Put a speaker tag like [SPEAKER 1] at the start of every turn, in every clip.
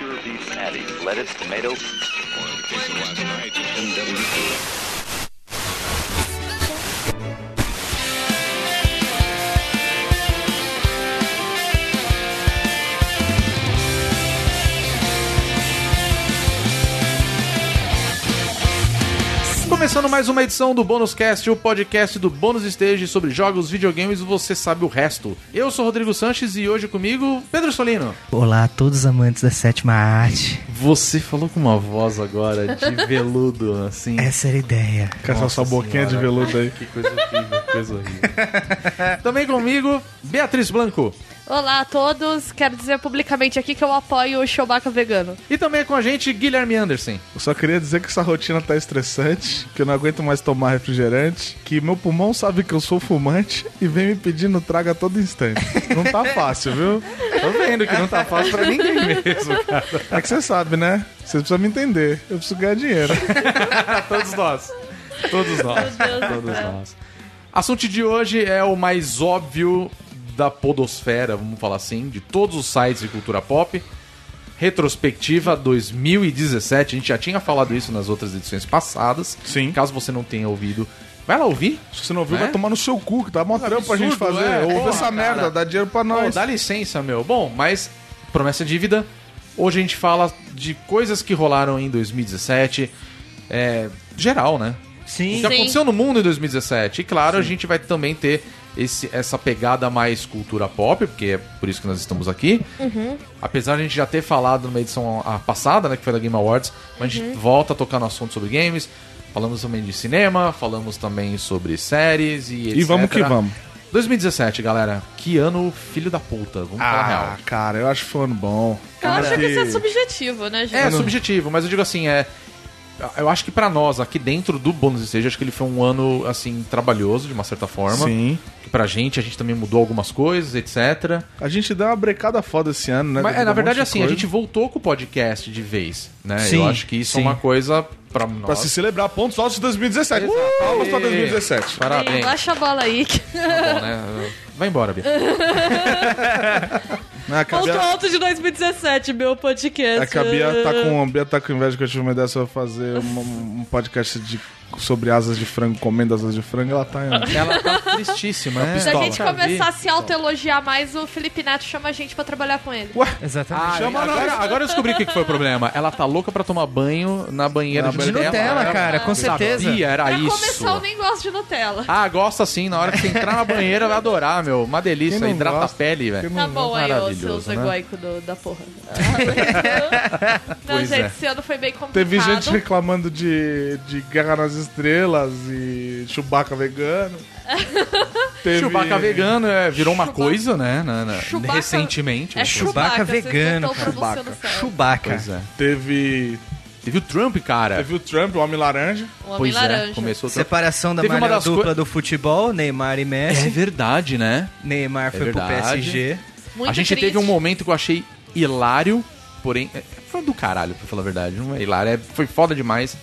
[SPEAKER 1] order of beef patty, lettuce, tomato.
[SPEAKER 2] Começando mais uma edição do Bônus Cast, o podcast do Bônus Stage sobre jogos, videogames, você sabe o resto. Eu sou Rodrigo Sanches e hoje comigo, Pedro Solino.
[SPEAKER 3] Olá a todos os amantes da sétima arte.
[SPEAKER 2] Você falou com uma voz agora de veludo, assim.
[SPEAKER 3] Essa era a ideia.
[SPEAKER 4] Com essa sua boquinha de veludo aí.
[SPEAKER 2] Que coisa horrível, coisa horrível. É. Também comigo, Beatriz Blanco.
[SPEAKER 5] Olá a todos, quero dizer publicamente aqui que eu apoio o Chewbacca vegano.
[SPEAKER 2] E também com a gente, Guilherme Anderson.
[SPEAKER 4] Eu só queria dizer que essa rotina tá estressante, que eu não aguento mais tomar refrigerante, que meu pulmão sabe que eu sou fumante e vem me pedindo traga a todo instante. Não tá fácil, viu?
[SPEAKER 2] Tô vendo que não tá fácil pra ninguém mesmo, cara.
[SPEAKER 4] É que você sabe, né? Você precisa me entender. Eu preciso ganhar dinheiro.
[SPEAKER 2] Todos nós. Todos nós.
[SPEAKER 5] Meu Deus do
[SPEAKER 2] Todos
[SPEAKER 5] céu.
[SPEAKER 2] nós. Assunto de hoje é o mais óbvio da podosfera, vamos falar assim, de todos os sites de cultura pop. Retrospectiva 2017. A gente já tinha falado isso nas outras edições passadas.
[SPEAKER 4] Sim.
[SPEAKER 2] Caso você não tenha ouvido, vai lá ouvir.
[SPEAKER 4] Se você não viu,
[SPEAKER 2] É?
[SPEAKER 4] vai tomar no seu cu, que dá mó trampo pra gente
[SPEAKER 2] absurdo,
[SPEAKER 4] fazer.
[SPEAKER 2] é.
[SPEAKER 4] Ouve
[SPEAKER 2] Porra,
[SPEAKER 4] essa
[SPEAKER 2] cara.
[SPEAKER 4] merda, dá dinheiro pra
[SPEAKER 2] Pô,
[SPEAKER 4] nós.
[SPEAKER 2] dá licença, meu. Bom, mas promessa é dívida. Hoje a gente fala de coisas que rolaram em 2017. É, geral, né? O
[SPEAKER 3] Sim.
[SPEAKER 2] que
[SPEAKER 5] Sim.
[SPEAKER 2] aconteceu no mundo em 2017. E claro, a gente vai também ter esse, essa pegada mais cultura pop, porque é por isso que nós estamos aqui. Apesar de a gente já ter falado numa edição a- passada, né, que foi da Game Awards, mas a gente volta a tocar no assunto sobre games. Falamos também de cinema, falamos também sobre séries e etc.
[SPEAKER 4] E vamos que vamos.
[SPEAKER 2] 2017, galera. Que ano filho da puta, vamos falar a real.
[SPEAKER 4] Ah, cara, eu acho que foi um ano bom.
[SPEAKER 5] Eu
[SPEAKER 4] Ano
[SPEAKER 5] acho que isso é subjetivo, né, gente?
[SPEAKER 2] É subjetivo, mas eu digo assim, é. Eu acho que pra nós, aqui dentro do bônus stage, acho que ele foi um ano, assim, trabalhoso, de uma certa forma.
[SPEAKER 4] Sim.
[SPEAKER 2] Que pra gente, a gente também mudou algumas coisas, etc.
[SPEAKER 4] A gente deu uma brecada foda esse ano, né?
[SPEAKER 2] Mas, é,
[SPEAKER 4] Devido
[SPEAKER 2] na
[SPEAKER 4] a um
[SPEAKER 2] verdade,
[SPEAKER 4] monte de
[SPEAKER 2] assim, a
[SPEAKER 4] coisa.
[SPEAKER 2] gente voltou com o podcast de vez, né?
[SPEAKER 3] Sim,
[SPEAKER 2] eu acho que isso é
[SPEAKER 3] sim.
[SPEAKER 2] uma coisa pra nós.
[SPEAKER 4] Pra se celebrar pontos altos de 2017.
[SPEAKER 2] Exato.
[SPEAKER 4] Uh, palmas pra 2017.
[SPEAKER 5] Ei,
[SPEAKER 2] Parabéns.
[SPEAKER 5] Baixa a bola aí. que-
[SPEAKER 2] Tá bom, né? Vai embora, Bia.
[SPEAKER 4] Ah, que a
[SPEAKER 5] Ponto
[SPEAKER 4] Bia-
[SPEAKER 5] alto de 2017, meu podcast.
[SPEAKER 4] É que a Bia tá com, a Bia tá com inveja que eu tive uma ideia sobre fazer um, um podcast de, sobre asas de frango, comendo asas de frango, ela tá em...
[SPEAKER 2] Ela tá tristíssima, é.
[SPEAKER 5] Se a gente
[SPEAKER 2] Nunca vi.
[SPEAKER 5] começar a se autoelogiar mais, o Felipe Neto chama a gente pra trabalhar com ele.
[SPEAKER 3] Exatamente.
[SPEAKER 2] Ah, agora, agora eu descobri o que que foi o problema. Ela tá louca pra tomar banho na banheira
[SPEAKER 4] Na
[SPEAKER 2] de
[SPEAKER 4] banheira
[SPEAKER 2] Nutella.
[SPEAKER 4] de
[SPEAKER 3] Nutella, cara, com certeza.
[SPEAKER 2] Sabia, era
[SPEAKER 5] pra
[SPEAKER 2] Ah, isso.
[SPEAKER 5] começar, eu nem gosto de Nutella.
[SPEAKER 2] Ah, gosta sim. Na hora que você entrar na banheira, vai adorar, meu. Uma delícia.
[SPEAKER 4] Quem não
[SPEAKER 2] Hidrata
[SPEAKER 4] gosta?
[SPEAKER 2] a pele, velho.
[SPEAKER 4] Quem
[SPEAKER 5] Tá bom aí, ô seu
[SPEAKER 2] maravilhoso, né?
[SPEAKER 5] zagoico do- da porra. Não,
[SPEAKER 2] Pois
[SPEAKER 5] gente,
[SPEAKER 2] é.
[SPEAKER 5] esse ano foi bem complicado.
[SPEAKER 4] Teve gente reclamando de, de Guerra nas Estrelas e Chewbacca vegano. Teve...
[SPEAKER 2] Chewbacca vegano é, virou uma
[SPEAKER 5] Chewbacca-
[SPEAKER 2] coisa, né? na- na-
[SPEAKER 5] Chewbacca-
[SPEAKER 2] recentemente.
[SPEAKER 5] É
[SPEAKER 3] Chewbacca
[SPEAKER 5] Chewbacca, vocês
[SPEAKER 3] vegano,
[SPEAKER 5] não estão
[SPEAKER 3] cara.
[SPEAKER 2] ah,
[SPEAKER 5] pronunciando certo.
[SPEAKER 3] Chewbacca.
[SPEAKER 2] Pois é.
[SPEAKER 4] Teve,
[SPEAKER 2] Teve o Trump, cara.
[SPEAKER 4] teve o Trump, o Homem Laranja.
[SPEAKER 5] Um homem
[SPEAKER 2] pois é,
[SPEAKER 5] laranja.
[SPEAKER 2] começou o Trump.
[SPEAKER 3] Separação da
[SPEAKER 2] Teve uma
[SPEAKER 3] malha
[SPEAKER 2] das
[SPEAKER 3] dupla
[SPEAKER 2] coi-
[SPEAKER 3] do futebol, Neymar e
[SPEAKER 2] É
[SPEAKER 3] Messi.
[SPEAKER 2] verdade, né?
[SPEAKER 3] Neymar foi
[SPEAKER 2] verdade.
[SPEAKER 3] pro PSG.
[SPEAKER 5] Muito
[SPEAKER 2] a gente
[SPEAKER 5] triste.
[SPEAKER 2] teve um momento que eu achei hilário, porém. é, Foi do caralho, pra falar a verdade. Não é hilário, é- foi foda demais.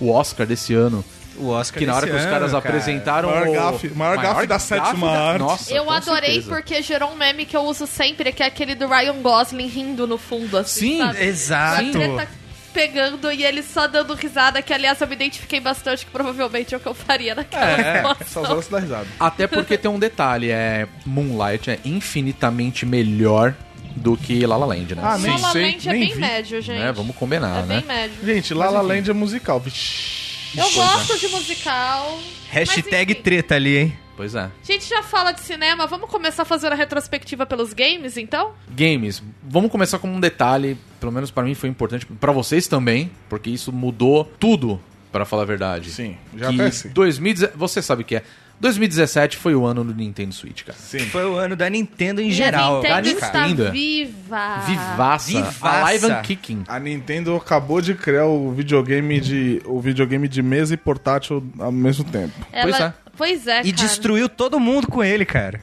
[SPEAKER 2] O Oscar desse ano.
[SPEAKER 3] O Oscar
[SPEAKER 2] Que na hora
[SPEAKER 3] desse
[SPEAKER 2] que os
[SPEAKER 3] ano,
[SPEAKER 2] caras
[SPEAKER 3] cara.
[SPEAKER 2] apresentaram.
[SPEAKER 4] Maior
[SPEAKER 2] o
[SPEAKER 4] gafe- maior gafe da sétima arte.
[SPEAKER 2] Nossa,
[SPEAKER 5] Eu
[SPEAKER 2] com
[SPEAKER 5] adorei
[SPEAKER 2] certeza.
[SPEAKER 5] porque gerou um meme que eu uso sempre, que é aquele do Ryan Gosling rindo no fundo,
[SPEAKER 2] Sim,
[SPEAKER 5] assim, sabe?
[SPEAKER 3] Exato.
[SPEAKER 5] Só ele tá pegando e ele só dando risada, que aliás eu me identifiquei bastante, que provavelmente é o que eu faria naquela
[SPEAKER 4] Só
[SPEAKER 5] situação.
[SPEAKER 4] os horas da risada.
[SPEAKER 2] Até porque tem um detalhe, é Moonlight é infinitamente melhor do que La La Land, né?
[SPEAKER 4] Ah,
[SPEAKER 5] O
[SPEAKER 4] nem
[SPEAKER 5] La La
[SPEAKER 4] sei,
[SPEAKER 5] Land é
[SPEAKER 4] nem
[SPEAKER 5] bem
[SPEAKER 4] vi.
[SPEAKER 5] médio, gente.
[SPEAKER 2] Né? Vamos combinar,
[SPEAKER 5] é
[SPEAKER 2] né?
[SPEAKER 5] bem médio.
[SPEAKER 4] Gente, La La Land é musical. Vixi.
[SPEAKER 5] Eu gosto de musical.
[SPEAKER 3] Hashtag
[SPEAKER 5] mas enfim.
[SPEAKER 3] treta ali, hein?
[SPEAKER 2] Pois é.
[SPEAKER 5] A gente já fala de cinema, vamos começar fazendo a retrospectiva pelos games, então?
[SPEAKER 2] Games, vamos começar com um detalhe, pelo menos pra mim foi importante, pra vocês também, porque isso mudou tudo, pra falar a verdade.
[SPEAKER 4] Sim, já
[SPEAKER 2] que
[SPEAKER 4] até sei.
[SPEAKER 2] 2017, você sabe o que é. 2017 foi o ano do Nintendo Switch, cara.
[SPEAKER 4] Sim.
[SPEAKER 3] Foi o ano da Nintendo em geral.
[SPEAKER 5] E a Nintendo
[SPEAKER 2] cara.
[SPEAKER 5] está
[SPEAKER 2] Nintendo.
[SPEAKER 5] viva.
[SPEAKER 2] Vivaça,
[SPEAKER 3] Vivaça.
[SPEAKER 2] Alive and Kicking.
[SPEAKER 4] A Nintendo acabou de criar o videogame de o videogame de mesa e portátil ao mesmo tempo.
[SPEAKER 5] Ela...
[SPEAKER 2] Pois
[SPEAKER 5] Pois
[SPEAKER 2] é.
[SPEAKER 5] é.
[SPEAKER 3] E
[SPEAKER 5] cara.
[SPEAKER 3] destruiu todo mundo com ele, cara.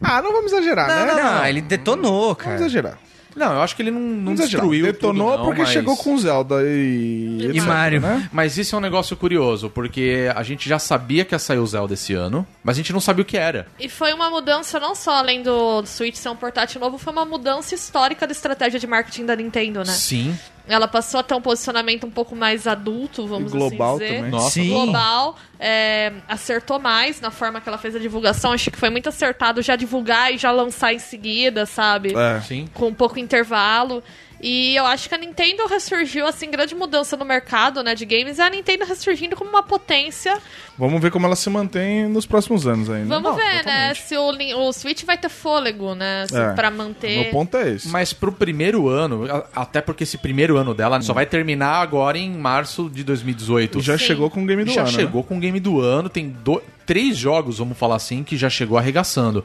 [SPEAKER 4] Ah, não vamos exagerar, né?
[SPEAKER 3] não, ele detonou,
[SPEAKER 4] Vamos
[SPEAKER 3] cara.
[SPEAKER 4] exagerar.
[SPEAKER 2] Não, eu acho que ele não, não
[SPEAKER 4] exagerar.
[SPEAKER 2] destruiu
[SPEAKER 4] Detonou
[SPEAKER 2] tudo, não,
[SPEAKER 4] porque
[SPEAKER 2] mas-
[SPEAKER 4] chegou com Zelda e...
[SPEAKER 3] E Mario.
[SPEAKER 4] né?
[SPEAKER 2] Mas isso é um negócio curioso, porque a gente já sabia que ia sair o Zelda esse ano, mas a gente não sabia o que era.
[SPEAKER 5] E foi uma mudança, não só além do Switch ser um portátil novo, foi uma mudança histórica da estratégia de marketing da Nintendo, né?
[SPEAKER 2] Sim.
[SPEAKER 5] Ela passou a ter um posicionamento um pouco mais adulto, vamos
[SPEAKER 4] E global
[SPEAKER 5] assim dizer.
[SPEAKER 4] também.
[SPEAKER 2] Nossa.
[SPEAKER 3] Sim.
[SPEAKER 5] Global é, acertou mais na forma que ela fez a divulgação. Acho que foi muito acertado já divulgar e já lançar em seguida, sabe?
[SPEAKER 4] É.
[SPEAKER 2] Sim.
[SPEAKER 5] com um pouco intervalo. E eu acho que a Nintendo ressurgiu, assim, grande mudança no mercado, né, de games. É a Nintendo ressurgindo como uma potência.
[SPEAKER 4] Vamos ver como ela se mantém nos próximos anos ainda.
[SPEAKER 5] Vamos
[SPEAKER 2] Não,
[SPEAKER 5] ver, né,
[SPEAKER 2] totalmente.
[SPEAKER 5] se o, Lin- o Switch vai ter fôlego, né, se-
[SPEAKER 4] É.
[SPEAKER 5] pra
[SPEAKER 4] Meu
[SPEAKER 5] manter...
[SPEAKER 4] ponto é esse.
[SPEAKER 2] Mas pro primeiro ano, a- até porque esse primeiro ano dela só vai terminar agora em março de 2018.
[SPEAKER 4] E já
[SPEAKER 5] Sim.
[SPEAKER 4] chegou com o game do
[SPEAKER 2] já
[SPEAKER 4] ano, né?
[SPEAKER 2] chegou com o game do ano, tem do- três jogos, vamos falar assim, que já chegou arregaçando.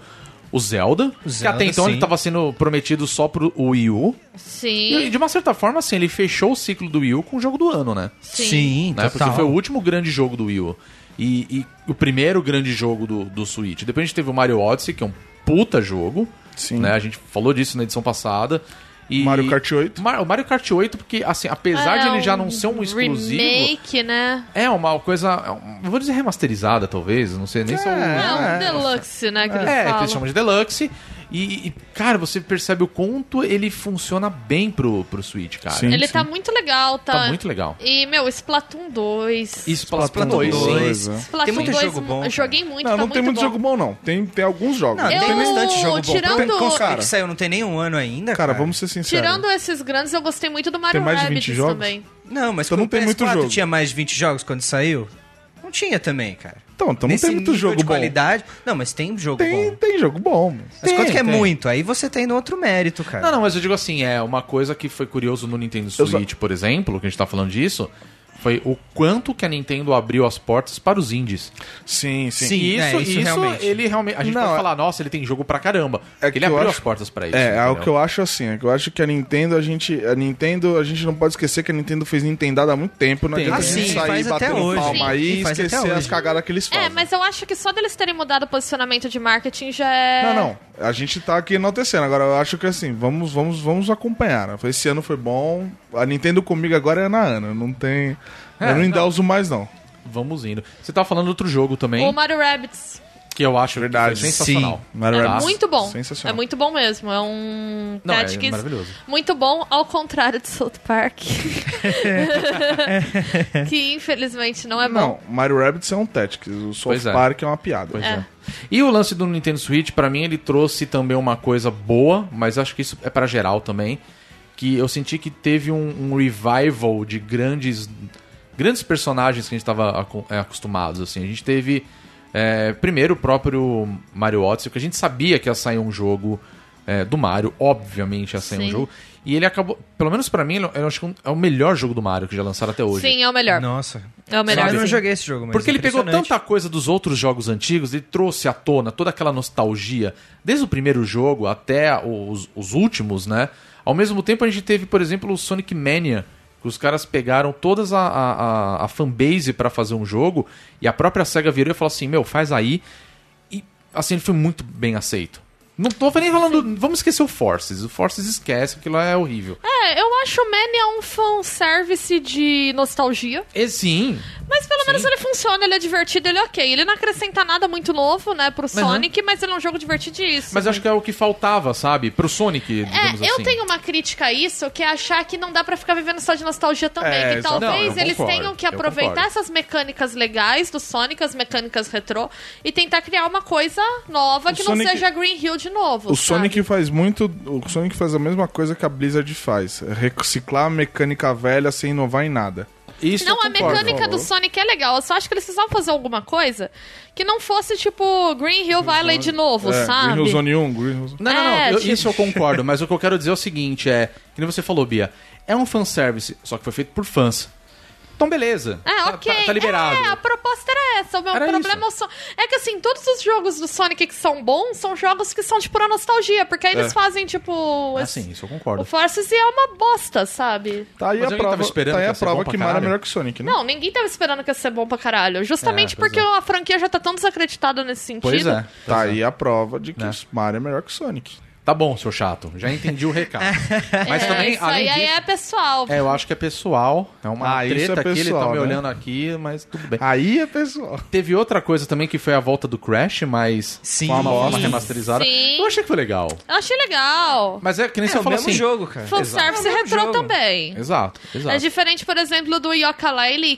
[SPEAKER 2] O Zelda, que
[SPEAKER 3] Zelda,
[SPEAKER 2] até então ele
[SPEAKER 3] sim.
[SPEAKER 2] estava sendo prometido só pro Wii U. E
[SPEAKER 5] Sim,
[SPEAKER 2] de uma certa forma, assim, ele fechou o ciclo do Wii U com o jogo do ano, né?
[SPEAKER 5] sim.
[SPEAKER 3] Sim,
[SPEAKER 2] né? Porque
[SPEAKER 3] total.
[SPEAKER 2] foi o último grande jogo do Wii U. E, e o primeiro grande jogo do, do Switch. Depois a gente teve o Mario Odyssey, que é um puta jogo.
[SPEAKER 4] Sim.
[SPEAKER 2] Né? A gente falou disso na edição passada. E
[SPEAKER 4] Mario Kart 8.
[SPEAKER 2] Mar- o Mario Kart 8, porque, assim, apesar
[SPEAKER 5] É,
[SPEAKER 2] de ele já
[SPEAKER 5] um
[SPEAKER 2] não ser um exclusivo...
[SPEAKER 5] Remake, né?
[SPEAKER 2] É uma coisa... é um- eu vou dizer remasterizada, talvez. Não sei nem se é um-
[SPEAKER 5] É, um
[SPEAKER 4] é,
[SPEAKER 5] deluxe, né, que eles
[SPEAKER 2] é, que
[SPEAKER 5] falam.
[SPEAKER 2] eles chamam de Deluxe. E, e, cara, você percebe o quanto ele funciona bem pro, pro Switch, cara.
[SPEAKER 4] Sim.
[SPEAKER 5] Ele tá muito legal, tá...
[SPEAKER 2] Tá muito legal.
[SPEAKER 5] E, meu, Splatoon 2...
[SPEAKER 2] E Splatoon
[SPEAKER 3] Splatoon
[SPEAKER 2] 2.
[SPEAKER 3] dois.
[SPEAKER 2] sim.
[SPEAKER 4] Dois, é.
[SPEAKER 5] Splatoon
[SPEAKER 3] Tem muito
[SPEAKER 5] 2,
[SPEAKER 3] jogo bom,
[SPEAKER 5] Eu joguei muito,
[SPEAKER 4] Não,
[SPEAKER 5] tá
[SPEAKER 4] não tem muito
[SPEAKER 5] bom.
[SPEAKER 4] jogo bom, não. Tem, tem alguns jogos.
[SPEAKER 3] Não,
[SPEAKER 5] Eu-
[SPEAKER 3] tem bastante jogo bom.
[SPEAKER 5] tirando-
[SPEAKER 3] Tem-
[SPEAKER 4] Pô, cara.
[SPEAKER 3] que saiu, não tem nem um ano ainda,
[SPEAKER 4] Cara,
[SPEAKER 3] cara.
[SPEAKER 4] vamos ser sinceros.
[SPEAKER 5] Tirando esses grandes, eu gostei muito do Mario
[SPEAKER 4] Tem mais de
[SPEAKER 5] Rabbids
[SPEAKER 4] 20 jogos?
[SPEAKER 5] também.
[SPEAKER 3] Não, mas
[SPEAKER 4] Então
[SPEAKER 3] com
[SPEAKER 4] não tem
[SPEAKER 3] o
[SPEAKER 4] muito
[SPEAKER 3] PS4
[SPEAKER 4] jogo.
[SPEAKER 3] tinha mais de 20 jogos quando saiu? Não tinha também, cara.
[SPEAKER 4] Então, então não
[SPEAKER 3] Nesse
[SPEAKER 4] tem muito
[SPEAKER 3] nível
[SPEAKER 4] jogo
[SPEAKER 3] de
[SPEAKER 4] bom.
[SPEAKER 3] qualidade. Não, mas tem jogo
[SPEAKER 4] Tem,
[SPEAKER 3] bom.
[SPEAKER 4] tem jogo bom. mas-
[SPEAKER 3] Mas quanto que é
[SPEAKER 2] tem.
[SPEAKER 3] muito? Aí você tá indo outro mérito, cara.
[SPEAKER 2] Não, não, mas eu digo assim, é uma coisa que foi curioso no Nintendo
[SPEAKER 4] Eu só-
[SPEAKER 2] Switch, por exemplo, que a gente tá falando disso, foi o quanto que a Nintendo abriu as portas para os indies.
[SPEAKER 4] Sim, sim.
[SPEAKER 3] Sim,
[SPEAKER 2] E isso,
[SPEAKER 3] é, isso
[SPEAKER 2] isso
[SPEAKER 3] realmente.
[SPEAKER 2] ele realmente, a gente
[SPEAKER 4] Não,
[SPEAKER 2] pode
[SPEAKER 4] é-
[SPEAKER 2] falar, nossa, ele tem jogo pra caramba.
[SPEAKER 4] É
[SPEAKER 2] ele
[SPEAKER 4] que eu
[SPEAKER 2] abriu
[SPEAKER 4] acho-
[SPEAKER 2] as portas pra isso.
[SPEAKER 4] É, é o
[SPEAKER 2] entendeu?
[SPEAKER 4] que eu acho assim, é que eu acho que a Nintendo, a gente. A Nintendo, a gente não pode esquecer que a Nintendo fez Nintendada há muito tempo, não
[SPEAKER 2] Tem.
[SPEAKER 4] adianta
[SPEAKER 2] Ah,
[SPEAKER 4] a gente
[SPEAKER 2] sim,
[SPEAKER 4] sair
[SPEAKER 3] faz até
[SPEAKER 4] batendo
[SPEAKER 3] hoje.
[SPEAKER 4] palma aí
[SPEAKER 3] Sim,
[SPEAKER 4] e
[SPEAKER 3] faz até
[SPEAKER 4] esquecer
[SPEAKER 3] hoje.
[SPEAKER 4] as cagadas que eles fazem.
[SPEAKER 5] É, mas eu acho que só deles terem mudado o posicionamento de marketing já é.
[SPEAKER 4] Não, não. A gente tá aqui enaltecendo. Agora, eu acho que assim, vamos, vamos, vamos acompanhar. né? Esse ano foi bom. A Nintendo comigo agora é na Ana. Não tem.
[SPEAKER 2] É,
[SPEAKER 4] eu não
[SPEAKER 2] não.
[SPEAKER 4] endauso mais, não.
[SPEAKER 2] Vamos indo. Você tava falando de outro jogo também,
[SPEAKER 5] O Mario Rabbids.
[SPEAKER 2] que eu acho
[SPEAKER 4] Verdade,
[SPEAKER 2] que foi sensacional.
[SPEAKER 3] sim.
[SPEAKER 4] Mario
[SPEAKER 5] é
[SPEAKER 4] Rabbids.
[SPEAKER 5] muito bom.
[SPEAKER 4] Sensacional.
[SPEAKER 5] É muito bom mesmo. É um
[SPEAKER 2] Não, é
[SPEAKER 5] Tactics
[SPEAKER 2] maravilhoso.
[SPEAKER 5] muito bom, ao contrário de South Park. que infelizmente não é bom.
[SPEAKER 4] Não, Mario Rabbits é um Tactics. O South
[SPEAKER 2] Pois é.
[SPEAKER 4] Park é uma piada.
[SPEAKER 2] Pois
[SPEAKER 5] É.
[SPEAKER 2] é. E o lance do Nintendo Switch, pra mim, ele trouxe também uma coisa boa, mas acho que isso é pra geral também, que eu senti que teve um, um revival de grandes grandes personagens que a gente tava acu- é, acostumados, assim. A gente teve, é, primeiro, o próprio Mario Odyssey, que a gente sabia que ia sair um jogo é, do Mario, obviamente ia sair
[SPEAKER 5] Sim.
[SPEAKER 2] um jogo, e ele acabou, pelo menos pra mim, ele- eu acho que um- é o melhor jogo do Mario que já lançaram até hoje.
[SPEAKER 5] Sim, é o melhor.
[SPEAKER 3] Nossa.
[SPEAKER 5] É o melhor.
[SPEAKER 3] Mas eu não
[SPEAKER 5] sim.
[SPEAKER 3] joguei esse jogo, mas é
[SPEAKER 2] Porque ele pegou
[SPEAKER 3] impressionante.
[SPEAKER 2] tanta coisa dos outros jogos antigos, ele trouxe à tona toda aquela nostalgia, desde o primeiro jogo até os, os últimos, né? Ao mesmo tempo, a gente teve, por exemplo, o Sonic Mania, que os caras pegaram todas a, a, a- a fanbase pra fazer um jogo, e a própria SEGA virou e falou assim: meu, faz aí. E, assim, ele foi muito bem aceito. Não tô nem falando. Vamos esquecer o Forces. O Forces esquece, porque lá é horrível.
[SPEAKER 5] É, eu acho o Mania um fanservice de nostalgia.
[SPEAKER 2] E sim,
[SPEAKER 5] Mas pelo menos ele funciona, ele é divertido, ele é ok. Ele não acrescenta nada muito novo, né, pro Sonic, mas ele é um jogo divertidíssimo.
[SPEAKER 2] mas acho que é o que faltava, sabe? Pro Sonic,
[SPEAKER 5] É,
[SPEAKER 2] digamos assim.
[SPEAKER 5] eu tenho uma crítica a isso, que é achar que não dá pra ficar vivendo só de nostalgia também.
[SPEAKER 4] É,
[SPEAKER 5] que
[SPEAKER 4] exato.
[SPEAKER 5] talvez
[SPEAKER 2] Não, eu
[SPEAKER 5] eles
[SPEAKER 2] concordo,
[SPEAKER 5] tenham que
[SPEAKER 2] eu
[SPEAKER 5] aproveitar
[SPEAKER 2] concordo.
[SPEAKER 5] essas mecânicas legais do Sonic, as mecânicas retrô, e tentar criar uma coisa nova
[SPEAKER 4] O
[SPEAKER 5] que
[SPEAKER 4] Sonic-
[SPEAKER 5] não seja Green Hill de novo.
[SPEAKER 4] O
[SPEAKER 5] sabe?
[SPEAKER 4] Sonic faz muito. O Sonic faz a mesma coisa que a Blizzard faz: é reciclar a mecânica velha sem inovar em nada.
[SPEAKER 2] Isso eu
[SPEAKER 5] Não, a
[SPEAKER 2] concordo.
[SPEAKER 5] mecânica do Sonic é legal. Eu só acho que eles precisavam fazer alguma coisa que não fosse, tipo, Green Hill Valley de novo,
[SPEAKER 4] é,
[SPEAKER 5] sabe?
[SPEAKER 4] Green Hill Zone 1, Green Hill Zone...
[SPEAKER 2] Não, não, não.
[SPEAKER 5] É,
[SPEAKER 2] eu-
[SPEAKER 5] tipo-
[SPEAKER 2] Isso eu concordo, mas o que eu quero dizer é o seguinte: é. Que nem você falou, Bia. É um fanservice, só que foi feito por fãs. Então, beleza.
[SPEAKER 5] É,
[SPEAKER 2] Tá-
[SPEAKER 5] ok.
[SPEAKER 2] Tá, tá liberado.
[SPEAKER 5] É, a proposta era essa. O meu
[SPEAKER 2] Era
[SPEAKER 5] problema é o Son- é que, assim, todos os jogos do Sonic que são bons são jogos que são de pura nostalgia, porque aí eles fazem, tipo.
[SPEAKER 2] É. Ah,
[SPEAKER 5] esse-
[SPEAKER 2] sim, isso eu
[SPEAKER 5] O
[SPEAKER 2] concordo.
[SPEAKER 5] Forces é uma bosta, sabe?
[SPEAKER 4] Tá aí
[SPEAKER 2] Mas
[SPEAKER 4] a
[SPEAKER 2] alguém
[SPEAKER 4] prova,
[SPEAKER 2] tava esperando
[SPEAKER 4] tá aí
[SPEAKER 2] que
[SPEAKER 4] a
[SPEAKER 2] ia ser bom
[SPEAKER 4] prova
[SPEAKER 2] pra
[SPEAKER 4] que Mario é
[SPEAKER 2] caralho?
[SPEAKER 4] melhor que Sonic, né?
[SPEAKER 5] Não, ninguém tava esperando que ia ser bom pra caralho. Justamente
[SPEAKER 2] Hum? É, pois
[SPEAKER 5] porque
[SPEAKER 2] é.
[SPEAKER 5] a franquia já tá tão desacreditada nesse sentido.
[SPEAKER 2] Pois é.
[SPEAKER 4] Tá aí a prova de que
[SPEAKER 2] Né?
[SPEAKER 4] Mario é melhor que Sonic.
[SPEAKER 2] Tá bom, seu chato, já entendi o recado. Mas
[SPEAKER 5] É,
[SPEAKER 2] também,
[SPEAKER 5] isso
[SPEAKER 2] além
[SPEAKER 5] aí
[SPEAKER 2] disso,
[SPEAKER 5] é pessoal.
[SPEAKER 2] é, eu acho que é pessoal. É uma
[SPEAKER 4] Ah, isso
[SPEAKER 2] treta
[SPEAKER 4] é
[SPEAKER 2] aqui, ele tá
[SPEAKER 4] pessoal,
[SPEAKER 2] me
[SPEAKER 4] né?
[SPEAKER 2] olhando aqui, mas tudo bem.
[SPEAKER 4] Aí é pessoal.
[SPEAKER 2] Teve outra coisa também que foi a volta do Crash, mas
[SPEAKER 3] Sim.
[SPEAKER 2] com uma forma
[SPEAKER 3] Sim.
[SPEAKER 2] remasterizada.
[SPEAKER 5] Sim.
[SPEAKER 2] Eu achei que foi legal.
[SPEAKER 5] Eu achei legal.
[SPEAKER 2] Mas é que nem
[SPEAKER 3] É
[SPEAKER 2] você
[SPEAKER 3] o
[SPEAKER 2] fala
[SPEAKER 3] mesmo
[SPEAKER 2] assim.
[SPEAKER 3] jogo, cara.
[SPEAKER 5] Fanservice
[SPEAKER 3] É o mesmo
[SPEAKER 5] retrô
[SPEAKER 3] jogo.
[SPEAKER 5] também.
[SPEAKER 2] Exato, um exato.
[SPEAKER 5] É diferente, por exemplo, do yooka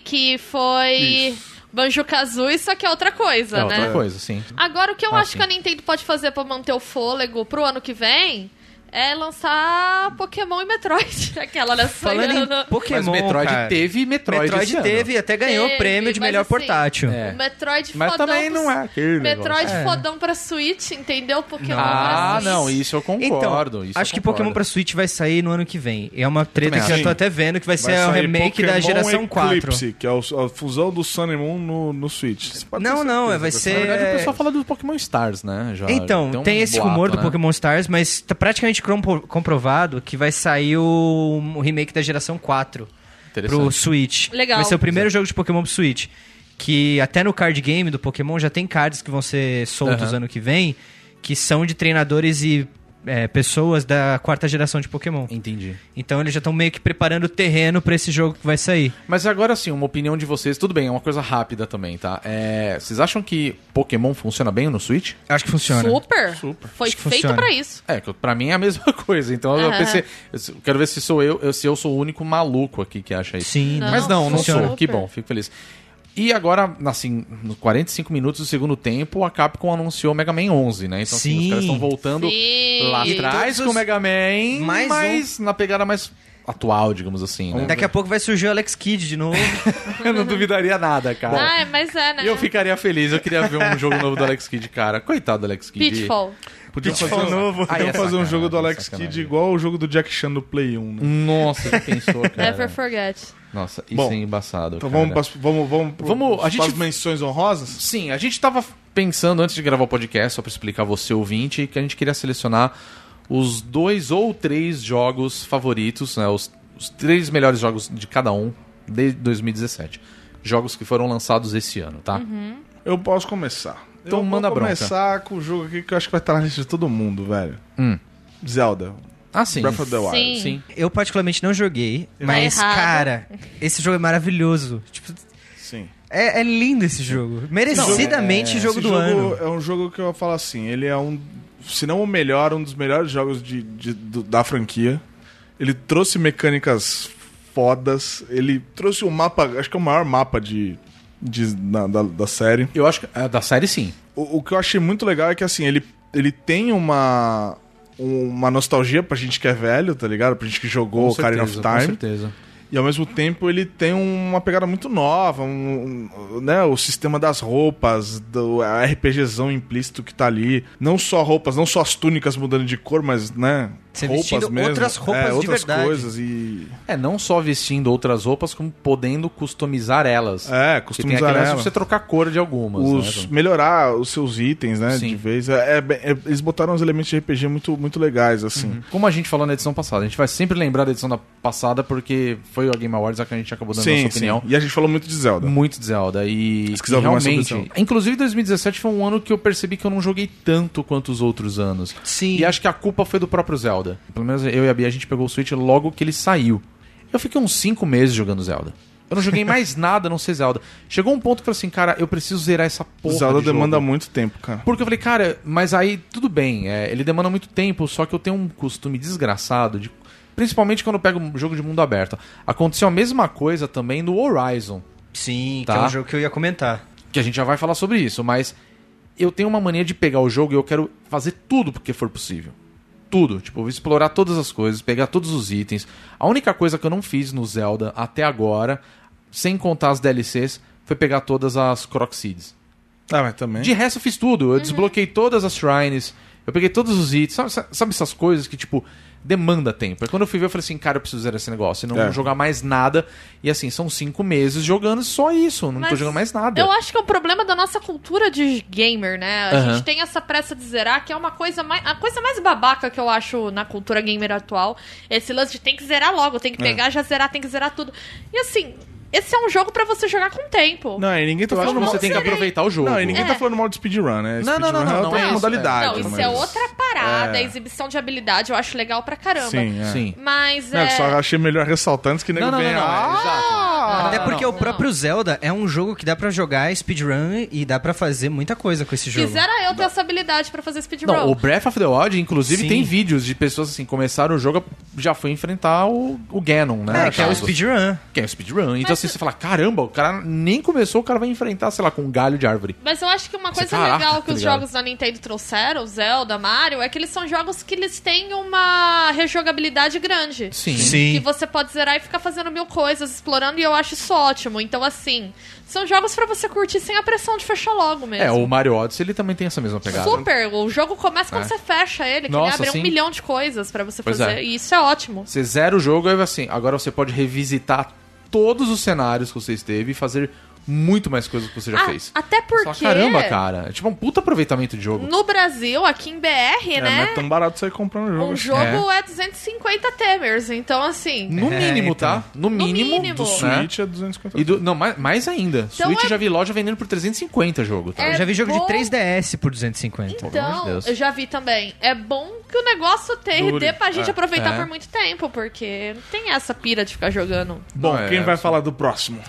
[SPEAKER 5] que foi Banjo-Kazooie, só que é outra coisa,
[SPEAKER 2] é
[SPEAKER 5] né?
[SPEAKER 2] outra coisa, sim.
[SPEAKER 5] Agora, o que eu
[SPEAKER 2] Ah,
[SPEAKER 5] acho
[SPEAKER 2] sim.
[SPEAKER 5] que a Nintendo pode fazer pra manter o fôlego pro ano que vem é lançar Pokémon e Metroid. Aquela, né?
[SPEAKER 3] Falando
[SPEAKER 5] sonhando
[SPEAKER 3] em
[SPEAKER 5] no-
[SPEAKER 3] Pokémon,
[SPEAKER 2] mas Metroid
[SPEAKER 3] cara.
[SPEAKER 2] teve Metroid.
[SPEAKER 3] Metroid
[SPEAKER 2] esse ano.
[SPEAKER 3] teve, até ganhou o
[SPEAKER 5] Teve,
[SPEAKER 3] prêmio de
[SPEAKER 5] mas
[SPEAKER 3] melhor
[SPEAKER 5] assim,
[SPEAKER 3] portátil.
[SPEAKER 2] É.
[SPEAKER 5] O Metroid
[SPEAKER 2] Mas
[SPEAKER 5] fodão
[SPEAKER 2] também
[SPEAKER 5] pro-
[SPEAKER 2] não é aquele
[SPEAKER 5] Metroid
[SPEAKER 2] negócio.
[SPEAKER 3] É.
[SPEAKER 5] fodão pra Switch, entendeu? Pokémon pra
[SPEAKER 2] Ah,
[SPEAKER 5] Switch.
[SPEAKER 2] não, isso eu concordo.
[SPEAKER 3] Então,
[SPEAKER 2] isso eu
[SPEAKER 3] acho que
[SPEAKER 2] concordo.
[SPEAKER 3] Pokémon pra Switch vai sair no ano que vem. É uma treta
[SPEAKER 2] também
[SPEAKER 3] que eu
[SPEAKER 4] acho.
[SPEAKER 3] tô até vendo que vai,
[SPEAKER 2] é
[SPEAKER 3] ser o
[SPEAKER 4] sair
[SPEAKER 3] remake da
[SPEAKER 4] Pokémon
[SPEAKER 3] geração 4.
[SPEAKER 4] Eclipse, que é o- a fusão do Sun e Moon no, no Switch. Você pode ter
[SPEAKER 3] Não, não,
[SPEAKER 4] certeza
[SPEAKER 3] vai
[SPEAKER 4] dessa-
[SPEAKER 3] ser-
[SPEAKER 2] Na verdade,
[SPEAKER 3] é-
[SPEAKER 2] o pessoal fala do Pokémon Stars, né? Já-
[SPEAKER 3] Então,
[SPEAKER 2] já
[SPEAKER 3] tem,
[SPEAKER 2] um
[SPEAKER 3] esse
[SPEAKER 2] boato,
[SPEAKER 3] rumor do
[SPEAKER 2] né?
[SPEAKER 3] Pokémon Stars, mas tá praticamente compo- comprovado que vai sair o, o remake da geração 4
[SPEAKER 2] Interessante.
[SPEAKER 3] pro Switch.
[SPEAKER 5] Legal.
[SPEAKER 3] Vai ser o primeiro jogo de Pokémon pro Switch. Que até no card game do Pokémon já tem cards que vão ser soltos
[SPEAKER 2] Aham.
[SPEAKER 3] ano que vem, que são de treinadores e é, pessoas da quarta geração de Pokémon.
[SPEAKER 2] Entendi.
[SPEAKER 3] Então eles já estão meio que preparando o terreno pra esse jogo que vai sair.
[SPEAKER 2] Mas agora sim, uma opinião de vocês. Tudo bem, é uma coisa rápida também, tá? É, vocês acham que Pokémon funciona bem no Switch?
[SPEAKER 3] Acho que funciona.
[SPEAKER 5] Super. Foi
[SPEAKER 3] Acho que
[SPEAKER 5] feito
[SPEAKER 3] funciona.
[SPEAKER 5] pra isso.
[SPEAKER 2] É, que pra mim é a mesma coisa. Então eu
[SPEAKER 5] Aham.
[SPEAKER 2] pensei, eu quero ver se sou eu, eu- se eu sou o único maluco aqui que acha isso.
[SPEAKER 3] Sim,
[SPEAKER 5] Não,
[SPEAKER 2] Mas não, não
[SPEAKER 5] funciona.
[SPEAKER 2] sou. Que bom, fico feliz. E agora, assim, nos 45 minutos do segundo tempo, a Capcom anunciou Mega Man 11, né? Então assim,
[SPEAKER 3] Sim.
[SPEAKER 2] os caras estão voltando
[SPEAKER 5] Sim.
[SPEAKER 2] lá
[SPEAKER 5] E
[SPEAKER 2] atrás
[SPEAKER 3] todos
[SPEAKER 2] com o
[SPEAKER 3] os-
[SPEAKER 2] Mega Man,
[SPEAKER 3] Mais um.
[SPEAKER 2] mas na pegada mais atual, digamos assim, né?
[SPEAKER 3] Daqui a pouco vai surgir o Alex Kidd de novo.
[SPEAKER 2] eu não duvidaria nada, cara.
[SPEAKER 5] Ah, mas é, né?
[SPEAKER 2] eu ficaria feliz, eu queria ver um jogo novo do Alex Kidd, cara. Coitado do Alex Kidd.
[SPEAKER 5] Pitfall.
[SPEAKER 4] Podiam fazer,
[SPEAKER 2] Pitfall
[SPEAKER 4] um-
[SPEAKER 2] novo.
[SPEAKER 4] podiam
[SPEAKER 2] Aí é
[SPEAKER 4] fazer um
[SPEAKER 2] sacanagem,
[SPEAKER 4] jogo do Alex
[SPEAKER 2] sacanagem.
[SPEAKER 4] Kidd igual o jogo do Jack Chan do Play 1, né?
[SPEAKER 2] Nossa, já pensou, cara.
[SPEAKER 5] Never forget.
[SPEAKER 2] Nossa, isso
[SPEAKER 4] Bom,
[SPEAKER 2] é embaçado.
[SPEAKER 4] Então
[SPEAKER 2] cara.
[SPEAKER 4] vamos, pras- vamos, vamos, pro-
[SPEAKER 2] Vamos, a gente-
[SPEAKER 4] pras menções honrosas?
[SPEAKER 2] Sim, a gente tava pensando antes de gravar o podcast, só pra explicar você ouvinte, que a gente queria selecionar os dois ou três jogos favoritos, né? Os, os três melhores jogos de cada um desde 2017. Jogos que foram lançados esse ano, tá?
[SPEAKER 4] Eu posso começar.
[SPEAKER 2] Então
[SPEAKER 4] eu
[SPEAKER 2] manda a
[SPEAKER 4] vou
[SPEAKER 2] bronca.
[SPEAKER 4] começar com o jogo aqui que eu acho que vai estar na lista de todo mundo, velho.
[SPEAKER 2] Hum.
[SPEAKER 4] Zelda,
[SPEAKER 2] Ah, sim.
[SPEAKER 4] Breath of the Wild.
[SPEAKER 5] Sim.
[SPEAKER 2] Sim.
[SPEAKER 3] Eu particularmente não joguei, mas,
[SPEAKER 5] errado.
[SPEAKER 3] cara, esse jogo é maravilhoso. Tipo,
[SPEAKER 4] Sim.
[SPEAKER 3] é, é lindo esse jogo. Merecidamente
[SPEAKER 4] Esse
[SPEAKER 3] jogo do ano.
[SPEAKER 4] É um jogo que eu falo assim, ele é um, se não o melhor, um dos melhores jogos de, de- do- da franquia. Ele trouxe mecânicas fodas, ele trouxe um mapa, acho que é o maior mapa de, de- na- da, da série.
[SPEAKER 2] Eu acho que. é, da série, sim.
[SPEAKER 4] O, o que eu achei muito legal é que assim, ele, ele tem uma uma nostalgia pra gente que é velho, tá ligado? Pra gente que jogou
[SPEAKER 2] Com
[SPEAKER 4] Ocarina of
[SPEAKER 2] certeza,
[SPEAKER 4] Time.
[SPEAKER 2] Com certeza.
[SPEAKER 4] E ao mesmo tempo ele tem uma pegada muito nova, um- um- né? O sistema das roupas, do a RPGzão implícito que tá ali. Não só roupas, não só as túnicas mudando de cor, mas, né?
[SPEAKER 3] Você
[SPEAKER 4] roupas
[SPEAKER 3] vestindo
[SPEAKER 4] mesmo.
[SPEAKER 3] outras roupas
[SPEAKER 4] é,
[SPEAKER 3] de
[SPEAKER 4] outras
[SPEAKER 3] verdade.
[SPEAKER 4] coisas e.
[SPEAKER 2] É, não só vestindo outras roupas, como podendo customizar elas.
[SPEAKER 4] É,
[SPEAKER 2] Porque tem
[SPEAKER 4] customizar
[SPEAKER 2] aquele lance
[SPEAKER 4] ela.
[SPEAKER 2] de você trocar a cor de algumas.
[SPEAKER 4] Os,
[SPEAKER 2] né?
[SPEAKER 4] melhorar os seus itens, né?
[SPEAKER 2] Sim.
[SPEAKER 4] De vez. É, é bem- é- eles botaram uns elementos de RPG muito, muito legais, assim.
[SPEAKER 2] Como a gente falou na edição passada, a gente vai sempre lembrar da edição da passada porque foi a Game Awards a que a gente acabou dando a
[SPEAKER 4] Sim,
[SPEAKER 2] tipo, nossa
[SPEAKER 4] sim.
[SPEAKER 2] opinião.
[SPEAKER 4] E a gente falou muito de Zelda.
[SPEAKER 2] Muito de Zelda e,
[SPEAKER 4] Se
[SPEAKER 2] e
[SPEAKER 4] quiser ouvir mais sobre
[SPEAKER 2] realmente,
[SPEAKER 4] Zelda.
[SPEAKER 2] inclusive 2017 foi um ano que eu percebi que eu não joguei tanto quanto os outros anos.
[SPEAKER 3] Sim.
[SPEAKER 2] E acho que a culpa foi do próprio Zelda. Pelo menos eu e a Bia a gente pegou o Switch logo que ele saiu. Eu fiquei uns 5 meses jogando Zelda. Eu não joguei mais nada, a não sei Zelda. Chegou um ponto que eu falei assim, cara, eu preciso zerar essa porra.
[SPEAKER 4] Zelda
[SPEAKER 2] de jogo.
[SPEAKER 4] demanda muito tempo, cara.
[SPEAKER 2] Porque eu falei, cara, mas aí tudo bem, é, ele demanda muito tempo, só que eu tenho um costume desgraçado de. Principalmente quando eu pego um jogo de mundo aberto. Aconteceu a mesma coisa também no Horizon,
[SPEAKER 3] Sim,
[SPEAKER 2] Tá.
[SPEAKER 3] que é um jogo que eu ia comentar.
[SPEAKER 2] que a gente já vai falar sobre isso, mas eu tenho uma mania de pegar o jogo e eu quero fazer tudo porque for possível. Tudo. Tipo, eu vou explorar todas as coisas, pegar todos os itens. A única coisa que eu não fiz no Zelda até agora, sem contar as DLCs, foi pegar todas as Croc Seeds.
[SPEAKER 4] Ah, mas também.
[SPEAKER 2] De resto, eu fiz tudo. Eu desbloqueei todas as shrines. Eu peguei todos os itens. Sabe, sa- sabe essas coisas que, tipo, demanda tempo. Aí quando eu fui ver, eu falei assim, cara, eu preciso zerar esse negócio. Eu não
[SPEAKER 4] É.
[SPEAKER 2] vou jogar mais nada. E assim, são cinco meses jogando só isso. Eu Não tô
[SPEAKER 5] Mas
[SPEAKER 2] jogando mais nada.
[SPEAKER 5] Eu acho que é um problema da nossa cultura de gamer, né? A
[SPEAKER 2] Aham.
[SPEAKER 5] gente tem essa pressa de zerar, que é uma coisa mais. A coisa mais babaca que eu acho na cultura gamer atual. Esse lance de tem que zerar logo, tem que pegar, já zerar, tem que zerar tudo. E assim, esse é um jogo pra você jogar com tempo.
[SPEAKER 4] Não, e ninguém tá
[SPEAKER 2] Então, Eu acho que
[SPEAKER 4] falando mal...
[SPEAKER 2] você tem que aproveitar o jogo.
[SPEAKER 4] Não, e ninguém tá
[SPEAKER 5] É.
[SPEAKER 4] falando mal de speedrun, né?
[SPEAKER 2] Não, não, não,
[SPEAKER 4] Speedrun
[SPEAKER 2] não,
[SPEAKER 4] ela
[SPEAKER 2] não
[SPEAKER 4] tem
[SPEAKER 2] é isso,
[SPEAKER 4] modalidade.
[SPEAKER 5] Não, isso
[SPEAKER 4] mas-
[SPEAKER 5] é outra parada.
[SPEAKER 4] É.
[SPEAKER 5] A exibição de habilidade eu acho legal pra caramba.
[SPEAKER 4] Sim, é.
[SPEAKER 2] Sim.
[SPEAKER 5] Mas
[SPEAKER 4] Não,
[SPEAKER 5] é.
[SPEAKER 4] Só achei melhor ressaltar antes que nego
[SPEAKER 2] Não, não, não,
[SPEAKER 4] venha...
[SPEAKER 2] não,
[SPEAKER 4] "Ah,
[SPEAKER 2] é, exato.
[SPEAKER 3] Até porque
[SPEAKER 5] Ah, não.
[SPEAKER 3] o próprio Zelda é um jogo que dá pra jogar speedrun e dá pra fazer muita coisa com esse jogo.
[SPEAKER 5] Quisera eu ter essa habilidade pra fazer speedrun.
[SPEAKER 2] Não, o Breath of the Wild, inclusive,
[SPEAKER 3] Sim.
[SPEAKER 2] tem vídeos de pessoas assim, começaram o jogo, já foi enfrentar o, o Ganon, né?
[SPEAKER 3] É, que é o
[SPEAKER 2] Caso.
[SPEAKER 3] speedrun.
[SPEAKER 2] Que é o speedrun. Então assim, você fala, caramba, o cara nem começou, o cara vai enfrentar, sei lá, com um galho de árvore.
[SPEAKER 5] Mas eu acho que uma
[SPEAKER 2] Você-
[SPEAKER 5] coisa
[SPEAKER 2] caraca,
[SPEAKER 5] legal
[SPEAKER 2] tá
[SPEAKER 5] que os
[SPEAKER 2] ligado?
[SPEAKER 5] jogos da Nintendo trouxeram, o Zelda, Mario, é que eles são jogos que eles têm uma rejogabilidade grande.
[SPEAKER 2] Sim.
[SPEAKER 5] Que você pode zerar e ficar fazendo mil coisas, explorando, e eu acho isso ótimo. Então, assim, são jogos pra você curtir sem a pressão de fechar logo mesmo.
[SPEAKER 2] É, o Mario Odyssey, ele também tem essa mesma pegada.
[SPEAKER 5] Super, o jogo começa quando você fecha ele, que
[SPEAKER 2] Tá Nossa,
[SPEAKER 5] ele abre
[SPEAKER 2] sim.
[SPEAKER 5] um milhão de coisas pra você
[SPEAKER 2] É. Pois
[SPEAKER 5] fazer.
[SPEAKER 2] é.
[SPEAKER 5] E isso é ótimo.
[SPEAKER 2] Você zera o jogo, aí assim, agora você pode revisitar todos os cenários que você esteve e fazer muito mais coisas que você já
[SPEAKER 5] Ah, Hum.
[SPEAKER 2] fez.
[SPEAKER 5] Até
[SPEAKER 2] Só
[SPEAKER 5] porque.
[SPEAKER 2] caramba, cara. É tipo um puta aproveitamento de jogo.
[SPEAKER 5] No Brasil, aqui em BR,
[SPEAKER 4] É,
[SPEAKER 5] né?
[SPEAKER 4] não é tão barato sair comprando o
[SPEAKER 2] tá-
[SPEAKER 4] jogo.
[SPEAKER 5] Um
[SPEAKER 4] assim.
[SPEAKER 5] jogo é. 250 Temers, então assim.
[SPEAKER 2] No
[SPEAKER 3] É,
[SPEAKER 2] mínimo,
[SPEAKER 3] então.
[SPEAKER 2] tá? No mínimo.
[SPEAKER 5] mínimo.
[SPEAKER 2] Do
[SPEAKER 5] Do
[SPEAKER 2] Switch.
[SPEAKER 4] Switch é 250
[SPEAKER 2] Né? E do, não, mais, mais ainda.
[SPEAKER 5] Então
[SPEAKER 2] Switch
[SPEAKER 5] é-
[SPEAKER 2] já vi loja vendendo por 350 jogo, tá?
[SPEAKER 5] É
[SPEAKER 3] Eu já vi jogo de
[SPEAKER 5] bom.
[SPEAKER 3] 3DS por 250.
[SPEAKER 2] pelo amor de
[SPEAKER 5] Então,
[SPEAKER 2] Deus.
[SPEAKER 5] eu já vi também. É bom que o negócio tem
[SPEAKER 4] Dure.
[SPEAKER 5] dê pra gente
[SPEAKER 4] É.
[SPEAKER 5] aproveitar
[SPEAKER 2] É.
[SPEAKER 5] por muito tempo, porque não tem essa pira de ficar jogando.
[SPEAKER 4] Bom,
[SPEAKER 2] Não, é,
[SPEAKER 4] quem vai
[SPEAKER 2] é-
[SPEAKER 4] falar do próximo?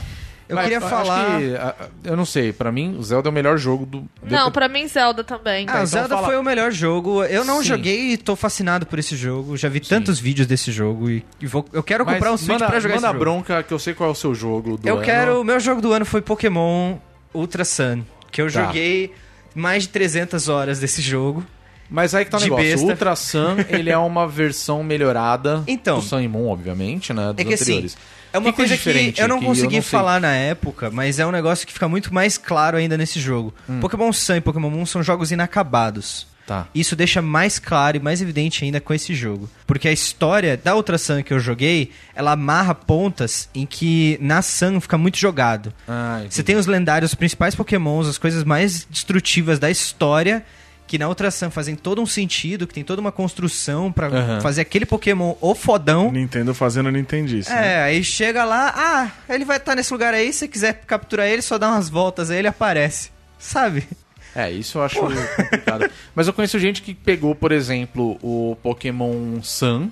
[SPEAKER 3] Eu
[SPEAKER 2] Mas
[SPEAKER 3] queria
[SPEAKER 2] acho
[SPEAKER 3] falar.
[SPEAKER 2] que, ah, ah, eu não sei, pra mim o Zelda é o melhor jogo do.
[SPEAKER 5] Não, pra mim Zelda também.
[SPEAKER 3] Ah,
[SPEAKER 2] então
[SPEAKER 3] Zelda
[SPEAKER 2] fala.
[SPEAKER 3] foi o melhor jogo. Eu não
[SPEAKER 2] Sim.
[SPEAKER 3] joguei e tô fascinado por esse jogo. Já vi tantos vídeos desse jogo e, e vou, eu quero
[SPEAKER 2] Mas
[SPEAKER 3] comprar um Switch
[SPEAKER 2] manda,
[SPEAKER 3] pra jogar
[SPEAKER 2] manda
[SPEAKER 3] esse jogo.
[SPEAKER 2] bronca que eu sei qual é o seu jogo do
[SPEAKER 3] Eu
[SPEAKER 2] ano.
[SPEAKER 3] quero. O meu jogo do ano foi Pokémon Ultra Sun, que eu
[SPEAKER 2] Tá.
[SPEAKER 3] joguei mais de 300 horas desse jogo.
[SPEAKER 2] Mas aí que tá o
[SPEAKER 3] de
[SPEAKER 2] negócio.
[SPEAKER 3] besta.
[SPEAKER 2] O Ultra Sun, ele é uma versão melhorada
[SPEAKER 3] Então.
[SPEAKER 2] do Sun e Moon, obviamente, né? Dos
[SPEAKER 3] É que assim,
[SPEAKER 2] anteriores.
[SPEAKER 3] é uma
[SPEAKER 2] Que coisa
[SPEAKER 3] coisa
[SPEAKER 2] diferente
[SPEAKER 3] que eu não
[SPEAKER 2] que eu
[SPEAKER 3] consegui
[SPEAKER 2] não sei.
[SPEAKER 3] falar na época, mas é um negócio que fica muito mais claro ainda nesse jogo. Pokémon Sun e Pokémon Moon são jogos inacabados.
[SPEAKER 2] Hum. Tá.
[SPEAKER 3] Isso deixa mais claro e mais evidente ainda com esse jogo. Porque a história da outra Sun que eu joguei, ela amarra pontas em que na Sun fica muito jogado.
[SPEAKER 2] Ah, entendi.
[SPEAKER 3] Você tem os lendários, os principais pokémons, as coisas mais destrutivas da história, que na outra Sun fazem todo um sentido, que tem toda uma construção pra
[SPEAKER 2] Aham.
[SPEAKER 3] fazer aquele pokémon o
[SPEAKER 2] Uhum.
[SPEAKER 3] fodão.
[SPEAKER 4] Nintendo fazendo Nintendice. né?
[SPEAKER 3] É, aí chega lá, ah, ele vai estar nesse lugar aí, se você quiser capturar ele, só dá umas voltas aí, ele aparece. Sabe?
[SPEAKER 2] É, isso eu acho complicado. Mas eu conheço gente que pegou, por exemplo, o Pokémon Sun,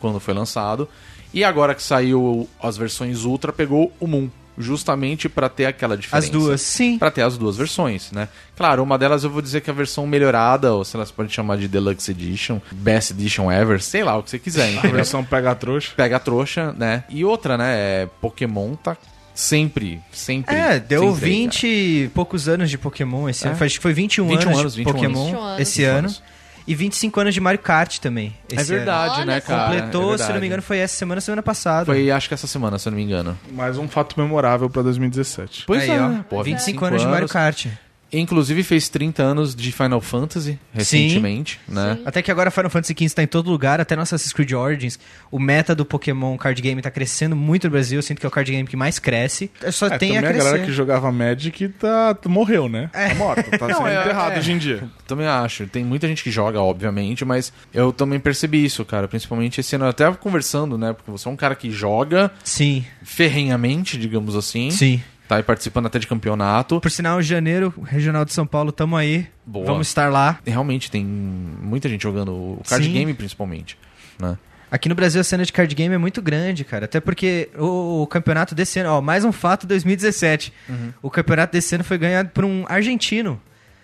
[SPEAKER 2] quando foi lançado, e agora que saiu as versões Ultra, pegou o Moon, justamente pra ter aquela diferença.
[SPEAKER 3] As duas, sim.
[SPEAKER 2] Pra ter as duas versões, né? Claro, uma delas eu vou dizer que é a versão melhorada, ou se elas podem chamar de Deluxe Edition, Best Edition Ever, sei lá, o que você quiser,
[SPEAKER 4] A
[SPEAKER 2] entendeu?
[SPEAKER 4] versão pega a trouxa.
[SPEAKER 2] Pega a trouxa, né? E outra, né? é Pokémon tá sempre, sempre.
[SPEAKER 3] É, deu
[SPEAKER 2] sempre aí,
[SPEAKER 3] 20 e poucos anos de Pokémon esse
[SPEAKER 2] É.
[SPEAKER 3] ano. Acho que foi 21,
[SPEAKER 2] 21
[SPEAKER 3] anos,
[SPEAKER 2] anos,
[SPEAKER 3] de
[SPEAKER 2] 21
[SPEAKER 3] Pokémon
[SPEAKER 5] anos.
[SPEAKER 3] esse
[SPEAKER 2] 21
[SPEAKER 3] ano.
[SPEAKER 2] anos.
[SPEAKER 3] E 25 anos de Mario Kart também.
[SPEAKER 2] cara. É
[SPEAKER 3] esse ano.
[SPEAKER 2] verdade,
[SPEAKER 5] Olha
[SPEAKER 2] né,
[SPEAKER 5] só.
[SPEAKER 2] cara? É
[SPEAKER 3] Completou, se não
[SPEAKER 2] verdade.
[SPEAKER 3] me engano, foi essa semana, semana passada.
[SPEAKER 2] Foi, acho que essa semana, se eu não me engano.
[SPEAKER 4] Mais um fato memorável pra 2017.
[SPEAKER 2] Pois
[SPEAKER 3] Aí,
[SPEAKER 2] é,
[SPEAKER 3] ó,
[SPEAKER 2] né? Pô,
[SPEAKER 3] 25, anos de Mario Kart.
[SPEAKER 2] Inclusive fez 30 anos de Final Fantasy recentemente, né?
[SPEAKER 3] Até que agora Final Fantasy XV tá em todo lugar, até nossa Assassin's Creed Origins. O meta do Pokémon Card Game tá crescendo muito no Brasil. Eu sinto que é o card game que mais cresce. Só
[SPEAKER 4] É,
[SPEAKER 3] tem
[SPEAKER 4] também
[SPEAKER 3] a
[SPEAKER 4] a,
[SPEAKER 3] crescer.
[SPEAKER 4] galera que jogava Magic tá, morreu, né? Tá morta, tá
[SPEAKER 2] Não,
[SPEAKER 4] sendo
[SPEAKER 2] é-
[SPEAKER 4] enterrado
[SPEAKER 2] é.
[SPEAKER 4] hoje em dia.
[SPEAKER 2] Também acho. Tem muita gente que joga, obviamente, mas eu também percebi isso, cara. Principalmente esse ano. Eu até conversando, né? Porque você é um cara que joga
[SPEAKER 3] Sim,
[SPEAKER 2] ferrenhamente, digamos assim.
[SPEAKER 3] sim.
[SPEAKER 2] Tá aí participando até de campeonato.
[SPEAKER 3] Por sinal, janeiro, Regional de São Paulo, tamo aí.
[SPEAKER 2] Boa.
[SPEAKER 3] Vamos estar lá.
[SPEAKER 2] Realmente tem muita gente jogando o card
[SPEAKER 3] Sim.
[SPEAKER 2] game, principalmente. Né?
[SPEAKER 3] Aqui no Brasil a cena de card game é muito grande, cara. Até porque o, o campeonato desse ano, ó, mais um fato 2017.
[SPEAKER 2] Uhum.
[SPEAKER 3] O campeonato desse ano foi ganhado por um argentino.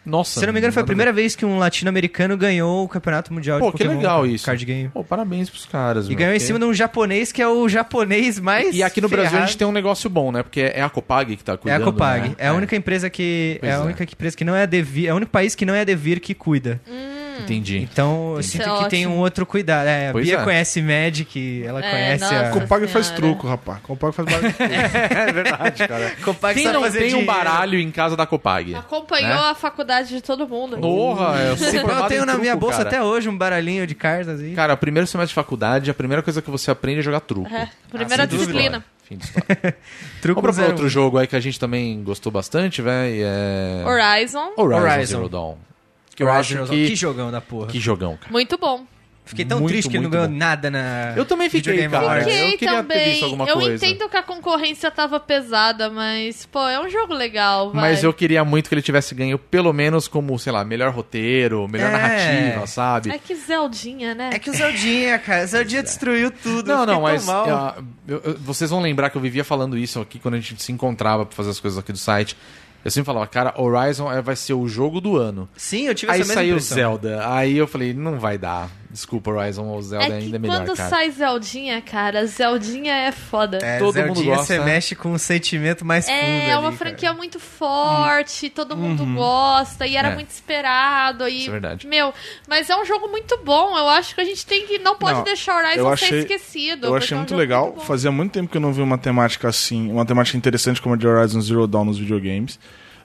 [SPEAKER 2] Nossa.
[SPEAKER 3] Se eu não me engano, foi a
[SPEAKER 2] nada
[SPEAKER 3] primeira vez que um latino-americano ganhou o campeonato mundial
[SPEAKER 2] Pô,
[SPEAKER 3] de
[SPEAKER 2] que
[SPEAKER 3] Pokémon
[SPEAKER 2] legal isso.
[SPEAKER 3] Card game.
[SPEAKER 2] Pô, parabéns pros caras.
[SPEAKER 3] E
[SPEAKER 2] meu,
[SPEAKER 3] ganhou em
[SPEAKER 2] porque-
[SPEAKER 3] cima de um japonês que é o japonês mais.
[SPEAKER 2] E aqui no Brasil a gente
[SPEAKER 3] ferrado.
[SPEAKER 2] tem um negócio bom, né? Porque é a Copag que tá
[SPEAKER 3] É
[SPEAKER 2] cuidando.
[SPEAKER 3] a Copag.
[SPEAKER 2] né?
[SPEAKER 3] É a única empresa que.
[SPEAKER 2] Pois
[SPEAKER 3] é a
[SPEAKER 2] é.
[SPEAKER 3] única empresa que não é a Devir. É o único país que não é a Devir que cuida.
[SPEAKER 2] Entendi.
[SPEAKER 3] Então eu
[SPEAKER 2] Isso
[SPEAKER 3] sinto
[SPEAKER 5] Hum. é
[SPEAKER 3] que tem
[SPEAKER 5] ótimo.
[SPEAKER 3] um outro cuidado. É, a
[SPEAKER 2] Pois
[SPEAKER 3] Bia
[SPEAKER 2] é.
[SPEAKER 3] conhece Magic, ela
[SPEAKER 5] É,
[SPEAKER 3] conhece a.
[SPEAKER 5] nossa.
[SPEAKER 4] O Pag faz
[SPEAKER 5] senhora.
[SPEAKER 4] truco, rapaz. O Pag faz barulho.
[SPEAKER 2] É verdade, cara.
[SPEAKER 3] Copag
[SPEAKER 2] Quem
[SPEAKER 3] sabe
[SPEAKER 2] não
[SPEAKER 3] fazer
[SPEAKER 2] tem um
[SPEAKER 3] dinheiro.
[SPEAKER 2] baralho em casa da Copag?
[SPEAKER 5] Acompanhou
[SPEAKER 2] Né?
[SPEAKER 5] a faculdade de todo mundo.
[SPEAKER 2] Porra, eu sou formado
[SPEAKER 3] Eu
[SPEAKER 2] em
[SPEAKER 3] tenho na
[SPEAKER 2] truco,
[SPEAKER 3] minha bolsa
[SPEAKER 2] cara.
[SPEAKER 3] até hoje um baralhinho de cartas assim. aí.
[SPEAKER 2] Cara, primeiro semestre de faculdade, a primeira coisa que você aprende é jogar truco.
[SPEAKER 5] É, primeira
[SPEAKER 3] Ah, sem
[SPEAKER 5] disciplina.
[SPEAKER 2] Fim de história.
[SPEAKER 3] Truco
[SPEAKER 2] Vamos pra
[SPEAKER 3] zero. um.
[SPEAKER 2] outro jogo aí que a gente também gostou bastante, velho. É...
[SPEAKER 5] Horizon.
[SPEAKER 2] Horizon,
[SPEAKER 3] Horizon.
[SPEAKER 2] Zero Dawn. Que
[SPEAKER 3] Que,
[SPEAKER 2] eu acho que...
[SPEAKER 3] jogão da porra.
[SPEAKER 2] Que jogão, cara.
[SPEAKER 5] Muito bom.
[SPEAKER 3] Fiquei tão
[SPEAKER 2] Muito,
[SPEAKER 3] triste que não
[SPEAKER 2] muito
[SPEAKER 3] ganhou
[SPEAKER 2] bom.
[SPEAKER 3] nada na.
[SPEAKER 2] Eu também fiquei,
[SPEAKER 3] Videogame
[SPEAKER 2] cara.
[SPEAKER 3] Awards.
[SPEAKER 2] Ah, Eu
[SPEAKER 5] Fiquei
[SPEAKER 2] queria ter
[SPEAKER 5] também.
[SPEAKER 2] visto alguma
[SPEAKER 5] eu
[SPEAKER 2] coisa.
[SPEAKER 5] entendo que a concorrência tava pesada, mas, pô, é um jogo legal, vai.
[SPEAKER 2] Mas eu queria muito que ele tivesse ganho, pelo menos, como, sei lá, melhor roteiro, melhor
[SPEAKER 3] É.
[SPEAKER 2] narrativa, sabe?
[SPEAKER 5] É que Zeldinha, né?
[SPEAKER 3] É que o Zeldinha, cara, o Zeldinha destruiu tudo.
[SPEAKER 2] é. Não,
[SPEAKER 3] eu fiquei
[SPEAKER 2] não,
[SPEAKER 3] tão
[SPEAKER 2] mas
[SPEAKER 3] mal.
[SPEAKER 2] ah, eu- eu- vocês vão lembrar que eu vivia falando isso aqui quando a gente se encontrava pra fazer as coisas aqui do site. Eu sempre falava, cara, Horizon é- vai ser o jogo do ano.
[SPEAKER 3] Sim, eu tive
[SPEAKER 2] Aí
[SPEAKER 3] essa mesma
[SPEAKER 2] saiu
[SPEAKER 3] impressão.
[SPEAKER 2] Zelda. Aí eu falei, não vai dar. Desculpa, Horizon ou Zelda
[SPEAKER 5] É que
[SPEAKER 2] ainda é melhor,
[SPEAKER 5] quando
[SPEAKER 2] cara.
[SPEAKER 5] sai Zeldinha, cara, Zeldinha é foda.
[SPEAKER 3] É,
[SPEAKER 2] Todo
[SPEAKER 3] Zeldinha,
[SPEAKER 2] mundo gosta,
[SPEAKER 3] você
[SPEAKER 2] né?
[SPEAKER 3] mexe com um sentimento mais fundo
[SPEAKER 5] É, uma
[SPEAKER 3] ali, cara.
[SPEAKER 5] franquia muito forte, todo mundo gosta, e era
[SPEAKER 2] É.
[SPEAKER 5] muito esperado. E,
[SPEAKER 2] Isso é verdade.
[SPEAKER 5] Meu, mas é um jogo muito bom. Eu acho que a gente tem que. Não pode
[SPEAKER 4] Não,
[SPEAKER 5] deixar o Horizon
[SPEAKER 4] eu
[SPEAKER 5] ser
[SPEAKER 4] achei-
[SPEAKER 5] esquecido.
[SPEAKER 4] Eu
[SPEAKER 5] porque
[SPEAKER 4] achei
[SPEAKER 5] é um
[SPEAKER 4] muito
[SPEAKER 5] jogo
[SPEAKER 4] legal.
[SPEAKER 5] bom.
[SPEAKER 4] Fazia muito tempo que eu não vi uma temática assim, uma temática interessante como a de Horizon Zero Dawn nos videogames.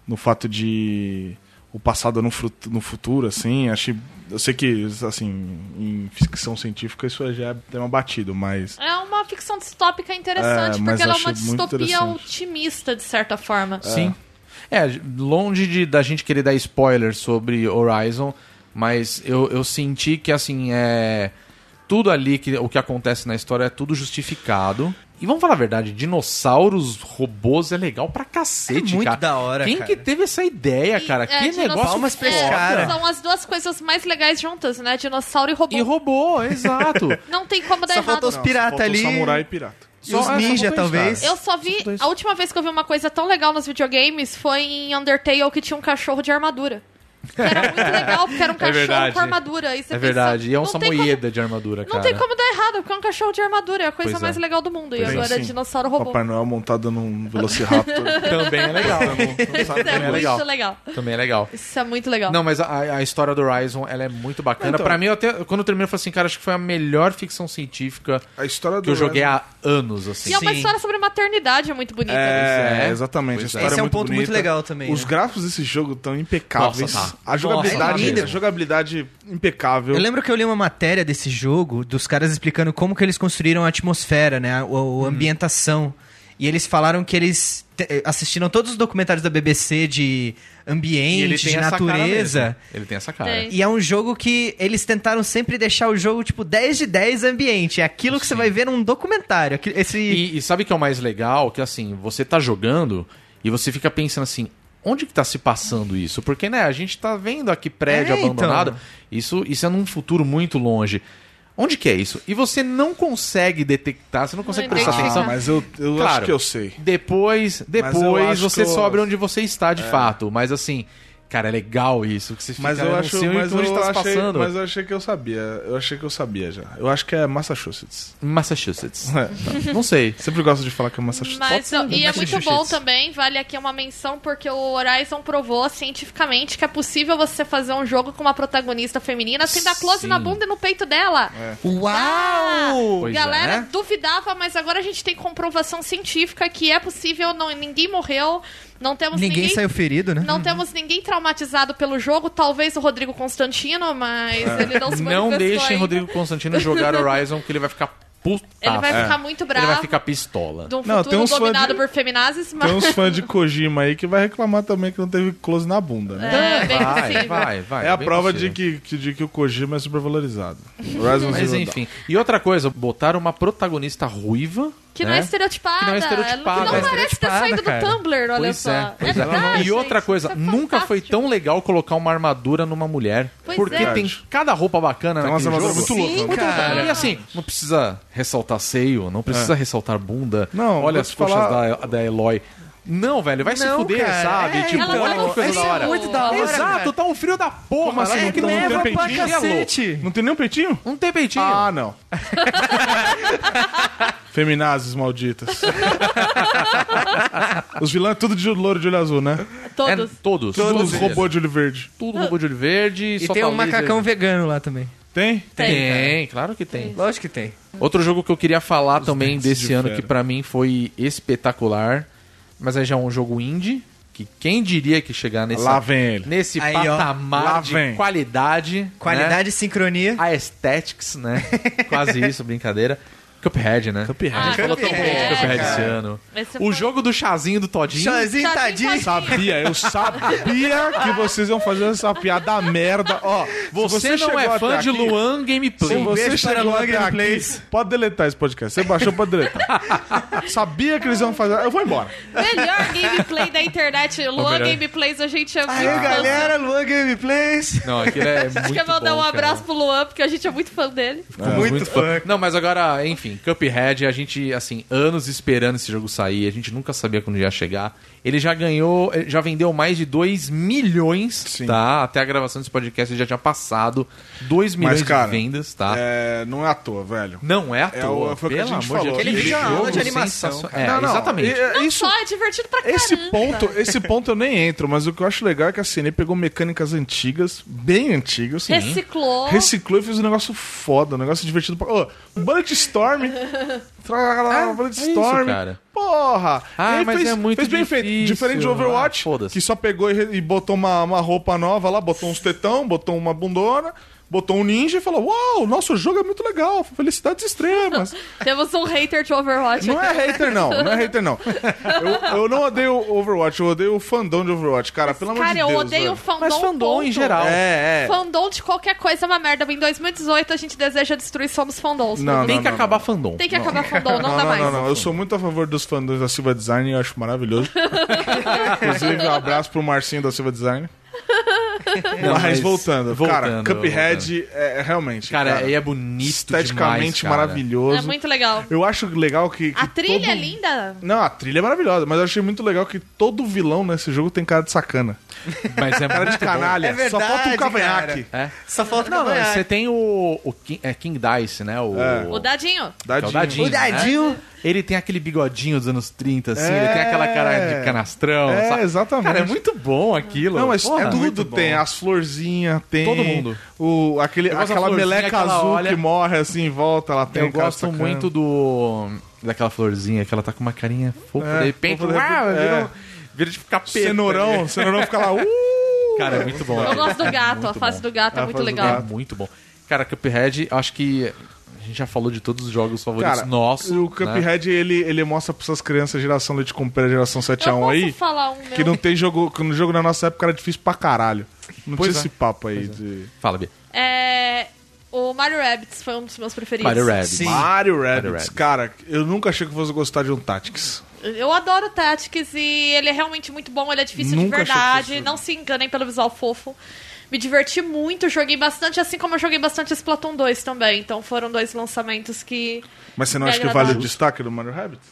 [SPEAKER 4] No fato de o passado no, frut- no futuro, assim, achei. Eu sei que, assim, em ficção científica isso já é tema batido, mas.
[SPEAKER 5] É uma ficção distópica interessante,
[SPEAKER 4] É, mas
[SPEAKER 5] porque ela é
[SPEAKER 4] achei
[SPEAKER 5] uma
[SPEAKER 4] muito
[SPEAKER 5] distopia
[SPEAKER 4] interessante.
[SPEAKER 5] otimista, de certa forma.
[SPEAKER 2] Sim. É, longe de, da gente querer dar spoiler sobre Horizon, mas eu, eu senti que, assim, é. Tudo ali, que, o que acontece na história é tudo justificado. E vamos falar a verdade, dinossauros, robôs é legal pra cacete,
[SPEAKER 3] É muito
[SPEAKER 2] cara.
[SPEAKER 3] da hora,
[SPEAKER 2] Quem
[SPEAKER 3] cara.
[SPEAKER 2] que teve essa ideia, É, cara?
[SPEAKER 5] E, é,
[SPEAKER 2] que
[SPEAKER 5] dinossau-
[SPEAKER 2] negócio
[SPEAKER 3] Palmas pra
[SPEAKER 5] é,
[SPEAKER 3] esse cara.
[SPEAKER 5] São as duas coisas mais legais juntas, né? Dinossauro e robô.
[SPEAKER 2] E robô, exato.
[SPEAKER 5] Não tem como dar
[SPEAKER 3] Só
[SPEAKER 5] errado.
[SPEAKER 3] faltou os piratas
[SPEAKER 4] faltou
[SPEAKER 3] ali.
[SPEAKER 4] Samurai e pirata.
[SPEAKER 3] E os
[SPEAKER 2] Só- é, só
[SPEAKER 3] ninja,
[SPEAKER 2] robôs,
[SPEAKER 3] talvez.
[SPEAKER 2] cara.
[SPEAKER 5] Eu só vi.
[SPEAKER 2] Só dois.
[SPEAKER 5] A última vez que eu vi uma coisa tão legal nos videogames foi em Undertale que tinha um cachorro de armadura. Que era muito legal, porque era um cachorro
[SPEAKER 2] É verdade.
[SPEAKER 5] com armadura. E você
[SPEAKER 2] é
[SPEAKER 5] pensa,
[SPEAKER 2] verdade. E é um
[SPEAKER 5] não tem
[SPEAKER 2] samoyeda de armadura,
[SPEAKER 5] como-
[SPEAKER 2] cara.
[SPEAKER 5] Não tem como dar errado, porque é um cachorro de armadura, é a coisa
[SPEAKER 2] Pois é.
[SPEAKER 5] mais legal do mundo. E
[SPEAKER 4] Pois é,
[SPEAKER 5] agora é
[SPEAKER 4] sim.
[SPEAKER 5] dinossauro robô.
[SPEAKER 4] Papai Noel montado num Velociraptor.
[SPEAKER 2] Também é legal.
[SPEAKER 5] Isso é, muito
[SPEAKER 2] legal.
[SPEAKER 5] legal.
[SPEAKER 2] Também é legal.
[SPEAKER 5] Isso é muito legal.
[SPEAKER 2] Não, mas a, a história do Horizon, ela é muito bacana.
[SPEAKER 4] Então-
[SPEAKER 2] pra mim, eu até, quando eu termino, eu falo assim, cara, acho que foi a melhor ficção científica
[SPEAKER 4] A história do.
[SPEAKER 2] que eu joguei há anos, assim.
[SPEAKER 5] e é uma
[SPEAKER 3] sim.
[SPEAKER 5] história sobre maternidade muito bonita. né?
[SPEAKER 4] É,
[SPEAKER 2] É.
[SPEAKER 4] exatamente.
[SPEAKER 2] Pois
[SPEAKER 4] a
[SPEAKER 2] é.
[SPEAKER 4] história
[SPEAKER 3] Esse é um
[SPEAKER 4] muito
[SPEAKER 3] ponto muito
[SPEAKER 4] bonita.
[SPEAKER 3] legal também,
[SPEAKER 4] Os
[SPEAKER 3] né? é
[SPEAKER 4] gráficos desse jogo estão impecáveis.
[SPEAKER 2] Nossa, tá.
[SPEAKER 4] A jogabilidade,
[SPEAKER 2] Nossa, tá mesmo.
[SPEAKER 4] a jogabilidade impecável.
[SPEAKER 3] Eu lembro que eu li uma matéria desse jogo, dos caras explicando como que eles construíram a atmosfera, né? A, o- a ambientação. E eles falaram que eles te- eh, assistiram todos os documentários da BBC de
[SPEAKER 2] E
[SPEAKER 3] ambiente, de natureza.
[SPEAKER 2] mesmo. Ele tem essa cara.
[SPEAKER 5] Tem.
[SPEAKER 3] E é um jogo que eles tentaram sempre deixar o jogo, tipo, 10 de 10 ambiente. É aquilo que você vai ver num documentário. Aqui- Esse.
[SPEAKER 2] E, e sabe o que é o mais legal? Que assim, você tá jogando e você fica pensando assim, onde que tá se passando isso? Porque, né, a gente tá vendo aqui prédio
[SPEAKER 3] É, então.
[SPEAKER 2] abandonado. Isso, isso é num futuro muito longe. Onde que é isso? E você não consegue detectar, você não consegue prestar
[SPEAKER 5] identifica.
[SPEAKER 2] atenção.
[SPEAKER 4] Ah, mas eu, eu
[SPEAKER 2] Claro.
[SPEAKER 4] acho que eu sei.
[SPEAKER 2] Depois,
[SPEAKER 4] eu
[SPEAKER 2] depois
[SPEAKER 4] acho
[SPEAKER 2] você
[SPEAKER 4] que eu-
[SPEAKER 2] sobre onde você está de fato. Mas assim, cara, é legal isso. Que você fica
[SPEAKER 4] Mas eu
[SPEAKER 2] "Eu não
[SPEAKER 4] acho
[SPEAKER 2] sei
[SPEAKER 4] mas
[SPEAKER 2] onde
[SPEAKER 4] eu
[SPEAKER 2] tá se
[SPEAKER 4] achei,
[SPEAKER 2] passando.
[SPEAKER 4] mas eu achei que eu sabia. Eu achei que eu sabia já. Eu acho que é Massachusetts.
[SPEAKER 2] Massachusetts.
[SPEAKER 4] É,
[SPEAKER 2] não sei.
[SPEAKER 4] Sempre gosto de falar que é Massachusetts.
[SPEAKER 5] Mas,
[SPEAKER 2] ser,
[SPEAKER 5] e é
[SPEAKER 2] mas
[SPEAKER 5] muito
[SPEAKER 2] tem
[SPEAKER 5] bom
[SPEAKER 2] justiça.
[SPEAKER 5] também, vale aqui uma menção, porque o Horizon provou cientificamente que é possível você fazer um jogo com uma protagonista feminina sem dar close
[SPEAKER 2] Sim.
[SPEAKER 5] na bunda e no peito dela.
[SPEAKER 3] Uau!
[SPEAKER 2] Pois
[SPEAKER 5] Galera
[SPEAKER 2] é.
[SPEAKER 5] duvidava, mas agora a gente tem comprovação científica que é possível, não, ninguém morreu, não temos
[SPEAKER 3] Ninguém,
[SPEAKER 5] ninguém,
[SPEAKER 3] saiu ferido, né?
[SPEAKER 5] não
[SPEAKER 2] Uhum.
[SPEAKER 5] temos ninguém traumatizado pelo jogo, talvez o Rodrigo Constantino, mas ele não se
[SPEAKER 2] É. Não
[SPEAKER 5] manifestou
[SPEAKER 2] deixem
[SPEAKER 5] ainda.
[SPEAKER 2] Rodrigo Constantino jogar Horizon, que ele vai ficar puta.
[SPEAKER 5] Ele vai ficar muito bravo.
[SPEAKER 2] É. Ele vai ficar pistola.
[SPEAKER 5] De um
[SPEAKER 4] Não, tem
[SPEAKER 5] futuro
[SPEAKER 4] uns fã
[SPEAKER 5] dominado
[SPEAKER 4] de-
[SPEAKER 5] por feminazes, mas...
[SPEAKER 4] Tem uns fãs de Kojima aí que vai reclamar também que não teve close na bunda, né?
[SPEAKER 5] É, bem
[SPEAKER 2] Vai,
[SPEAKER 5] possível.
[SPEAKER 2] vai, vai.
[SPEAKER 4] É a
[SPEAKER 2] bem
[SPEAKER 4] prova
[SPEAKER 2] possível.
[SPEAKER 4] de que, que- de que o Kojima é supervalorizado. Horizon
[SPEAKER 2] Mas
[SPEAKER 4] Zero
[SPEAKER 2] enfim. E outra coisa, botaram uma protagonista ruiva.
[SPEAKER 5] Que
[SPEAKER 2] né?
[SPEAKER 5] não é estereotipada.
[SPEAKER 2] Que não é estereotipada.
[SPEAKER 5] Que não
[SPEAKER 2] É
[SPEAKER 5] parece ter
[SPEAKER 3] estereotipada,
[SPEAKER 5] saído
[SPEAKER 3] cara.
[SPEAKER 5] do Tumblr, olha
[SPEAKER 2] Pois
[SPEAKER 5] só.
[SPEAKER 2] é, pois é.
[SPEAKER 5] verdade,
[SPEAKER 2] E outra
[SPEAKER 5] gente,
[SPEAKER 2] coisa,
[SPEAKER 5] isso é
[SPEAKER 2] nunca foi
[SPEAKER 5] fantástico.
[SPEAKER 2] tão legal colocar uma armadura numa mulher.
[SPEAKER 5] Pois
[SPEAKER 2] porque
[SPEAKER 5] é.
[SPEAKER 2] tem cada roupa bacana
[SPEAKER 4] Tem umas
[SPEAKER 2] naquele jogo.
[SPEAKER 4] armaduras muito loucas. né?
[SPEAKER 3] Sim,
[SPEAKER 4] Muito
[SPEAKER 3] cara.
[SPEAKER 2] E assim, não precisa ressaltar seio, não precisa ressaltar bunda.
[SPEAKER 4] É. Não,
[SPEAKER 2] olha
[SPEAKER 4] vou
[SPEAKER 2] as
[SPEAKER 4] te
[SPEAKER 2] coxas
[SPEAKER 4] falar-
[SPEAKER 2] da, da Eloy. Não, velho, vai se
[SPEAKER 3] Não,
[SPEAKER 2] fuder,
[SPEAKER 3] cara.
[SPEAKER 2] sabe?
[SPEAKER 3] É,
[SPEAKER 2] tipo,
[SPEAKER 5] então,
[SPEAKER 2] olha que coisa
[SPEAKER 5] isso
[SPEAKER 2] da
[SPEAKER 5] é
[SPEAKER 2] hora.
[SPEAKER 5] muito da hora,
[SPEAKER 2] Exato,
[SPEAKER 3] cara.
[SPEAKER 2] tá um frio da porra.
[SPEAKER 4] assim?
[SPEAKER 2] ela é
[SPEAKER 4] Não
[SPEAKER 2] que
[SPEAKER 4] tem
[SPEAKER 2] leva pra
[SPEAKER 4] um peitinho?
[SPEAKER 2] cacete.
[SPEAKER 4] Dawn. Não tem nem um peitinho?
[SPEAKER 2] Não tem peitinho.
[SPEAKER 4] Ah, não. Feminazes malditas. Os vilães tudo de louro de olho azul, né?
[SPEAKER 2] É,
[SPEAKER 5] Todos.
[SPEAKER 2] todos.
[SPEAKER 4] Todos
[SPEAKER 2] Todos
[SPEAKER 4] os robôs de olho verde.
[SPEAKER 2] Tudo robô de olho verde.
[SPEAKER 3] E
[SPEAKER 2] só
[SPEAKER 3] tem um
[SPEAKER 2] tá laser.
[SPEAKER 3] macacão vegano lá também.
[SPEAKER 4] Tem?
[SPEAKER 2] Tem, claro que tem.
[SPEAKER 3] Lógico que tem.
[SPEAKER 2] Outro jogo que eu queria falar também
[SPEAKER 4] dentes
[SPEAKER 2] desse
[SPEAKER 4] de
[SPEAKER 2] ano
[SPEAKER 4] fera.
[SPEAKER 2] que pra mim foi espetacular, mas é já um jogo indie, que quem diria que chegar nesse
[SPEAKER 4] Lá vem ele.
[SPEAKER 2] nesse
[SPEAKER 3] Aí, ó,
[SPEAKER 2] patamar
[SPEAKER 4] lá
[SPEAKER 2] de
[SPEAKER 4] vem.
[SPEAKER 2] qualidade,
[SPEAKER 3] Qualidade e sincronia.
[SPEAKER 2] né? aesthetics, né? Quase isso, brincadeira. Cuphead, né?
[SPEAKER 4] Cuphead.
[SPEAKER 2] A gente falou tão pouco de Cuphead
[SPEAKER 5] Cuphead,
[SPEAKER 2] esse
[SPEAKER 5] cara.
[SPEAKER 2] ano.
[SPEAKER 5] Esse
[SPEAKER 2] O
[SPEAKER 5] foi-
[SPEAKER 2] jogo do chazinho do Todinho.
[SPEAKER 3] Chazinho
[SPEAKER 5] Chazinho
[SPEAKER 3] tadinho.
[SPEAKER 5] tadinho.
[SPEAKER 4] Sabia, eu sabia que vocês iam fazer essa piada merda. Ó, se
[SPEAKER 2] Você, não
[SPEAKER 4] chegou
[SPEAKER 2] é
[SPEAKER 4] até
[SPEAKER 2] fã de
[SPEAKER 4] aqui-
[SPEAKER 2] Luan Gameplay.
[SPEAKER 4] Se você
[SPEAKER 3] beijo para
[SPEAKER 4] chegou
[SPEAKER 3] Luan
[SPEAKER 4] até aqui,
[SPEAKER 3] Gameplays.
[SPEAKER 4] pode deletar esse podcast. Você baixou, pode deletar. Sabia que eles iam fazer. Eu vou embora.
[SPEAKER 5] Melhor gameplay da internet. Luan
[SPEAKER 2] É. melhor.
[SPEAKER 5] Gameplays, a gente é ama.
[SPEAKER 3] Aí, galera, Luan Gameplays.
[SPEAKER 2] Não, aquilo é
[SPEAKER 5] Acho
[SPEAKER 2] muito
[SPEAKER 5] que eu vou dar
[SPEAKER 2] bom,
[SPEAKER 5] um
[SPEAKER 2] cara.
[SPEAKER 5] abraço pro Luan, porque a gente é muito fã dele.
[SPEAKER 3] Muito, fã.
[SPEAKER 2] Não, mas agora, enfim, Cuphead, a gente, assim, anos esperando esse jogo sair, a gente nunca sabia quando ia chegar. Ele já ganhou, ele já vendeu mais de 2 milhões,
[SPEAKER 4] Sim.
[SPEAKER 2] tá? Até a gravação desse podcast ele já tinha passado 2 milhões
[SPEAKER 4] cara,
[SPEAKER 2] de vendas, tá?
[SPEAKER 4] É, não é à toa, velho.
[SPEAKER 2] Não é à
[SPEAKER 4] é
[SPEAKER 2] toa,
[SPEAKER 4] o- foi o que a
[SPEAKER 2] pelo
[SPEAKER 4] gente
[SPEAKER 2] amor de
[SPEAKER 4] falou.
[SPEAKER 2] Deus.
[SPEAKER 4] Ele
[SPEAKER 2] que
[SPEAKER 4] viu a
[SPEAKER 2] jogo
[SPEAKER 3] aula de animação,
[SPEAKER 2] sensacional.
[SPEAKER 3] cara.
[SPEAKER 2] É,
[SPEAKER 4] Não, não,
[SPEAKER 2] exatamente.
[SPEAKER 4] e-
[SPEAKER 5] Não
[SPEAKER 4] Isso,
[SPEAKER 5] só, é divertido pra caramba.
[SPEAKER 4] Esse ponto, esse ponto eu nem entro, mas o que eu acho legal é que a CNE pegou mecânicas antigas, bem antigas,
[SPEAKER 5] Reciclou.
[SPEAKER 4] reciclou e fez um negócio foda, um negócio divertido. pra- Ô, Bullet Storm! Traga lá,
[SPEAKER 2] Ah,
[SPEAKER 4] Bullet
[SPEAKER 2] é isso,
[SPEAKER 4] Storm!
[SPEAKER 2] cara.
[SPEAKER 4] Porra!
[SPEAKER 2] Ah,
[SPEAKER 4] E aí
[SPEAKER 2] mas
[SPEAKER 4] fez,
[SPEAKER 2] é muito
[SPEAKER 4] fez bem feito.
[SPEAKER 2] difícil.
[SPEAKER 4] Diferente do
[SPEAKER 2] Ah,
[SPEAKER 4] Overwatch,
[SPEAKER 2] foda-se.
[SPEAKER 4] que só pegou e, re- e botou uma, uma roupa nova lá, botou uns tetão, botou uma bundona, botou um ninja e falou: Uau, nosso jogo é muito legal, felicidades extremas.
[SPEAKER 5] Temos um hater de Overwatch.
[SPEAKER 4] Não
[SPEAKER 5] aqui.
[SPEAKER 4] é hater, não. Não é hater, não. Eu, eu não odeio o Overwatch, eu odeio o fandom de Overwatch, cara. é? pelo amor
[SPEAKER 5] Cara,
[SPEAKER 4] de
[SPEAKER 5] eu
[SPEAKER 4] Deus.
[SPEAKER 5] odeio
[SPEAKER 4] velho.
[SPEAKER 5] o fandom.
[SPEAKER 2] Mas fandom em
[SPEAKER 5] ponto.
[SPEAKER 2] geral.
[SPEAKER 4] É, é.
[SPEAKER 5] Fandom de qualquer coisa é uma merda. Em 2018 a gente deseja a destruição dos fandoms.
[SPEAKER 4] Não,
[SPEAKER 2] Tem
[SPEAKER 4] não,
[SPEAKER 2] que
[SPEAKER 4] não,
[SPEAKER 2] acabar fandom.
[SPEAKER 5] Tem que acabar fandom, não,
[SPEAKER 4] Não,
[SPEAKER 5] dá
[SPEAKER 4] não,
[SPEAKER 5] mais. É
[SPEAKER 4] não, não. Eu sou muito a favor dos fandoms da Silva Design, eu acho maravilhoso. Inclusive, um abraço pro Marcinho da Silva Design.
[SPEAKER 2] Não,
[SPEAKER 4] mas, voltando, cara,
[SPEAKER 2] voltando,
[SPEAKER 4] Cuphead É, é realmente.
[SPEAKER 2] Cara, aí é bonito
[SPEAKER 4] esteticamente
[SPEAKER 2] demais, cara.
[SPEAKER 4] maravilhoso.
[SPEAKER 5] É muito legal.
[SPEAKER 4] Eu acho legal que. que
[SPEAKER 5] A trilha
[SPEAKER 4] todo-
[SPEAKER 5] é linda.
[SPEAKER 4] Não, a trilha é maravilhosa, mas eu achei muito legal que todo vilão nesse jogo tem cara de sacana.
[SPEAKER 2] Mas é
[SPEAKER 4] Cara
[SPEAKER 2] muito
[SPEAKER 4] de
[SPEAKER 2] bom.
[SPEAKER 4] canalha.
[SPEAKER 3] É
[SPEAKER 4] Só falta
[SPEAKER 3] verdade,
[SPEAKER 4] um cavanhaque.
[SPEAKER 2] É.
[SPEAKER 3] Só falta
[SPEAKER 2] Não, é não,
[SPEAKER 3] cavanhaque.
[SPEAKER 2] você tem o, o King, é, King Dice, né? O,
[SPEAKER 4] É.
[SPEAKER 5] É. O dadinho.
[SPEAKER 2] que é o dadinho.
[SPEAKER 3] O dadinho.
[SPEAKER 2] Ele tem aquele bigodinho dos anos 30, assim,
[SPEAKER 4] É.
[SPEAKER 2] ele tem aquela cara de canastrão.
[SPEAKER 4] É,
[SPEAKER 2] sabe?
[SPEAKER 4] exatamente.
[SPEAKER 2] Cara, é muito bom aquilo.
[SPEAKER 4] Não, mas
[SPEAKER 2] Porra,
[SPEAKER 4] é tudo
[SPEAKER 2] muito bom.
[SPEAKER 4] tem. As florzinhas, tem.
[SPEAKER 2] Todo mundo.
[SPEAKER 4] O, aquele,
[SPEAKER 2] Eu gosto da
[SPEAKER 4] aquela
[SPEAKER 2] florzinha,
[SPEAKER 4] meleca
[SPEAKER 2] aquela
[SPEAKER 4] azul
[SPEAKER 2] olha.
[SPEAKER 4] que morre assim em volta, ela tem.
[SPEAKER 2] Eu
[SPEAKER 4] cara
[SPEAKER 2] gosto
[SPEAKER 4] sacana.
[SPEAKER 2] muito do. Daquela florzinha que ela tá com uma carinha fofa,
[SPEAKER 4] É,
[SPEAKER 2] de repente.
[SPEAKER 4] fofa, de
[SPEAKER 2] uau,
[SPEAKER 4] repente,
[SPEAKER 2] vira,
[SPEAKER 4] é.
[SPEAKER 2] um- vira de ficar peta.
[SPEAKER 4] Cenourão, cenourão fica lá. Uh!
[SPEAKER 2] né? Cara, é muito bom.
[SPEAKER 5] Eu gosto do gato, a
[SPEAKER 2] Muito
[SPEAKER 5] face
[SPEAKER 2] bom.
[SPEAKER 5] do gato é
[SPEAKER 4] A
[SPEAKER 5] muito
[SPEAKER 4] face do
[SPEAKER 2] É
[SPEAKER 5] legal.
[SPEAKER 2] muito bom. Cara, Cuphead, acho que. A gente já falou de todos os jogos favoritos
[SPEAKER 4] Cara,
[SPEAKER 2] nossos.
[SPEAKER 4] o
[SPEAKER 2] né?
[SPEAKER 4] Cuphead ele, ele mostra pra essas crianças geração leite com pera, geração
[SPEAKER 5] Eu
[SPEAKER 4] 7x1
[SPEAKER 5] posso
[SPEAKER 4] aí,
[SPEAKER 5] falar um meu.
[SPEAKER 4] que não tem jogo, que no jogo na nossa época era difícil pra caralho. Não
[SPEAKER 2] Pois é.
[SPEAKER 4] tinha esse papo aí de.
[SPEAKER 2] Fala, Bia.
[SPEAKER 5] É, O Mario Rabbids foi um dos meus preferidos.
[SPEAKER 2] Mario Rabbit.
[SPEAKER 3] Sim.
[SPEAKER 4] Mario
[SPEAKER 2] Rabbids.
[SPEAKER 4] Rabbids, cara, eu nunca achei que fosse gostar de um Tactics.
[SPEAKER 5] Eu adoro Tactics e ele é realmente muito bom, ele é difícil
[SPEAKER 4] Nunca
[SPEAKER 5] de
[SPEAKER 4] achei que
[SPEAKER 5] verdade,
[SPEAKER 4] fosse-
[SPEAKER 5] não se enganem pelo visual fofo. Me diverti muito, joguei bastante, assim como eu joguei bastante Splatoon 2 também. Então foram dois lançamentos que.
[SPEAKER 4] Mas você não
[SPEAKER 2] É
[SPEAKER 5] Me
[SPEAKER 4] acha que
[SPEAKER 5] agradava.
[SPEAKER 4] vale o destaque do Mario Rabbids?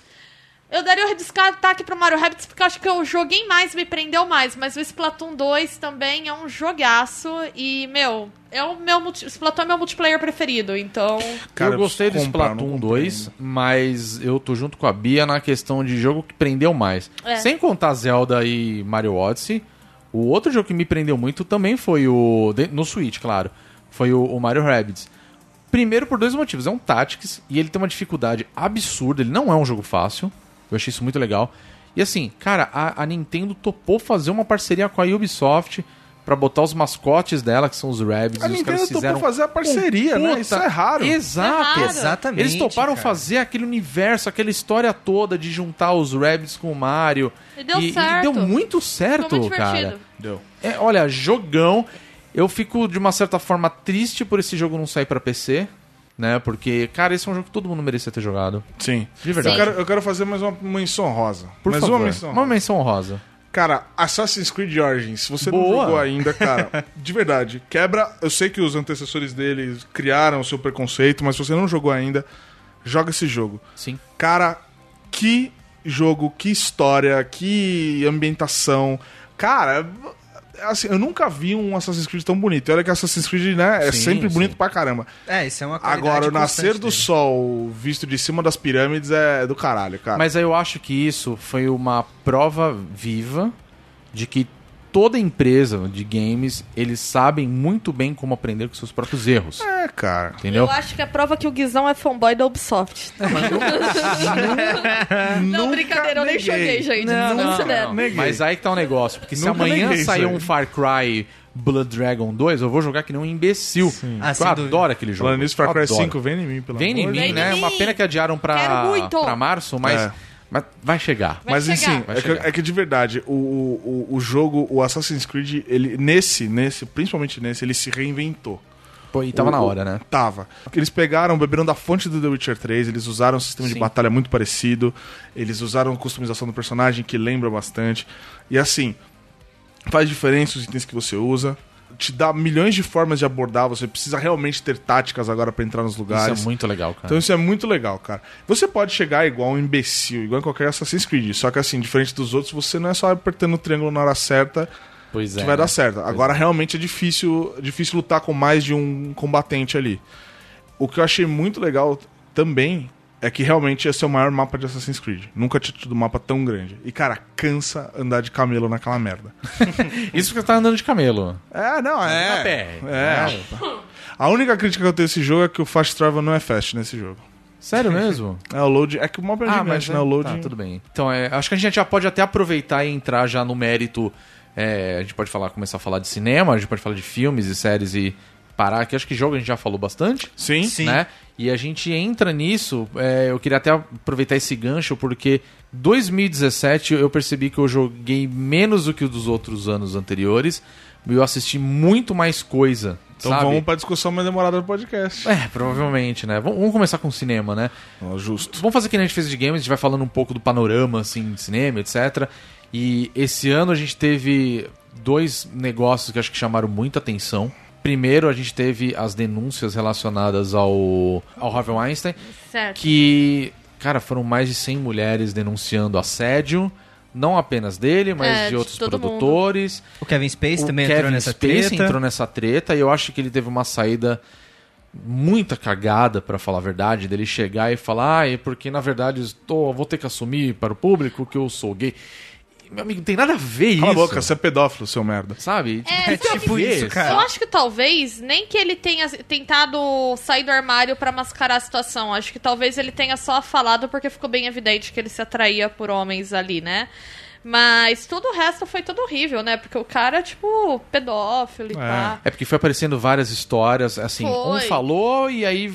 [SPEAKER 5] Eu daria o redescataque pro Mario Rabbids porque eu acho que eu joguei mais, me prendeu mais. Mas o Splatoon 2 também é um jogaço e, meu, é o meu. multi- Splatoon é meu multiplayer preferido, então.
[SPEAKER 4] Cara,
[SPEAKER 2] eu gostei do
[SPEAKER 4] preciso comprar, não
[SPEAKER 2] Splatoon
[SPEAKER 4] comprei
[SPEAKER 2] 2, mas eu tô junto com a Bia na questão de jogo que prendeu mais.
[SPEAKER 5] É.
[SPEAKER 2] Sem contar Zelda e Mario Odyssey, o outro jogo que me prendeu muito também foi o. de- No Switch, claro. Foi o, o Mario Rabbids. Primeiro por dois motivos. É um Tactics e ele tem uma dificuldade absurda. Ele não é um jogo fácil. Eu achei isso muito legal. E assim, cara, a, a Nintendo topou fazer uma parceria com a Ubisoft pra botar os mascotes dela, que são os Rabbids. e os
[SPEAKER 4] A Ah, Nintendo
[SPEAKER 2] caras
[SPEAKER 4] topou
[SPEAKER 2] fizeram
[SPEAKER 4] fazer a parceria, né?
[SPEAKER 2] Puta,
[SPEAKER 4] Isso é raro.
[SPEAKER 2] Exato.
[SPEAKER 5] É raro.
[SPEAKER 3] Exatamente.
[SPEAKER 2] Eles toparam
[SPEAKER 3] cara.
[SPEAKER 2] fazer aquele universo, aquela história toda de juntar os Rabbids com o Mario.
[SPEAKER 5] E deu certo.
[SPEAKER 2] deu muito certo,
[SPEAKER 5] Ficou muito
[SPEAKER 2] cara.
[SPEAKER 5] divertido.
[SPEAKER 4] Deu.
[SPEAKER 2] É, olha, jogão. Eu fico, de uma certa forma, triste por esse jogo não sair pra PC, né? Porque, cara, esse é um jogo que todo mundo merecia ter jogado.
[SPEAKER 4] Sim.
[SPEAKER 2] De verdade.
[SPEAKER 4] Eu quero, eu quero fazer mais uma menção rosa.
[SPEAKER 2] Por
[SPEAKER 4] mais
[SPEAKER 2] favor.
[SPEAKER 4] uma menção.
[SPEAKER 2] Uma menção honrosa.
[SPEAKER 4] Cara, Assassin's Creed Origins, se você
[SPEAKER 2] Boa.
[SPEAKER 4] não jogou ainda, cara, de verdade, quebra. Eu sei que os antecessores dele criaram o seu preconceito, mas se você não jogou ainda, joga esse jogo.
[SPEAKER 2] Sim.
[SPEAKER 4] Cara, que jogo, que história, que ambientação. Cara, assim, eu nunca vi um Assassin's Creed tão bonito. E Olha que Assassin's Creed, né, é
[SPEAKER 2] Sim,
[SPEAKER 4] sempre
[SPEAKER 2] sim.
[SPEAKER 4] bonito pra caramba.
[SPEAKER 3] É, isso é uma qualidade
[SPEAKER 4] Agora, o nascer
[SPEAKER 3] constante
[SPEAKER 4] do
[SPEAKER 3] dele.
[SPEAKER 4] sol visto de cima das pirâmides é do
[SPEAKER 2] Ah.
[SPEAKER 4] caralho, cara.
[SPEAKER 2] Mas eu acho que isso foi uma prova viva de que toda empresa de games, eles sabem muito bem como aprender com seus próprios erros.
[SPEAKER 4] É, cara.
[SPEAKER 2] Entendeu?
[SPEAKER 5] Eu acho que a prova que o Guizão é fanboy da Ubisoft. não,
[SPEAKER 4] Nunca
[SPEAKER 5] brincadeira, eu nem
[SPEAKER 4] neguei.
[SPEAKER 5] joguei, gente.
[SPEAKER 3] Não,
[SPEAKER 5] Não,
[SPEAKER 3] não,
[SPEAKER 5] considero.
[SPEAKER 4] Neguei.
[SPEAKER 2] Mas aí que tá o negócio, porque se
[SPEAKER 4] Nunca
[SPEAKER 2] amanhã
[SPEAKER 4] neguei isso
[SPEAKER 2] sair
[SPEAKER 4] aí.
[SPEAKER 2] um Far Cry Blood Dragon 2, eu vou jogar que nem um imbecil.
[SPEAKER 3] Ah,
[SPEAKER 2] eu
[SPEAKER 3] sem
[SPEAKER 2] adoro
[SPEAKER 3] dúvida.
[SPEAKER 2] aquele jogo.
[SPEAKER 4] Falando nisso, Far Cry
[SPEAKER 2] Adoro.
[SPEAKER 4] 5, vem em mim, pelo
[SPEAKER 2] Vem em
[SPEAKER 4] amor de
[SPEAKER 2] mim,
[SPEAKER 5] em
[SPEAKER 4] Deus.
[SPEAKER 2] né?
[SPEAKER 5] mim.
[SPEAKER 2] Uma pena que adiaram pra,
[SPEAKER 5] Quero muito.
[SPEAKER 2] pra março, mas,
[SPEAKER 4] É.
[SPEAKER 2] mas vai chegar.
[SPEAKER 5] Vai
[SPEAKER 4] Mas
[SPEAKER 5] chegar.
[SPEAKER 4] assim,
[SPEAKER 2] Vai
[SPEAKER 4] é que,
[SPEAKER 2] chegar.
[SPEAKER 4] é que de verdade, o, o, o jogo, o Assassin's Creed, ele, nesse, nesse, principalmente nesse, ele se reinventou.
[SPEAKER 2] Pô, e tava
[SPEAKER 4] O-
[SPEAKER 2] na
[SPEAKER 4] o-
[SPEAKER 2] hora, né?
[SPEAKER 4] Tava. Eles pegaram, beberam da fonte do The Witcher 3, eles usaram um sistema
[SPEAKER 2] Sim.
[SPEAKER 4] de batalha muito parecido, eles usaram customização do personagem que lembra bastante. E assim, faz diferença os itens que você usa, te dá milhões de formas de abordar, você precisa realmente ter táticas agora pra entrar nos lugares.
[SPEAKER 2] Isso é muito legal, cara.
[SPEAKER 4] Então isso é muito legal, cara. Você pode chegar igual um imbecil, igual em qualquer Assassin's Creed, só que assim, diferente dos outros, você não é só apertando o triângulo na hora certa
[SPEAKER 2] pois
[SPEAKER 4] que
[SPEAKER 2] é.
[SPEAKER 4] vai dar
[SPEAKER 2] né?
[SPEAKER 4] certo. Agora realmente é difícil, difícil lutar com mais de um combatente ali. O que eu achei muito legal também é que realmente esse é o maior mapa de Assassin's Creed. Nunca tinha tido um mapa tão grande. E cara, cansa andar de camelo naquela merda.
[SPEAKER 2] Isso porque tá andando de camelo.
[SPEAKER 4] É, não, é.
[SPEAKER 2] A pé.
[SPEAKER 4] É. A única crítica que eu tenho a esse jogo é que o fast travel não é fast nesse jogo.
[SPEAKER 2] Sério mesmo?
[SPEAKER 4] É o load, é que o mapa é gigante, né? O load
[SPEAKER 2] tá, tudo bem. Então, é, acho que a gente já pode até aproveitar e entrar já no mérito. é, a gente pode falar, começar a falar de cinema, a gente pode falar de filmes e séries e parar aqui. Acho que jogo a gente já falou bastante.
[SPEAKER 4] Sim.
[SPEAKER 3] Sim.
[SPEAKER 2] né? E a gente entra nisso. é, eu queria até aproveitar esse gancho, porque 2017 eu percebi que eu joguei menos do que os dos outros anos anteriores. E eu assisti muito mais coisa.
[SPEAKER 4] Então
[SPEAKER 2] sabe?
[SPEAKER 4] vamos pra discussão mais demorada do podcast.
[SPEAKER 2] É, provavelmente, né? Vamos, vamos começar com o cinema, né?
[SPEAKER 4] Ó, justo.
[SPEAKER 2] Vamos fazer que nem a gente fez de games, a gente vai falando um pouco do panorama, assim, de cinema, etc. E esse ano a gente teve dois negócios que acho que chamaram muita atenção. Primeiro, a gente teve as denúncias relacionadas ao, ao Harvey Weinstein,
[SPEAKER 5] Certo.
[SPEAKER 2] que, cara, foram mais de 100 mulheres denunciando assédio, não apenas dele, mas
[SPEAKER 5] É,
[SPEAKER 2] de
[SPEAKER 5] de
[SPEAKER 2] outros
[SPEAKER 5] todo mundo.
[SPEAKER 2] produtores
[SPEAKER 3] O Kevin Space também entrou nessa
[SPEAKER 2] Spacey
[SPEAKER 3] treta.
[SPEAKER 2] entrou nessa treta e eu acho que ele teve uma saída muita cagada, pra falar a verdade, dele chegar e falar, ah, é porque na verdade eu estou, vou ter que assumir para o público que eu sou gay. Meu amigo, não tem nada a ver
[SPEAKER 4] Cala a
[SPEAKER 2] isso.
[SPEAKER 4] boca, você é pedófilo, seu merda.
[SPEAKER 2] Sabe?
[SPEAKER 5] É,
[SPEAKER 2] Tipo,
[SPEAKER 3] tipo
[SPEAKER 2] vê
[SPEAKER 3] isso, cara.
[SPEAKER 5] Eu acho que talvez, nem que ele tenha tentado sair do armário pra mascarar a situação. Acho que talvez ele tenha só falado porque ficou bem evidente que ele se atraía por homens ali, né? Mas todo o resto foi todo horrível, né? Porque o cara é, tipo, pedófilo e tal.
[SPEAKER 2] É porque foi aparecendo várias histórias, assim, um
[SPEAKER 5] Foi.
[SPEAKER 2] falou e aí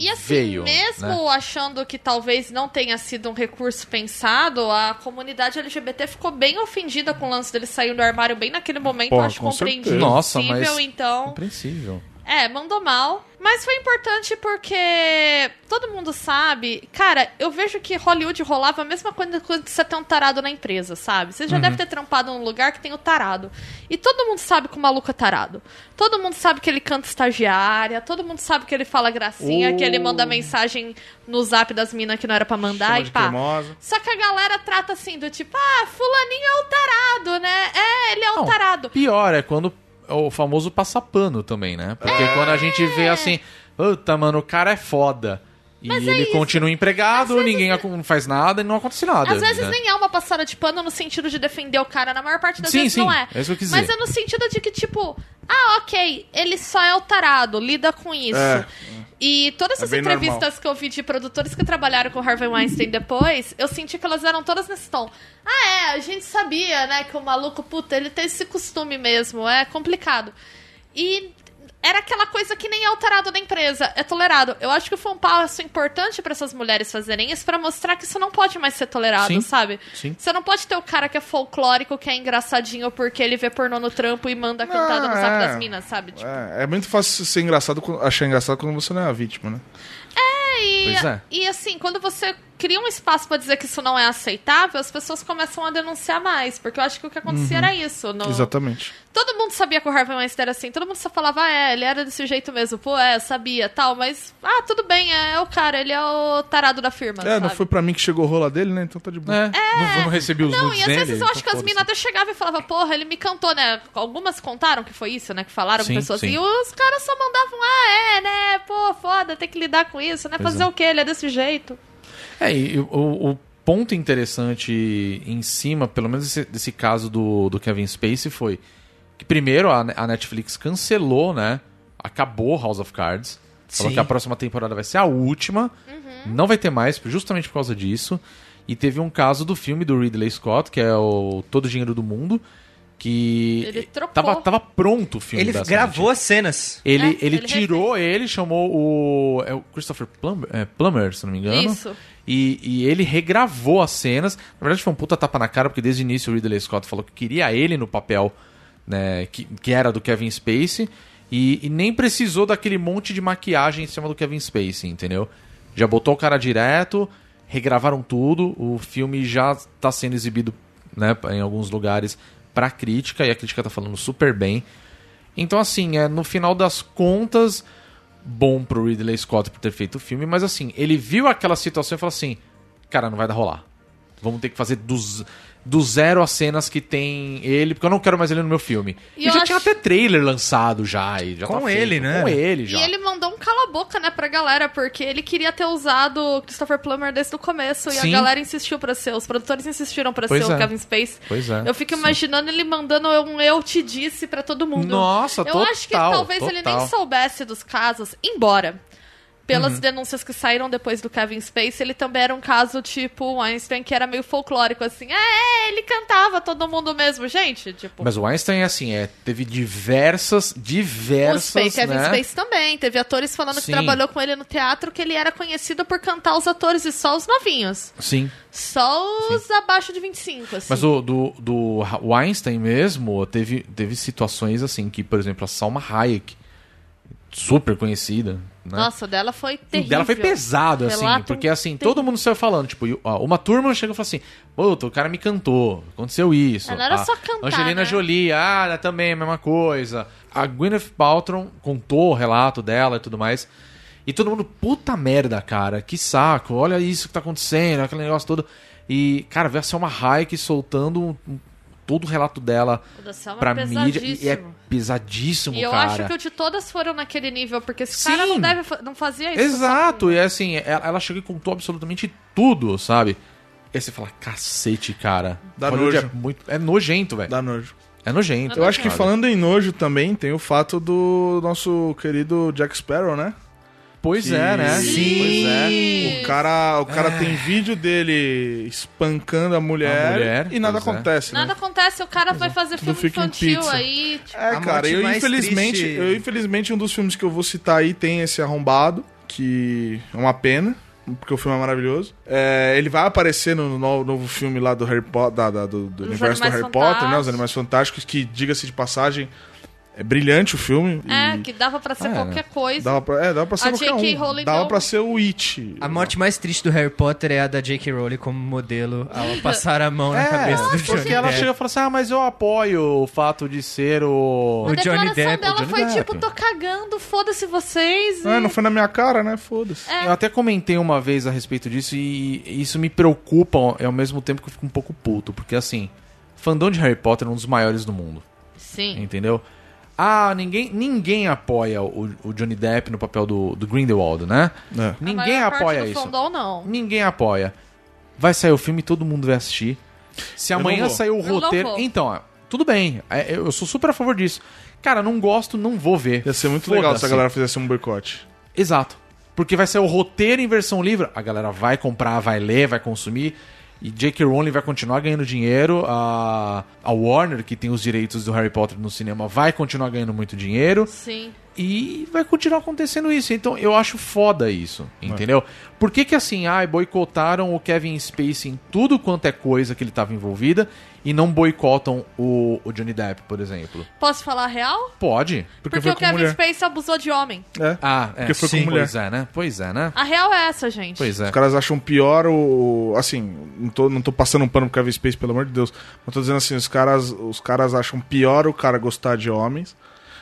[SPEAKER 5] E assim,
[SPEAKER 2] veio.
[SPEAKER 5] mesmo
[SPEAKER 2] né?
[SPEAKER 5] achando que talvez não tenha sido um recurso pensado, a comunidade LGBT ficou bem ofendida com o lance dele sair do armário bem naquele momento.
[SPEAKER 4] Porra,
[SPEAKER 5] acho
[SPEAKER 4] com
[SPEAKER 5] compreensível.
[SPEAKER 4] certeza.
[SPEAKER 2] Nossa, mas-
[SPEAKER 5] Então,
[SPEAKER 2] Compreensível.
[SPEAKER 5] é, mandou mal. Mas foi importante porque todo mundo sabe. Cara, eu vejo que Hollywood rolava a mesma coisa quando você tem um tarado na empresa, sabe? Você já
[SPEAKER 4] Uhum.
[SPEAKER 5] deve ter trampado num lugar que tem o tarado. E todo mundo sabe que o maluco é tarado. Todo mundo sabe que ele canta estagiária, todo mundo sabe que ele fala gracinha,
[SPEAKER 4] Oh.
[SPEAKER 5] que ele manda mensagem no zap das minas que não era pra mandar
[SPEAKER 4] Chama
[SPEAKER 5] e
[SPEAKER 4] de
[SPEAKER 5] pá.
[SPEAKER 4] cremosa.
[SPEAKER 5] Só que a galera trata assim do tipo, ah, fulaninho é o tarado, né? É, ele é o
[SPEAKER 2] Não,
[SPEAKER 5] tarado.
[SPEAKER 2] Pior é quando é o famoso passapano também, né? Porque
[SPEAKER 5] É.
[SPEAKER 2] quando a gente vê assim, puta, mano, o cara é foda. E
[SPEAKER 5] é
[SPEAKER 2] ele continua empregado, ninguém ac- não faz nada e não acontece nada.
[SPEAKER 5] Às vezes
[SPEAKER 2] né?
[SPEAKER 5] nem é uma passada de pano no sentido de defender o cara, na maior parte das
[SPEAKER 2] Sim,
[SPEAKER 5] vezes
[SPEAKER 2] sim,
[SPEAKER 5] não é.
[SPEAKER 2] é isso que eu quis
[SPEAKER 5] Mas
[SPEAKER 2] dizer.
[SPEAKER 5] é no sentido de que, tipo, ah, ok, ele só é o tarado, lida com isso.
[SPEAKER 4] É.
[SPEAKER 5] E todas
[SPEAKER 4] É
[SPEAKER 5] as
[SPEAKER 4] bem
[SPEAKER 5] entrevistas
[SPEAKER 4] normal.
[SPEAKER 5] que eu vi de produtores que trabalharam com o Harvey Weinstein depois, eu senti que elas eram todas nesse tom. Ah, é, a gente sabia, né, que o maluco, puta, ele tem esse costume mesmo, é complicado. E era aquela coisa que nem é alterado na empresa, é tolerado. Eu acho que foi um passo importante pra essas mulheres fazerem isso pra mostrar que isso não pode mais ser tolerado,
[SPEAKER 2] Sim.
[SPEAKER 5] sabe?
[SPEAKER 2] Sim.
[SPEAKER 5] Você não pode ter o cara que é folclórico, que é engraçadinho porque ele vê pornô no trampo e manda cantada no zap
[SPEAKER 2] Ah,
[SPEAKER 4] é.
[SPEAKER 5] das minas, sabe? Tipo,
[SPEAKER 4] É, é muito fácil ser engraçado, quando- achar engraçado quando você não é a vítima, né?
[SPEAKER 5] E,
[SPEAKER 2] Pois é.
[SPEAKER 5] e, assim, quando você cria um espaço pra dizer que isso não é aceitável, as pessoas começam a denunciar mais. Porque eu acho que o que acontecia
[SPEAKER 2] Uhum.
[SPEAKER 5] era isso. no-
[SPEAKER 4] Exatamente.
[SPEAKER 5] Todo mundo sabia que o Harvey Weinstein era assim. Todo mundo só falava, ah, é, ele era desse jeito mesmo. Pô, é, sabia, tal. Mas, ah, tudo bem, é, o cara, ele é o tarado da firma,
[SPEAKER 4] é, não
[SPEAKER 5] sabe?
[SPEAKER 4] foi pra mim que chegou o rola dele, né? Então tá de boa.
[SPEAKER 2] É, Não, não recebi os
[SPEAKER 5] Não,
[SPEAKER 2] nudes
[SPEAKER 5] e às vezes
[SPEAKER 2] dele,
[SPEAKER 5] eu acho que
[SPEAKER 2] então
[SPEAKER 5] as minas até chegavam e falavam, porra, ele me cantou, né? Algumas contaram que foi isso, né? Que falaram
[SPEAKER 2] Sim,
[SPEAKER 5] com pessoas.
[SPEAKER 2] sim.
[SPEAKER 5] E os caras só mandavam, ah, é, né? Pô, foda, tem que lidar com isso, né? Fazer o quê? Ele é desse é jeito.
[SPEAKER 2] foda-se. É, e o, o ponto interessante em cima, pelo menos desse, desse caso do, do Kevin Spacey, foi que primeiro a, a Netflix cancelou, né? Acabou House of Cards. Falou
[SPEAKER 3] Sim.
[SPEAKER 2] que a próxima temporada vai ser a última.
[SPEAKER 5] Uhum.
[SPEAKER 2] Não vai ter mais, justamente por causa disso. E teve um caso do filme do Ridley Scott, que é o Todo o Dinheiro do Mundo, que
[SPEAKER 5] Ele trocou.
[SPEAKER 2] tava, tava pronto o filme
[SPEAKER 3] Ele
[SPEAKER 2] da Sony.
[SPEAKER 3] gravou as cenas.
[SPEAKER 2] Ele,
[SPEAKER 5] É,
[SPEAKER 2] ele,
[SPEAKER 5] ele
[SPEAKER 2] tirou ele, chamou o. É o Christopher Plummer, é, Plummer, se não me engano.
[SPEAKER 5] Isso.
[SPEAKER 2] E, e ele regravou as cenas. Na verdade, foi um puta tapa na cara, porque desde o início o Ridley Scott falou que queria ele no papel, né? Que, que era do Kevin Spacey. E, e nem precisou daquele monte de maquiagem em cima do Kevin Spacey, entendeu? Já botou o cara direto, regravaram tudo. O filme já tá sendo exibido, né, em alguns lugares pra crítica, e a crítica tá falando super bem. Então, assim, é, no final das contas, bom pro Ridley Scott por ter feito o filme, mas assim, ele viu aquela situação e falou assim: cara, não vai dar rolar. Vamos ter que fazer do, z- do zero as cenas que tem ele, porque eu não quero mais ele no meu filme.
[SPEAKER 5] E
[SPEAKER 2] E,
[SPEAKER 5] eu
[SPEAKER 2] já
[SPEAKER 5] acho-
[SPEAKER 2] tinha até trailer lançado já. E já
[SPEAKER 3] Com
[SPEAKER 2] tá
[SPEAKER 3] ele,
[SPEAKER 2] feito,
[SPEAKER 3] né?
[SPEAKER 2] Com ele já.
[SPEAKER 5] E ele mandou um cala-boca, né, pra galera, porque ele queria ter usado o Christopher Plummer desde o começo e
[SPEAKER 2] Sim.
[SPEAKER 5] a galera insistiu pra ser, os produtores insistiram pra
[SPEAKER 2] Pois
[SPEAKER 5] ser
[SPEAKER 2] é.
[SPEAKER 5] o Kevin Space.
[SPEAKER 2] Pois é.
[SPEAKER 5] Eu fico imaginando ele mandando um eu te disse pra todo mundo.
[SPEAKER 2] Nossa,
[SPEAKER 5] Eu
[SPEAKER 2] Tá total,
[SPEAKER 5] acho que talvez ele
[SPEAKER 2] total. Uhum.
[SPEAKER 5] nem soubesse dos casos, embora. Pelas denúncias que saíram depois do Kevin Space, ele também era um caso tipo Einstein, que era meio folclórico, assim. É, ele cantava todo mundo mesmo, gente. Tipo,
[SPEAKER 2] Mas o Einstein, assim, é, teve diversas,
[SPEAKER 5] o
[SPEAKER 2] diversas,
[SPEAKER 5] Space, Kevin
[SPEAKER 2] né?
[SPEAKER 5] Space também. Teve atores falando
[SPEAKER 2] Sim.
[SPEAKER 5] que trabalhou com ele no teatro, que ele era conhecido por cantar os atores e só os novinhos.
[SPEAKER 2] Sim.
[SPEAKER 5] Só os abaixo de 25, assim.
[SPEAKER 2] Mas o do, do Weinstein mesmo, teve, teve situações assim que, por exemplo, a Salma Hayek, super conhecida, né?
[SPEAKER 5] Nossa, o dela foi
[SPEAKER 2] O
[SPEAKER 5] terrível.
[SPEAKER 2] dela foi pesado, assim,
[SPEAKER 5] Relato
[SPEAKER 2] porque assim,
[SPEAKER 5] terrível.
[SPEAKER 2] todo mundo saiu falando, tipo, e- ó, uma turma chega e fala assim, puta, o cara me cantou, aconteceu isso.
[SPEAKER 5] Ela Ah, não era
[SPEAKER 2] a
[SPEAKER 5] só cantar,
[SPEAKER 2] Angelina
[SPEAKER 5] né?
[SPEAKER 2] Jolie, ah, ela também, mesma coisa. A Gwyneth Paltrow contou o relato dela e tudo mais. E todo mundo, puta merda, cara, que saco, olha isso que tá acontecendo, aquele negócio todo. E, cara, vê a Selma Hayek soltando um- um- todo o relato dela
[SPEAKER 5] O da Selma
[SPEAKER 2] pra
[SPEAKER 5] é
[SPEAKER 2] mídia. E é
[SPEAKER 5] pesadíssimo.
[SPEAKER 2] pesadíssimo,
[SPEAKER 5] E eu
[SPEAKER 2] cara.
[SPEAKER 5] acho que o de todas foram naquele nível, porque esse cara
[SPEAKER 2] Sim.
[SPEAKER 5] não, deve, fa- não fazia isso.
[SPEAKER 2] Exato, e é assim, ela, ela chegou e contou absolutamente tudo, sabe? E aí você fala, cacete, cara.
[SPEAKER 4] Dá
[SPEAKER 2] Hollywood
[SPEAKER 4] nojo.
[SPEAKER 2] É, muito, é nojento, velho.
[SPEAKER 4] Dá nojo.
[SPEAKER 2] É nojento.
[SPEAKER 4] Eu acho que
[SPEAKER 2] sabe?
[SPEAKER 4] falando em nojo também, tem o fato do nosso querido Jack Sparrow, né?
[SPEAKER 2] Pois é, né?
[SPEAKER 4] Sim.
[SPEAKER 2] Pois é.
[SPEAKER 4] O cara, o cara tem vídeo dele espancando a mulher,
[SPEAKER 2] A mulher,
[SPEAKER 4] e nada
[SPEAKER 2] pois é.
[SPEAKER 4] acontece, né?
[SPEAKER 5] Nada acontece, o cara vai fazer
[SPEAKER 4] Tudo
[SPEAKER 5] filme
[SPEAKER 4] fica em
[SPEAKER 5] infantil
[SPEAKER 4] pizza.
[SPEAKER 5] aí. tipo,
[SPEAKER 4] É,
[SPEAKER 3] A
[SPEAKER 4] cara,
[SPEAKER 3] morte
[SPEAKER 4] eu
[SPEAKER 3] mais
[SPEAKER 4] infelizmente,
[SPEAKER 3] triste-
[SPEAKER 4] eu infelizmente um dos filmes que eu vou citar aí tem esse arrombado, que é uma pena, porque o filme é maravilhoso. É, ele vai aparecer no no- novo filme lá do Harry Potter, da, da- do, do
[SPEAKER 5] Dos
[SPEAKER 4] universo do
[SPEAKER 5] Animais
[SPEAKER 4] Harry Potter, né? Os
[SPEAKER 5] Fantásticos.
[SPEAKER 4] Animais Fantásticos, que, diga-se de passagem, é brilhante o filme.
[SPEAKER 5] É,
[SPEAKER 4] e
[SPEAKER 5] que dava pra ser
[SPEAKER 2] Ah, é,
[SPEAKER 5] qualquer coisa.
[SPEAKER 4] Dava pra, é, dava pra ser
[SPEAKER 5] A
[SPEAKER 4] qualquer
[SPEAKER 5] J.K.
[SPEAKER 4] um.
[SPEAKER 5] Rowling
[SPEAKER 4] dava
[SPEAKER 5] não-
[SPEAKER 4] pra ser o It.
[SPEAKER 3] A morte mais triste do Harry Potter é a da J.K. Rowling como modelo ao passar a mão na cabeça do Johnny
[SPEAKER 2] porque É, ela
[SPEAKER 3] Depp.
[SPEAKER 2] chega e fala assim, ah, mas eu apoio o fato de ser o...
[SPEAKER 5] A
[SPEAKER 3] O Johnny
[SPEAKER 5] declaração
[SPEAKER 3] Depp, o
[SPEAKER 5] dela
[SPEAKER 2] Johnny
[SPEAKER 5] foi
[SPEAKER 2] Depp.
[SPEAKER 5] tipo, tô cagando, foda-se vocês.
[SPEAKER 4] É, Não,
[SPEAKER 5] e-
[SPEAKER 4] não foi na minha cara, né?
[SPEAKER 5] É.
[SPEAKER 4] Foda-se.
[SPEAKER 2] Eu até comentei uma vez a respeito disso e isso me preocupa ao- ao mesmo tempo que eu fico um pouco puto, porque assim, fandom de Harry Potter é um dos maiores do mundo.
[SPEAKER 5] Sim.
[SPEAKER 2] Entendeu? Ah, ninguém, ninguém apoia o, o Johnny Depp no papel do, do Grindelwald, né?
[SPEAKER 4] É.
[SPEAKER 5] A
[SPEAKER 2] Ninguém
[SPEAKER 5] maior parte
[SPEAKER 2] apoia
[SPEAKER 5] do
[SPEAKER 2] isso.
[SPEAKER 5] fandom, não.
[SPEAKER 2] Ninguém apoia. Vai sair o filme, todo mundo vai assistir. Se
[SPEAKER 4] não
[SPEAKER 2] amanhã
[SPEAKER 4] vou.
[SPEAKER 2] sair o
[SPEAKER 5] Eu não
[SPEAKER 2] roteiro.
[SPEAKER 5] vou.
[SPEAKER 2] Então, ó, tudo bem. É, Eu sou super a favor disso. Cara, não gosto, não vou ver.
[SPEAKER 4] Ia ser muito legal se a
[SPEAKER 2] Foda-se.
[SPEAKER 4] galera fizesse um boicote.
[SPEAKER 2] Exato. Porque vai ser o roteiro em versão livre, a galera vai comprar, vai ler, vai consumir. E J.K. Rowling vai continuar ganhando dinheiro. A, a Warner, que tem os direitos do Harry Potter no cinema, vai continuar ganhando muito dinheiro.
[SPEAKER 5] Sim.
[SPEAKER 2] E vai continuar acontecendo isso. Então eu acho foda isso,
[SPEAKER 4] É.
[SPEAKER 2] entendeu? Por que que assim, ai, boicotaram o Kevin Spacey em tudo quanto é coisa que ele tava envolvida e não boicotam o, o Johnny Depp, por exemplo?
[SPEAKER 5] Posso falar a real?
[SPEAKER 2] Pode.
[SPEAKER 5] Porque,
[SPEAKER 4] foi
[SPEAKER 5] o
[SPEAKER 4] com
[SPEAKER 5] Kevin
[SPEAKER 4] mulher.
[SPEAKER 5] Space abusou de homem.
[SPEAKER 4] É.
[SPEAKER 2] Ah, é,
[SPEAKER 4] Porque foi com
[SPEAKER 2] sim,
[SPEAKER 4] mulher.
[SPEAKER 2] Pois é, né? Pois é, né?
[SPEAKER 5] A real é essa, gente.
[SPEAKER 2] Pois é.
[SPEAKER 4] Os caras acham pior o. Assim, não tô, não tô passando um pano pro Kevin Space, pelo amor de Deus. Mas tô dizendo assim, os caras, os caras acham pior o cara gostar de homens.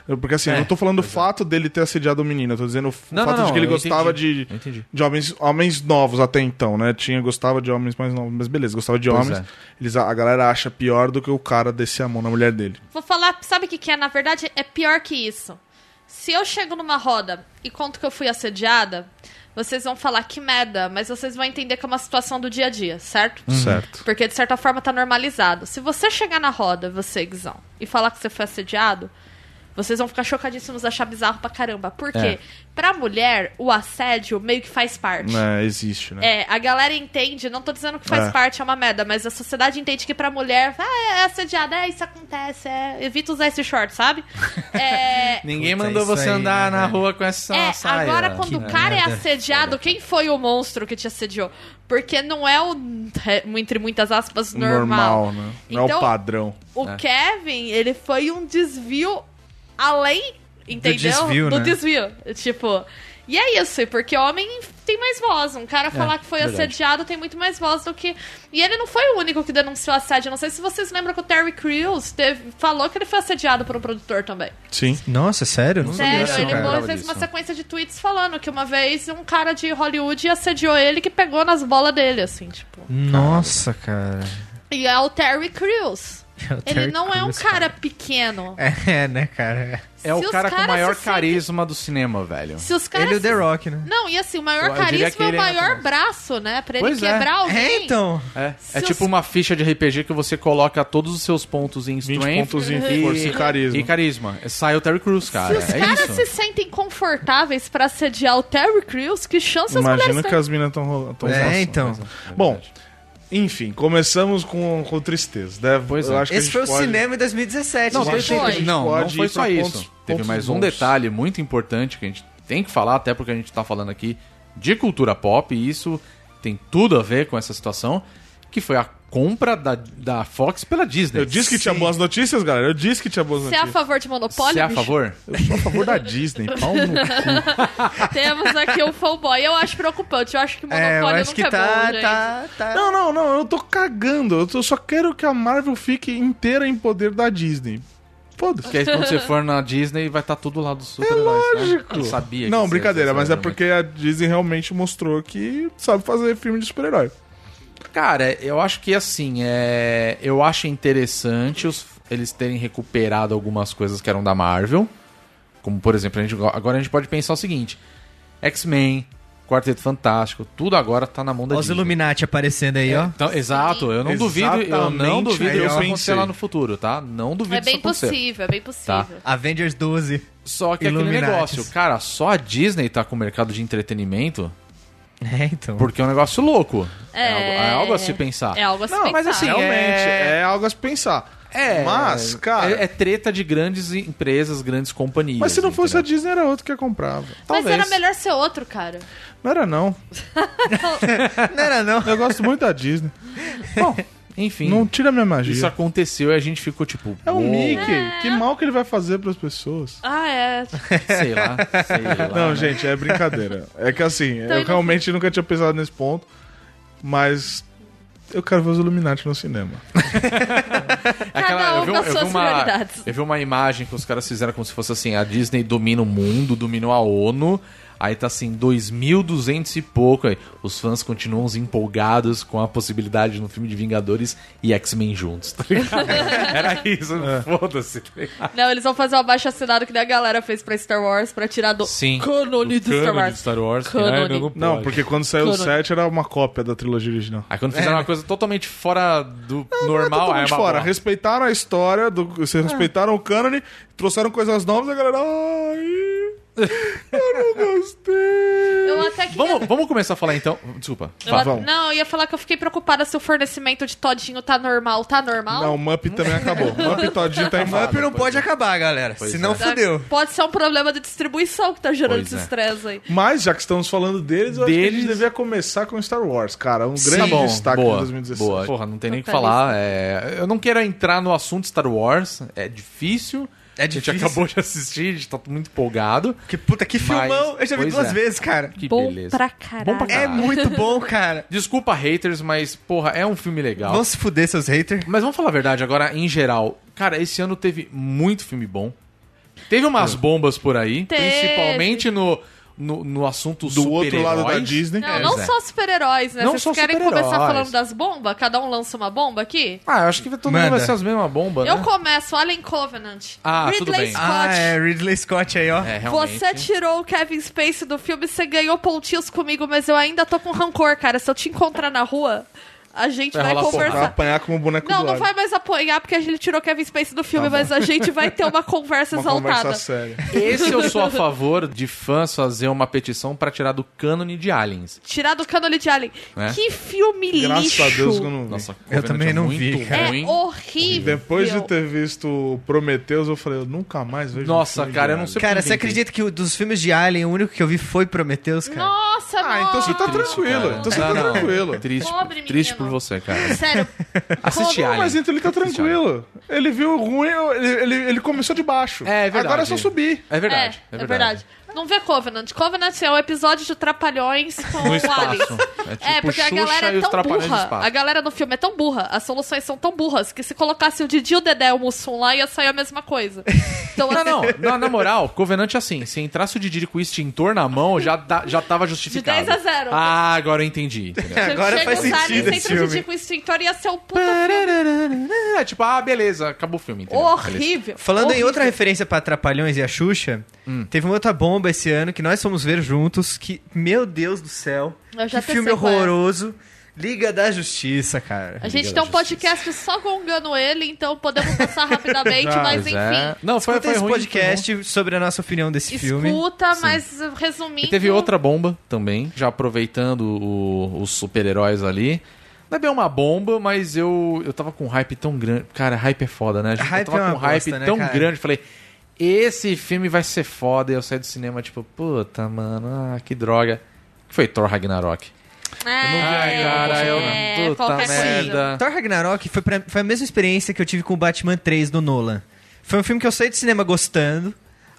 [SPEAKER 4] Eu- Porque assim,
[SPEAKER 2] É,
[SPEAKER 4] eu não tô falando do fato dele ter assediado o menino, eu tô dizendo o f-
[SPEAKER 2] Não,
[SPEAKER 4] fato
[SPEAKER 2] não,
[SPEAKER 4] de que ele
[SPEAKER 2] não, eu
[SPEAKER 4] gostava
[SPEAKER 2] entendi.
[SPEAKER 4] de.
[SPEAKER 2] Eu entendi.
[SPEAKER 4] De homens, homens novos até então, né? Tinha, gostava de homens mais novos, mas beleza, gostava de
[SPEAKER 2] Pois
[SPEAKER 4] homens.
[SPEAKER 2] é.
[SPEAKER 4] Eles, a a galera acha pior do que o cara descer a mão na mulher dele.
[SPEAKER 5] Vou falar, sabe o que, que é? Na verdade, é pior que isso. Se eu chego numa roda e conto que eu fui assediada, vocês vão falar que merda, mas vocês vão entender que é uma situação do dia a dia, certo?
[SPEAKER 2] Uhum.
[SPEAKER 4] Certo.
[SPEAKER 5] Porque de certa forma tá normalizado. Se você chegar na roda, você, Guizão, e falar que você foi assediado, vocês vão ficar chocadíssimos, achar bizarro pra caramba. Por quê? Pra mulher, o assédio meio que faz parte.
[SPEAKER 4] É, existe, né?
[SPEAKER 5] É, a galera entende, não tô dizendo que faz
[SPEAKER 4] É.
[SPEAKER 5] parte, é uma merda, mas a sociedade entende que pra mulher, ah, é assediada, é, isso acontece, é, evita usar esse short, sabe? É,
[SPEAKER 2] Ninguém
[SPEAKER 3] Puta,
[SPEAKER 2] mandou
[SPEAKER 3] isso
[SPEAKER 2] você
[SPEAKER 3] aí,
[SPEAKER 2] andar
[SPEAKER 3] né,
[SPEAKER 2] na
[SPEAKER 3] velho?
[SPEAKER 2] rua com essa
[SPEAKER 5] é,
[SPEAKER 2] saia.
[SPEAKER 5] agora quando o cara é
[SPEAKER 3] merda.
[SPEAKER 5] assediado, quem foi o monstro que te assediou? Porque não é o, é, entre muitas aspas, normal.
[SPEAKER 4] Normal, né? Não é
[SPEAKER 5] Então-
[SPEAKER 4] o padrão.
[SPEAKER 5] O
[SPEAKER 2] É.
[SPEAKER 5] Kevin, ele foi um desvio além, entendeu?
[SPEAKER 3] desvio, né?
[SPEAKER 5] desvio. Tipo, e é isso, e porque homem tem mais voz. Um
[SPEAKER 3] É,
[SPEAKER 5] cara falar que foi
[SPEAKER 2] verdade.
[SPEAKER 5] assediado tem muito mais voz do que. E ele não foi o único que denunciou assédio. Não sei se vocês lembram que o Terry Crews teve- falou que ele foi assediado por um produtor também.
[SPEAKER 4] Sim.
[SPEAKER 3] Nossa, sério? Não sabia
[SPEAKER 5] Sério,
[SPEAKER 2] disso,
[SPEAKER 5] ele
[SPEAKER 2] cara.
[SPEAKER 5] pô-
[SPEAKER 2] Lembrava
[SPEAKER 5] fez uma
[SPEAKER 2] disso.
[SPEAKER 5] sequência de tweets falando que uma vez um cara de Hollywood assediou ele que pegou nas bolas dele, assim, tipo.
[SPEAKER 3] Nossa, cara.
[SPEAKER 5] E é o Terry Crews.
[SPEAKER 3] É o
[SPEAKER 5] Ele
[SPEAKER 3] Terry
[SPEAKER 5] não é um
[SPEAKER 3] Crews,
[SPEAKER 5] cara pequeno.
[SPEAKER 3] É, né, cara?
[SPEAKER 2] É
[SPEAKER 5] Se
[SPEAKER 2] o
[SPEAKER 5] os
[SPEAKER 2] cara com o
[SPEAKER 5] caras
[SPEAKER 2] maior
[SPEAKER 5] se sentem-
[SPEAKER 2] carisma do cinema, velho.
[SPEAKER 5] Se os caras.
[SPEAKER 3] Ele e o The Rock, né?
[SPEAKER 5] Não, e assim, o
[SPEAKER 2] Eu-
[SPEAKER 5] maior
[SPEAKER 2] eu diria que
[SPEAKER 5] carisma é o
[SPEAKER 2] ele é
[SPEAKER 5] maior
[SPEAKER 2] natural.
[SPEAKER 5] braço, né? Pra ele
[SPEAKER 2] Pois é.
[SPEAKER 5] quebrar alguém.
[SPEAKER 3] É, então.
[SPEAKER 2] É,
[SPEAKER 5] Se
[SPEAKER 2] é
[SPEAKER 5] os-
[SPEAKER 2] tipo uma ficha de RPG que você coloca todos os seus pontos em
[SPEAKER 4] 20
[SPEAKER 2] strength
[SPEAKER 4] pontos em
[SPEAKER 2] e,
[SPEAKER 4] força e carisma.
[SPEAKER 2] e carisma. Sai o Terry Crews,
[SPEAKER 5] Se
[SPEAKER 2] cara.
[SPEAKER 5] os
[SPEAKER 2] é
[SPEAKER 5] caras
[SPEAKER 2] isso.
[SPEAKER 5] se sentem confortáveis pra assediar o Terry Crews, que chance as
[SPEAKER 4] Imagina
[SPEAKER 5] mulheres
[SPEAKER 4] que
[SPEAKER 5] têm?
[SPEAKER 4] as minas estão tão
[SPEAKER 3] É,
[SPEAKER 4] passando.
[SPEAKER 3] então.
[SPEAKER 2] É
[SPEAKER 4] Bom, enfim, começamos com, com tristeza. Né?
[SPEAKER 2] Pois
[SPEAKER 4] Eu
[SPEAKER 2] é.
[SPEAKER 4] acho que a
[SPEAKER 3] Esse
[SPEAKER 4] gente
[SPEAKER 3] foi o
[SPEAKER 4] pode-
[SPEAKER 3] cinema em 2017.
[SPEAKER 2] Não,
[SPEAKER 5] Sim,
[SPEAKER 2] tem-
[SPEAKER 5] acho que a
[SPEAKER 2] tem-
[SPEAKER 5] gente
[SPEAKER 2] não, não
[SPEAKER 4] pode
[SPEAKER 2] foi
[SPEAKER 4] ir
[SPEAKER 2] só
[SPEAKER 4] pra
[SPEAKER 2] isso.
[SPEAKER 4] pontos-
[SPEAKER 2] Teve
[SPEAKER 4] pontos
[SPEAKER 2] mais um
[SPEAKER 4] bons.
[SPEAKER 2] detalhe muito importante que a gente tem que falar, até porque a gente tá falando aqui de cultura pop, e isso tem tudo a ver com essa situação, que foi a compra da, da Fox pela Disney.
[SPEAKER 4] Eu disse que tinha
[SPEAKER 3] Sim.
[SPEAKER 4] boas notícias, galera. Eu disse que tinha boas
[SPEAKER 5] Você é a
[SPEAKER 4] notícias.
[SPEAKER 5] favor de monopólio?
[SPEAKER 2] Você é a
[SPEAKER 5] bicho?
[SPEAKER 2] favor?
[SPEAKER 4] Eu sou a favor da Disney. Pau no cu.
[SPEAKER 5] Temos aqui um fanboy. Eu acho preocupante. Eu acho
[SPEAKER 3] É,
[SPEAKER 5] que
[SPEAKER 3] eu
[SPEAKER 5] monopólio
[SPEAKER 3] acho
[SPEAKER 5] nunca
[SPEAKER 3] que
[SPEAKER 5] é bom,
[SPEAKER 3] tá,
[SPEAKER 5] gente.
[SPEAKER 3] tá, tá.
[SPEAKER 4] Não, não, não. Eu tô cagando. Eu tô- só quero que a Marvel fique inteira em poder da Disney. Foda-se.
[SPEAKER 2] Porque aí, quando você for na Disney, vai estar tudo lá do super heróis, né? Eu sabia.
[SPEAKER 4] Não,
[SPEAKER 2] que
[SPEAKER 4] brincadeira,
[SPEAKER 2] você-
[SPEAKER 4] mas
[SPEAKER 2] você-
[SPEAKER 4] é porque a Disney realmente mostrou que sabe fazer filme de super-herói.
[SPEAKER 2] Cara, eu acho que assim, é... eu acho interessante os- eles terem recuperado algumas coisas que eram da Marvel. Como, por exemplo, a gente... agora a gente pode pensar o seguinte: X-Men, Quarteto Fantástico, tudo agora tá na mão da
[SPEAKER 3] Ó os
[SPEAKER 2] Disney.
[SPEAKER 3] Illuminati aparecendo aí, ó.
[SPEAKER 2] Então, exato, eu não duvido, eu não
[SPEAKER 4] Exatamente,
[SPEAKER 2] duvido
[SPEAKER 4] aí eu
[SPEAKER 2] isso acontecer
[SPEAKER 4] pensei.
[SPEAKER 2] lá no futuro, tá? Não duvido
[SPEAKER 5] É bem
[SPEAKER 2] isso acontecer.
[SPEAKER 5] possível, é bem possível.
[SPEAKER 2] Tá.
[SPEAKER 3] Avengers 12.
[SPEAKER 2] Só que é aquele
[SPEAKER 3] Illuminatis.
[SPEAKER 2] negócio, cara, só a Disney tá com o mercado de entretenimento
[SPEAKER 3] É, então.
[SPEAKER 2] porque é um negócio louco.
[SPEAKER 5] É.
[SPEAKER 2] algo, é algo a se pensar.
[SPEAKER 5] É algo a se
[SPEAKER 4] Não,
[SPEAKER 5] pensar.
[SPEAKER 2] mas assim,
[SPEAKER 4] Realmente,
[SPEAKER 2] É.
[SPEAKER 4] é algo a se pensar.
[SPEAKER 2] É.
[SPEAKER 4] Mas, cara.
[SPEAKER 2] É, é treta de grandes empresas, grandes companhias.
[SPEAKER 4] Mas se não fosse a
[SPEAKER 2] entendeu?
[SPEAKER 4] Disney, era outro que a comprava.
[SPEAKER 5] Mas
[SPEAKER 2] talvez.
[SPEAKER 5] era melhor ser outro, cara.
[SPEAKER 4] Não era, não.
[SPEAKER 3] Não era, não.
[SPEAKER 4] Eu gosto muito da Disney.
[SPEAKER 2] Bom, enfim.
[SPEAKER 4] Não tira minha
[SPEAKER 2] Isso
[SPEAKER 4] magia.
[SPEAKER 2] aconteceu e a gente ficou tipo.
[SPEAKER 4] É o
[SPEAKER 2] "Uou",
[SPEAKER 4] Mickey. Que mal que ele vai fazer pras pessoas.
[SPEAKER 5] Ah, é.
[SPEAKER 2] Sei lá, sei lá.
[SPEAKER 4] não,
[SPEAKER 2] né?
[SPEAKER 4] gente, é brincadeira. É que assim,
[SPEAKER 5] Então,
[SPEAKER 4] eu
[SPEAKER 5] ele-
[SPEAKER 4] realmente nunca tinha pensado nesse ponto, mas eu quero ver os Illuminati no cinema.
[SPEAKER 5] Cada um com as
[SPEAKER 2] eu,
[SPEAKER 5] suas
[SPEAKER 2] vi uma,
[SPEAKER 5] prioridades.
[SPEAKER 2] eu vi uma imagem que os caras fizeram como se fosse assim: a Disney domina o mundo, dominou a ONU. Aí tá assim, 2.200 e pouco. Aí, os fãs continuam empolgados com a possibilidade de um filme de Vingadores e X-Men juntos, tá ligado? Era isso, foda-se. tá ligado?
[SPEAKER 5] Não, eles vão fazer o abaixo assinado que nem a galera fez pra Star Wars pra tirar do
[SPEAKER 2] Sim.
[SPEAKER 5] cânone do Star Wars. Cânone.
[SPEAKER 4] Não, porque quando saiu o
[SPEAKER 5] Claro.
[SPEAKER 4] 7 era uma cópia da trilogia original.
[SPEAKER 5] É,
[SPEAKER 2] Aí quando
[SPEAKER 5] né?
[SPEAKER 2] fizeram uma coisa totalmente fora do
[SPEAKER 4] Tá
[SPEAKER 2] normal, aí é
[SPEAKER 4] totalmente
[SPEAKER 2] uma
[SPEAKER 4] fora.
[SPEAKER 2] bosta.
[SPEAKER 4] Respeitaram a história, do, vocês respeitaram o cânone, trouxeram coisas novas e a galera. Ai, eu não gostei.
[SPEAKER 5] Eu até que.
[SPEAKER 2] Vamos, vamos começar a falar então. Desculpa.
[SPEAKER 5] Eu a-
[SPEAKER 4] Vamos.
[SPEAKER 5] Não, eu ia falar que eu fiquei preocupada se o fornecimento de todinho tá normal. Tá normal?
[SPEAKER 4] Não, o Mup também acabou. Mup todinho tá em
[SPEAKER 3] O Up
[SPEAKER 4] Mup.
[SPEAKER 3] não pode acabar, galera. Senão
[SPEAKER 2] é.
[SPEAKER 5] Tá-
[SPEAKER 3] fudeu.
[SPEAKER 5] Pode ser um problema de distribuição que tá gerando
[SPEAKER 2] Pois
[SPEAKER 5] esse
[SPEAKER 2] é.
[SPEAKER 5] estresse aí.
[SPEAKER 4] Mas já que estamos falando deles, eu acho que a
[SPEAKER 2] Deles.
[SPEAKER 4] gente devia começar com Star Wars, cara. Um grande
[SPEAKER 2] Tá bom,
[SPEAKER 4] destaque
[SPEAKER 2] boa,
[SPEAKER 4] de 2016.
[SPEAKER 2] Boa. Porra, não tem nem o que
[SPEAKER 5] Totalista.
[SPEAKER 2] falar. é, Eu não quero entrar no assunto Star Wars. É difícil.
[SPEAKER 3] É
[SPEAKER 2] A gente
[SPEAKER 3] difícil.
[SPEAKER 2] acabou de assistir, a gente tá muito empolgado.
[SPEAKER 3] Que puta, que
[SPEAKER 2] Mas-
[SPEAKER 3] filmão. Eu já vi
[SPEAKER 2] pois
[SPEAKER 3] duas
[SPEAKER 2] é. Ah.
[SPEAKER 3] vezes, cara.
[SPEAKER 2] Que
[SPEAKER 5] Bom
[SPEAKER 2] beleza.
[SPEAKER 5] pra caralho.
[SPEAKER 2] Bom pra
[SPEAKER 3] É
[SPEAKER 2] caralho.
[SPEAKER 3] muito bom, cara.
[SPEAKER 2] Desculpa, haters, mas, porra, é um filme legal.
[SPEAKER 3] Vão se fuder, seus haters.
[SPEAKER 2] Mas vamos falar a verdade agora, em geral. Cara, esse ano
[SPEAKER 3] Hum.
[SPEAKER 2] teve muito filme bom. Teve umas bombas por aí,
[SPEAKER 5] Teve.
[SPEAKER 2] principalmente no no, no assunto
[SPEAKER 4] Do outro lado da
[SPEAKER 2] super-heróis.
[SPEAKER 4] Disney.
[SPEAKER 5] Não,
[SPEAKER 2] É,
[SPEAKER 5] não
[SPEAKER 2] Zé.
[SPEAKER 5] só super-heróis, né?
[SPEAKER 2] Não só
[SPEAKER 5] Vocês querem
[SPEAKER 2] super-heróis.
[SPEAKER 5] começar falando das bombas? Cada um lança uma bomba aqui?
[SPEAKER 2] Ah, eu acho que todo mundo vai
[SPEAKER 3] Manda.
[SPEAKER 2] ser as mesmas bombas,
[SPEAKER 5] Eu
[SPEAKER 2] né?
[SPEAKER 5] começo, Alien Covenant.
[SPEAKER 2] Ah,
[SPEAKER 5] Ridley
[SPEAKER 2] tudo bem.
[SPEAKER 5] Scott.
[SPEAKER 3] Ah, é, Ridley Scott aí, ó.
[SPEAKER 2] É, realmente.
[SPEAKER 5] Você tirou o Kevin Spacey do filme, você ganhou pontinhos comigo, mas eu ainda tô com rancor, cara. Se eu te encontrar na rua, a gente
[SPEAKER 2] Vai
[SPEAKER 5] vai,
[SPEAKER 2] rolar
[SPEAKER 4] Vai
[SPEAKER 5] conversar.
[SPEAKER 4] apanhar como boneco
[SPEAKER 5] Não,
[SPEAKER 4] do
[SPEAKER 5] não
[SPEAKER 4] ar.
[SPEAKER 5] vai mais apoiar porque a gente tirou Kevin Spacey do filme, mas a gente vai ter uma conversa
[SPEAKER 4] Tá Uma
[SPEAKER 5] exaltada.
[SPEAKER 4] conversa assim. séria.
[SPEAKER 2] Esse eu sou a favor de fãs fazer uma petição pra tirar do cânone de Aliens.
[SPEAKER 5] Tirar do cânone de Alien.
[SPEAKER 2] Né?
[SPEAKER 5] Que filme
[SPEAKER 4] Graças
[SPEAKER 5] lixo.
[SPEAKER 4] a Deus que eu não vi.
[SPEAKER 2] Nossa,
[SPEAKER 3] Eu
[SPEAKER 2] Covenant
[SPEAKER 3] também
[SPEAKER 2] é
[SPEAKER 3] não
[SPEAKER 2] muito
[SPEAKER 3] vi,
[SPEAKER 5] É
[SPEAKER 3] cara.
[SPEAKER 2] ruim.
[SPEAKER 5] horrível.
[SPEAKER 4] Depois de ter visto Prometheus, eu falei, eu nunca mais vejo um
[SPEAKER 2] Nossa,
[SPEAKER 4] filme
[SPEAKER 2] cara, eu
[SPEAKER 4] de
[SPEAKER 2] não sei
[SPEAKER 3] Cara,
[SPEAKER 2] por
[SPEAKER 3] você
[SPEAKER 2] que tem-
[SPEAKER 3] acredita que o- dos filmes de Alien, o único que eu vi foi Prometheus, cara?
[SPEAKER 5] Nossa,
[SPEAKER 4] Ah,
[SPEAKER 5] nossa.
[SPEAKER 4] então você tá
[SPEAKER 2] Triste,
[SPEAKER 4] tranquilo.
[SPEAKER 2] cara.
[SPEAKER 4] Então você
[SPEAKER 2] Não,
[SPEAKER 4] tá
[SPEAKER 2] não,
[SPEAKER 4] tranquilo.
[SPEAKER 2] Triste,
[SPEAKER 5] Pobre
[SPEAKER 2] triste
[SPEAKER 5] menino.
[SPEAKER 2] por você, cara.
[SPEAKER 5] Sério.
[SPEAKER 2] Assiste
[SPEAKER 5] Como?
[SPEAKER 4] Não,
[SPEAKER 2] Alien.
[SPEAKER 4] mas então ele tá tranquilo. Ele viu ruim, ele, ele, ele começou de baixo.
[SPEAKER 2] É, é verdade.
[SPEAKER 4] Agora é só subir.
[SPEAKER 2] É verdade. É, verdade.
[SPEAKER 5] Não vê Covenant. Covenant é um episódio de Trapalhões com
[SPEAKER 2] No
[SPEAKER 5] aliens.
[SPEAKER 2] espaço. É, tipo
[SPEAKER 5] É, porque a
[SPEAKER 2] Xuxa
[SPEAKER 5] galera
[SPEAKER 2] e
[SPEAKER 5] é
[SPEAKER 2] os
[SPEAKER 5] tão
[SPEAKER 2] Trapalhões do
[SPEAKER 5] burra.
[SPEAKER 2] espaço.
[SPEAKER 5] A galera no filme é tão burra, as soluções são tão burras que se colocasse o Didi, o Dedé e o Mussum lá, ia sair a mesma coisa. Então,
[SPEAKER 2] Não,
[SPEAKER 5] assim,
[SPEAKER 2] não, na, na moral, Covenant é assim, se entrasse o Didiri com o extintor na mão, já, dá- já tava justificado.
[SPEAKER 5] 10 a 0.
[SPEAKER 2] Ah, agora eu entendi. entendeu?
[SPEAKER 5] chega-
[SPEAKER 3] Agora
[SPEAKER 5] chega um
[SPEAKER 3] faz
[SPEAKER 5] o Sarah e
[SPEAKER 3] sentido
[SPEAKER 5] senta
[SPEAKER 3] esse
[SPEAKER 5] o Didi
[SPEAKER 3] filme.
[SPEAKER 5] com o extintor, ia ser um puta filme
[SPEAKER 2] É tipo, ah, beleza, acabou o filme. entendeu? Beleza.
[SPEAKER 5] horrível.
[SPEAKER 3] Falando em
[SPEAKER 5] Horrível.
[SPEAKER 3] outra referência pra Trapalhões e a Xuxa,
[SPEAKER 2] Hum.
[SPEAKER 3] teve uma outra bomba esse ano que nós fomos ver juntos, que, meu Deus do céu,
[SPEAKER 5] Eu já
[SPEAKER 3] que
[SPEAKER 5] até
[SPEAKER 3] filme
[SPEAKER 5] sei qual é.
[SPEAKER 3] horroroso. Liga da Justiça, cara.
[SPEAKER 5] A gente tem um podcast só gongando ele, então podemos passar rapidamente, mas
[SPEAKER 2] Pois é.
[SPEAKER 5] enfim.
[SPEAKER 2] Não, foi,
[SPEAKER 3] Escuta
[SPEAKER 2] foi
[SPEAKER 3] esse
[SPEAKER 2] ruim. foi ruim.
[SPEAKER 3] podcast sobre a nossa opinião desse filme.
[SPEAKER 5] Escuta, mas resumindo.
[SPEAKER 2] E teve outra bomba também, já aproveitando o- os super-heróis ali. Não é bem uma bomba, mas eu, eu tava com um hype tão grande. Cara, hype é foda, né? eu
[SPEAKER 3] Hype
[SPEAKER 2] tava
[SPEAKER 3] é uma
[SPEAKER 2] com um hype
[SPEAKER 3] bosta, né,
[SPEAKER 2] tão
[SPEAKER 3] cara?
[SPEAKER 2] grande, falei, esse filme vai ser foda. E eu saí do cinema, tipo, puta, mano, ah, que droga. Que foi Thor Ragnarok.
[SPEAKER 5] É,
[SPEAKER 2] Ai, cara, eu.
[SPEAKER 5] é,
[SPEAKER 2] Puta
[SPEAKER 5] qualquer coisa.
[SPEAKER 2] merda.
[SPEAKER 3] Thor Ragnarok foi, pra- foi a mesma experiência que eu tive com o Batman 3 do Nolan. Foi um filme que eu saí do cinema gostando,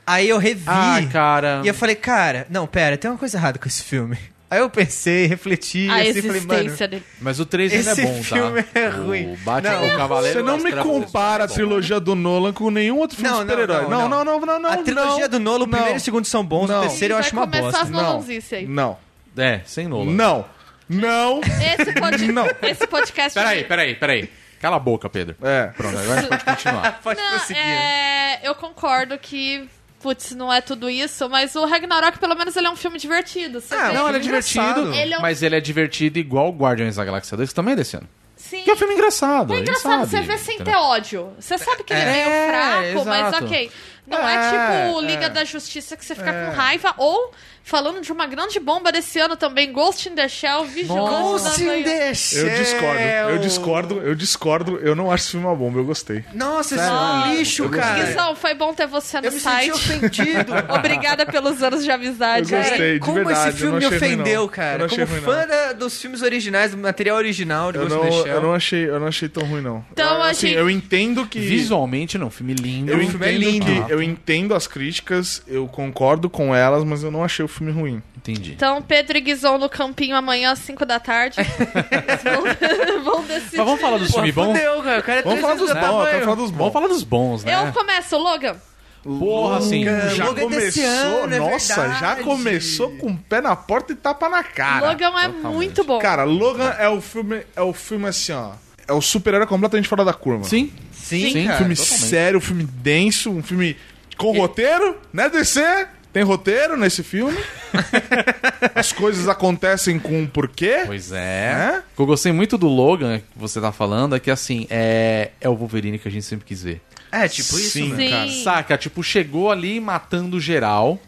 [SPEAKER 3] aí eu revi.
[SPEAKER 2] Ah, cara.
[SPEAKER 3] E eu falei, cara, não, pera, tem uma coisa errada com esse filme. Aí eu pensei, refleti,
[SPEAKER 5] A
[SPEAKER 3] assim, falei, mano...
[SPEAKER 5] existência dele.
[SPEAKER 2] Mas o 3 ainda é
[SPEAKER 3] Esse
[SPEAKER 2] bom,
[SPEAKER 3] filme
[SPEAKER 2] tá?
[SPEAKER 3] é ruim.
[SPEAKER 2] O Batman
[SPEAKER 3] Não,
[SPEAKER 2] o Cavaleiro.
[SPEAKER 4] Você não
[SPEAKER 2] das
[SPEAKER 4] me
[SPEAKER 2] Trevas é
[SPEAKER 4] compara a
[SPEAKER 2] bom.
[SPEAKER 4] trilogia do Nolan com nenhum outro filme
[SPEAKER 3] Não,
[SPEAKER 4] de super-herói.
[SPEAKER 3] não, não,
[SPEAKER 4] Não, não, não, não, não.
[SPEAKER 3] a trilogia
[SPEAKER 4] Ah, não,
[SPEAKER 3] do Nolan, o
[SPEAKER 4] não,
[SPEAKER 3] primeiro e o segundo são bons,
[SPEAKER 4] Não.
[SPEAKER 3] o terceiro eu
[SPEAKER 5] Vai
[SPEAKER 3] acho uma
[SPEAKER 5] começar
[SPEAKER 3] bosta.
[SPEAKER 5] as
[SPEAKER 4] Não.
[SPEAKER 5] nolanzices aí.
[SPEAKER 4] Não,
[SPEAKER 2] É, sem Nolan.
[SPEAKER 4] não, não.
[SPEAKER 5] Esse, pod...
[SPEAKER 4] Não.
[SPEAKER 5] Esse podcast.
[SPEAKER 2] Peraí, peraí, peraí. Cala a boca, Pedro.
[SPEAKER 4] É.
[SPEAKER 2] Pronto, agora a gente pode continuar.
[SPEAKER 3] Pode
[SPEAKER 5] Não,
[SPEAKER 3] prosseguir.
[SPEAKER 5] é, eu concordo que, putz, não é tudo isso, mas o Ragnarok, pelo menos, ele é um filme divertido. você
[SPEAKER 3] Ah,
[SPEAKER 5] vê.
[SPEAKER 3] não,
[SPEAKER 2] Não, ele é
[SPEAKER 3] engraçado.
[SPEAKER 2] divertido,
[SPEAKER 5] Ele é um-
[SPEAKER 2] mas ele é divertido igual Guardiões da Galáxia 2, que também é desse ano.
[SPEAKER 5] Sim.
[SPEAKER 2] Que é um filme engraçado.
[SPEAKER 5] É
[SPEAKER 2] ele sabe,
[SPEAKER 5] engraçado, você vê sem ter
[SPEAKER 2] entendeu?
[SPEAKER 5] ódio. Você sabe que ele é,
[SPEAKER 2] É,
[SPEAKER 5] meio fraco, mas
[SPEAKER 2] exato.
[SPEAKER 5] ok. Não é,
[SPEAKER 2] É,
[SPEAKER 5] tipo Liga da Justiça que você fica com raiva. Ou, falando de uma grande bomba desse ano também, Ghost in the Shell, Vigilante.
[SPEAKER 3] Ghost in the
[SPEAKER 4] Eu
[SPEAKER 3] Shell.
[SPEAKER 4] discordo, eu discordo, eu discordo. Eu não acho esse filme uma bomba, eu gostei.
[SPEAKER 3] Nossa, esse é um lixo, cara.
[SPEAKER 5] Guizão, foi bom ter você no
[SPEAKER 3] Eu me senti
[SPEAKER 5] site.
[SPEAKER 3] ofendido.
[SPEAKER 5] Obrigada pelos anos de amizade.
[SPEAKER 4] Eu gostei.
[SPEAKER 5] É.
[SPEAKER 4] de
[SPEAKER 3] como
[SPEAKER 4] verdade,
[SPEAKER 3] esse
[SPEAKER 4] eu não
[SPEAKER 3] filme me
[SPEAKER 4] achei ruim, não.
[SPEAKER 3] ofendeu,
[SPEAKER 4] Eu
[SPEAKER 3] cara.
[SPEAKER 4] não achei
[SPEAKER 3] Como
[SPEAKER 4] ruim,
[SPEAKER 3] fã da- dos filmes originais, do material original de
[SPEAKER 4] Eu
[SPEAKER 3] Ghost in
[SPEAKER 4] não,
[SPEAKER 3] the Shell.
[SPEAKER 4] eu não achei, eu não achei tão ruim não.
[SPEAKER 5] Então,
[SPEAKER 4] eu,
[SPEAKER 5] a
[SPEAKER 4] assim,
[SPEAKER 5] gente-
[SPEAKER 4] eu entendo que
[SPEAKER 2] Visualmente, não. Filme lindo.
[SPEAKER 4] Eu
[SPEAKER 3] O filme é
[SPEAKER 4] entendo,
[SPEAKER 3] lindo.
[SPEAKER 4] que- eu entendo as críticas, eu concordo com elas, mas eu não achei o filme ruim.
[SPEAKER 2] Ah, Entendi.
[SPEAKER 5] Então, Pedro e Guizão no campinho amanhã às 5 da tarde. Eles vão, vão decidir.
[SPEAKER 2] Mas vamos falar dos
[SPEAKER 3] Pô,
[SPEAKER 2] filmes bons?
[SPEAKER 3] fudeu, cara. O cara é
[SPEAKER 4] Vamos
[SPEAKER 3] três
[SPEAKER 4] falar
[SPEAKER 3] vezes
[SPEAKER 4] dos
[SPEAKER 3] do
[SPEAKER 4] bons,
[SPEAKER 3] tamanho.
[SPEAKER 4] quero falar dos
[SPEAKER 2] Vamos
[SPEAKER 4] bons.
[SPEAKER 2] falar dos bons, né?
[SPEAKER 5] Eu começo, Logan.
[SPEAKER 2] Porra, assim.
[SPEAKER 3] Cara,
[SPEAKER 4] Já
[SPEAKER 3] Logan é desse
[SPEAKER 4] começou,
[SPEAKER 3] ano, é
[SPEAKER 4] nossa, já
[SPEAKER 3] verdade.
[SPEAKER 4] começou com o pé na porta e tapa na cara.
[SPEAKER 5] Logan é
[SPEAKER 2] totalmente.
[SPEAKER 5] muito bom.
[SPEAKER 4] Cara, Logan é o filme, é o filme assim, ó. É o super-herói completamente fora da curva.
[SPEAKER 2] Sim.
[SPEAKER 3] Sim,
[SPEAKER 2] Sim,
[SPEAKER 3] cara.
[SPEAKER 4] Um filme
[SPEAKER 2] totalmente.
[SPEAKER 4] sério, um filme denso, um filme com roteiro, né, DC? Tem roteiro nesse filme. As coisas acontecem com um porquê.
[SPEAKER 2] Pois é.
[SPEAKER 4] né?
[SPEAKER 2] O que eu gostei muito do Logan, que você tá falando, é que assim, é, é o Wolverine que a gente sempre quis ver.
[SPEAKER 3] É, tipo isso,
[SPEAKER 4] Sim.
[SPEAKER 3] mano.
[SPEAKER 5] Sim.
[SPEAKER 2] Saca? Tipo, chegou ali matando geral.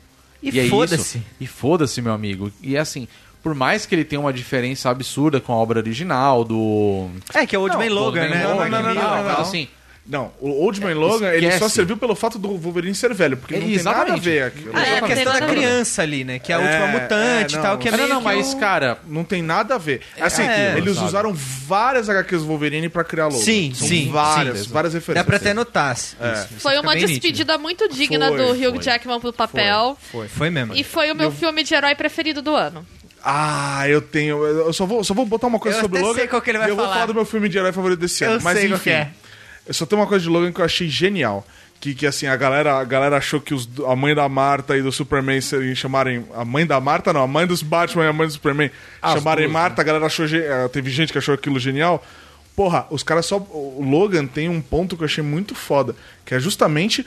[SPEAKER 3] E
[SPEAKER 2] é isso.
[SPEAKER 3] foda-se.
[SPEAKER 2] E foda-se, meu amigo. E assim, por mais que ele tenha uma diferença absurda com a obra original do.
[SPEAKER 3] É, que é o Old
[SPEAKER 4] Não,
[SPEAKER 3] Man Logan,
[SPEAKER 2] do
[SPEAKER 3] né?
[SPEAKER 4] Logan,
[SPEAKER 2] Não,
[SPEAKER 4] não, não, não,
[SPEAKER 2] Mas
[SPEAKER 4] não.
[SPEAKER 2] assim,
[SPEAKER 4] Não, o Old Man Logan, ele só
[SPEAKER 2] Esquece.
[SPEAKER 4] serviu pelo fato do Wolverine ser velho, porque
[SPEAKER 2] É,
[SPEAKER 4] não tem
[SPEAKER 2] exatamente.
[SPEAKER 4] nada a ver aquilo.
[SPEAKER 3] Ah, é a
[SPEAKER 5] Exatamente.
[SPEAKER 3] questão da
[SPEAKER 5] Exatamente.
[SPEAKER 3] criança ali, né? Que é a
[SPEAKER 4] É,
[SPEAKER 3] última mutante
[SPEAKER 4] é, um-
[SPEAKER 3] e
[SPEAKER 4] não.
[SPEAKER 3] tal, que é
[SPEAKER 2] Ah,
[SPEAKER 3] meio
[SPEAKER 2] não, não,
[SPEAKER 3] que
[SPEAKER 2] mas,
[SPEAKER 3] o-
[SPEAKER 2] cara.
[SPEAKER 4] Não tem nada a ver.
[SPEAKER 3] É,
[SPEAKER 4] Assim,
[SPEAKER 3] aquilo,
[SPEAKER 4] eles
[SPEAKER 2] sabe?
[SPEAKER 4] usaram várias HQs do Wolverine pra criar Logan.
[SPEAKER 3] Sim,
[SPEAKER 4] São
[SPEAKER 3] sim,
[SPEAKER 4] Várias,
[SPEAKER 2] sim.
[SPEAKER 4] várias
[SPEAKER 3] Dá
[SPEAKER 4] referências.
[SPEAKER 3] pra até notar. isso. Isso
[SPEAKER 5] Foi
[SPEAKER 3] fica
[SPEAKER 5] uma
[SPEAKER 3] bem nítido.
[SPEAKER 5] despedida muito digna
[SPEAKER 4] Foi,
[SPEAKER 5] do Hugh
[SPEAKER 4] foi.
[SPEAKER 5] Jackman pro papel.
[SPEAKER 4] Foi.
[SPEAKER 3] Foi mesmo.
[SPEAKER 5] E foi o meu filme de herói preferido do ano.
[SPEAKER 4] Ah, eu tenho. Eu só vou, só vou botar uma coisa
[SPEAKER 3] Eu
[SPEAKER 4] sobre
[SPEAKER 3] até
[SPEAKER 4] Logan.
[SPEAKER 3] sei qual que ele vai
[SPEAKER 4] e eu vou
[SPEAKER 3] falar.
[SPEAKER 4] falar do meu filme de herói favorito desse
[SPEAKER 3] Eu
[SPEAKER 4] ano. Mas
[SPEAKER 3] sei
[SPEAKER 4] enfim,
[SPEAKER 3] qual que é.
[SPEAKER 4] eu só tenho uma coisa de Logan que eu achei genial. Que, que assim, a galera, a galera achou que os do- a mãe da Marta e do Superman seriam chamarem. A mãe da Marta, não, a mãe dos Batman e a mãe do Superman
[SPEAKER 2] As
[SPEAKER 4] chamarem
[SPEAKER 2] duas, né?
[SPEAKER 4] Marta, a galera achou. ge- eh, Teve gente que achou aquilo genial. Porra, os caras só. O Logan tem um ponto que eu achei muito foda, que é justamente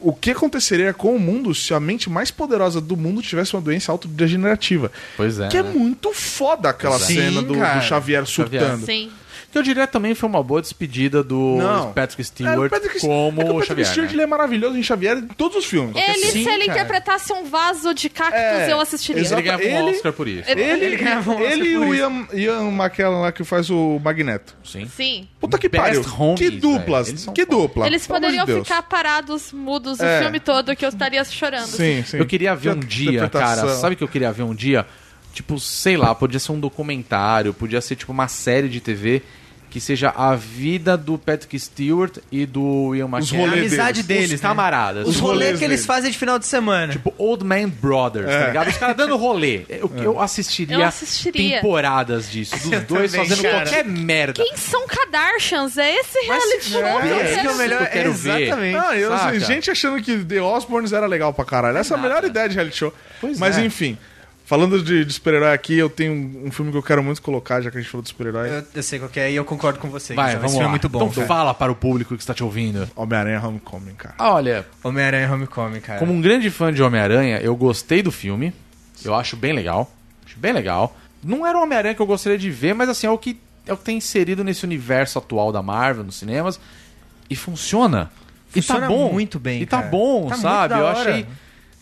[SPEAKER 4] o que aconteceria com o mundo se a mente mais poderosa do mundo tivesse uma doença autodegenerativa.
[SPEAKER 2] Pois é,
[SPEAKER 4] Que é
[SPEAKER 2] né? é.
[SPEAKER 4] muito foda aquela
[SPEAKER 3] Sim,
[SPEAKER 4] cena do, do
[SPEAKER 3] cara.
[SPEAKER 4] Xavier surtando.
[SPEAKER 5] Sim.
[SPEAKER 2] Que eu diria também foi uma boa despedida do
[SPEAKER 4] Não.
[SPEAKER 2] Patrick
[SPEAKER 4] É,
[SPEAKER 2] Stewart
[SPEAKER 4] o Patrick-
[SPEAKER 2] como
[SPEAKER 4] é que o Patrick
[SPEAKER 2] Xavier.
[SPEAKER 4] Stewart
[SPEAKER 2] né?
[SPEAKER 4] ele é maravilhoso em Xavier em todos os filmes.
[SPEAKER 5] Ele,
[SPEAKER 3] Sim,
[SPEAKER 5] se ele
[SPEAKER 3] cara.
[SPEAKER 5] interpretasse um vaso de cactos,
[SPEAKER 4] É,
[SPEAKER 5] eu assistiria.
[SPEAKER 2] Ele
[SPEAKER 4] exatamente.
[SPEAKER 2] ganhava um
[SPEAKER 4] Ele-
[SPEAKER 2] Oscar por isso.
[SPEAKER 5] Ele-
[SPEAKER 4] Ele,
[SPEAKER 3] Ele ganhava um Oscar
[SPEAKER 4] ele e
[SPEAKER 3] por isso.
[SPEAKER 4] o Ian, Ian McKellen lá que faz o Magneto.
[SPEAKER 2] Sim.
[SPEAKER 5] Sim.
[SPEAKER 4] Puta que
[SPEAKER 2] Best
[SPEAKER 4] pariu.
[SPEAKER 2] homies,
[SPEAKER 4] que
[SPEAKER 2] velho.
[SPEAKER 4] duplas.
[SPEAKER 2] Eles são
[SPEAKER 4] Que
[SPEAKER 2] foda.
[SPEAKER 4] dupla.
[SPEAKER 5] Eles
[SPEAKER 4] pelo amor de
[SPEAKER 5] poderiam
[SPEAKER 4] Deus.
[SPEAKER 5] ficar parados, mudos,
[SPEAKER 4] É.
[SPEAKER 5] o filme todo, que eu estaria chorando.
[SPEAKER 4] Sim, sim.
[SPEAKER 2] Eu queria ver um
[SPEAKER 4] Que
[SPEAKER 2] dia, cara.
[SPEAKER 4] interpretação.
[SPEAKER 2] Sabe o que eu queria ver um dia? Tipo, sei lá, podia ser um documentário, podia ser tipo uma série de TV que seja a vida do Patrick Stewart e do Ian
[SPEAKER 4] Os
[SPEAKER 2] McKellen.
[SPEAKER 3] A
[SPEAKER 4] rolês
[SPEAKER 3] amizade
[SPEAKER 4] deles.
[SPEAKER 3] deles,
[SPEAKER 2] Os
[SPEAKER 3] né?
[SPEAKER 2] camaradas.
[SPEAKER 3] Os
[SPEAKER 4] Os
[SPEAKER 3] rolês
[SPEAKER 4] rolês
[SPEAKER 3] que eles
[SPEAKER 4] deles.
[SPEAKER 3] fazem de final de semana.
[SPEAKER 2] Tipo, Old Man Brothers,
[SPEAKER 3] É.
[SPEAKER 2] tá ligado? Os caras dando rolê. Eu, eu assistiria
[SPEAKER 5] Eu assistiria.
[SPEAKER 2] temporadas disso, dos
[SPEAKER 3] Eu
[SPEAKER 2] dois
[SPEAKER 3] também,
[SPEAKER 2] fazendo
[SPEAKER 3] cara.
[SPEAKER 2] qualquer merda.
[SPEAKER 5] Quem são Kardashians? É esse reality show
[SPEAKER 2] É,
[SPEAKER 5] que eu
[SPEAKER 2] esse que é
[SPEAKER 5] quero.
[SPEAKER 2] o melhor.
[SPEAKER 3] Eu quero ver.
[SPEAKER 2] Exatamente.
[SPEAKER 4] Ah, eu,
[SPEAKER 2] Saca?
[SPEAKER 4] gente achando que The Osborns era legal pra caralho. Essa é a melhor ideia de reality show.
[SPEAKER 2] Pois
[SPEAKER 4] Mas
[SPEAKER 2] é.
[SPEAKER 4] enfim, falando de, de super-herói aqui, eu tenho um um filme que eu quero muito colocar, já que a gente falou de super-herói.
[SPEAKER 3] Eu, eu sei qual que é e eu concordo com você.
[SPEAKER 2] Vai,
[SPEAKER 3] Guizão.
[SPEAKER 2] vamos
[SPEAKER 3] Esse filme
[SPEAKER 2] lá.
[SPEAKER 3] é muito bom.
[SPEAKER 2] então
[SPEAKER 3] cara.
[SPEAKER 2] fala para o público que está te ouvindo.
[SPEAKER 4] Homem-Aranha Homecoming, cara.
[SPEAKER 2] Olha,
[SPEAKER 3] Homem-Aranha Homecoming, cara.
[SPEAKER 2] Como um grande fã de Homem-Aranha, eu gostei do filme. Eu acho bem legal. Acho bem legal. Não era o Homem-Aranha que eu gostaria de ver, mas assim, é o que é o que tem inserido nesse universo atual da Marvel, nos cinemas. E funciona.
[SPEAKER 3] Funciona
[SPEAKER 2] e tá bom.
[SPEAKER 3] muito bem,
[SPEAKER 2] E tá
[SPEAKER 3] cara.
[SPEAKER 2] bom,
[SPEAKER 3] Tá muito
[SPEAKER 2] sabe?
[SPEAKER 3] da
[SPEAKER 2] Eu
[SPEAKER 3] hora.
[SPEAKER 2] achei.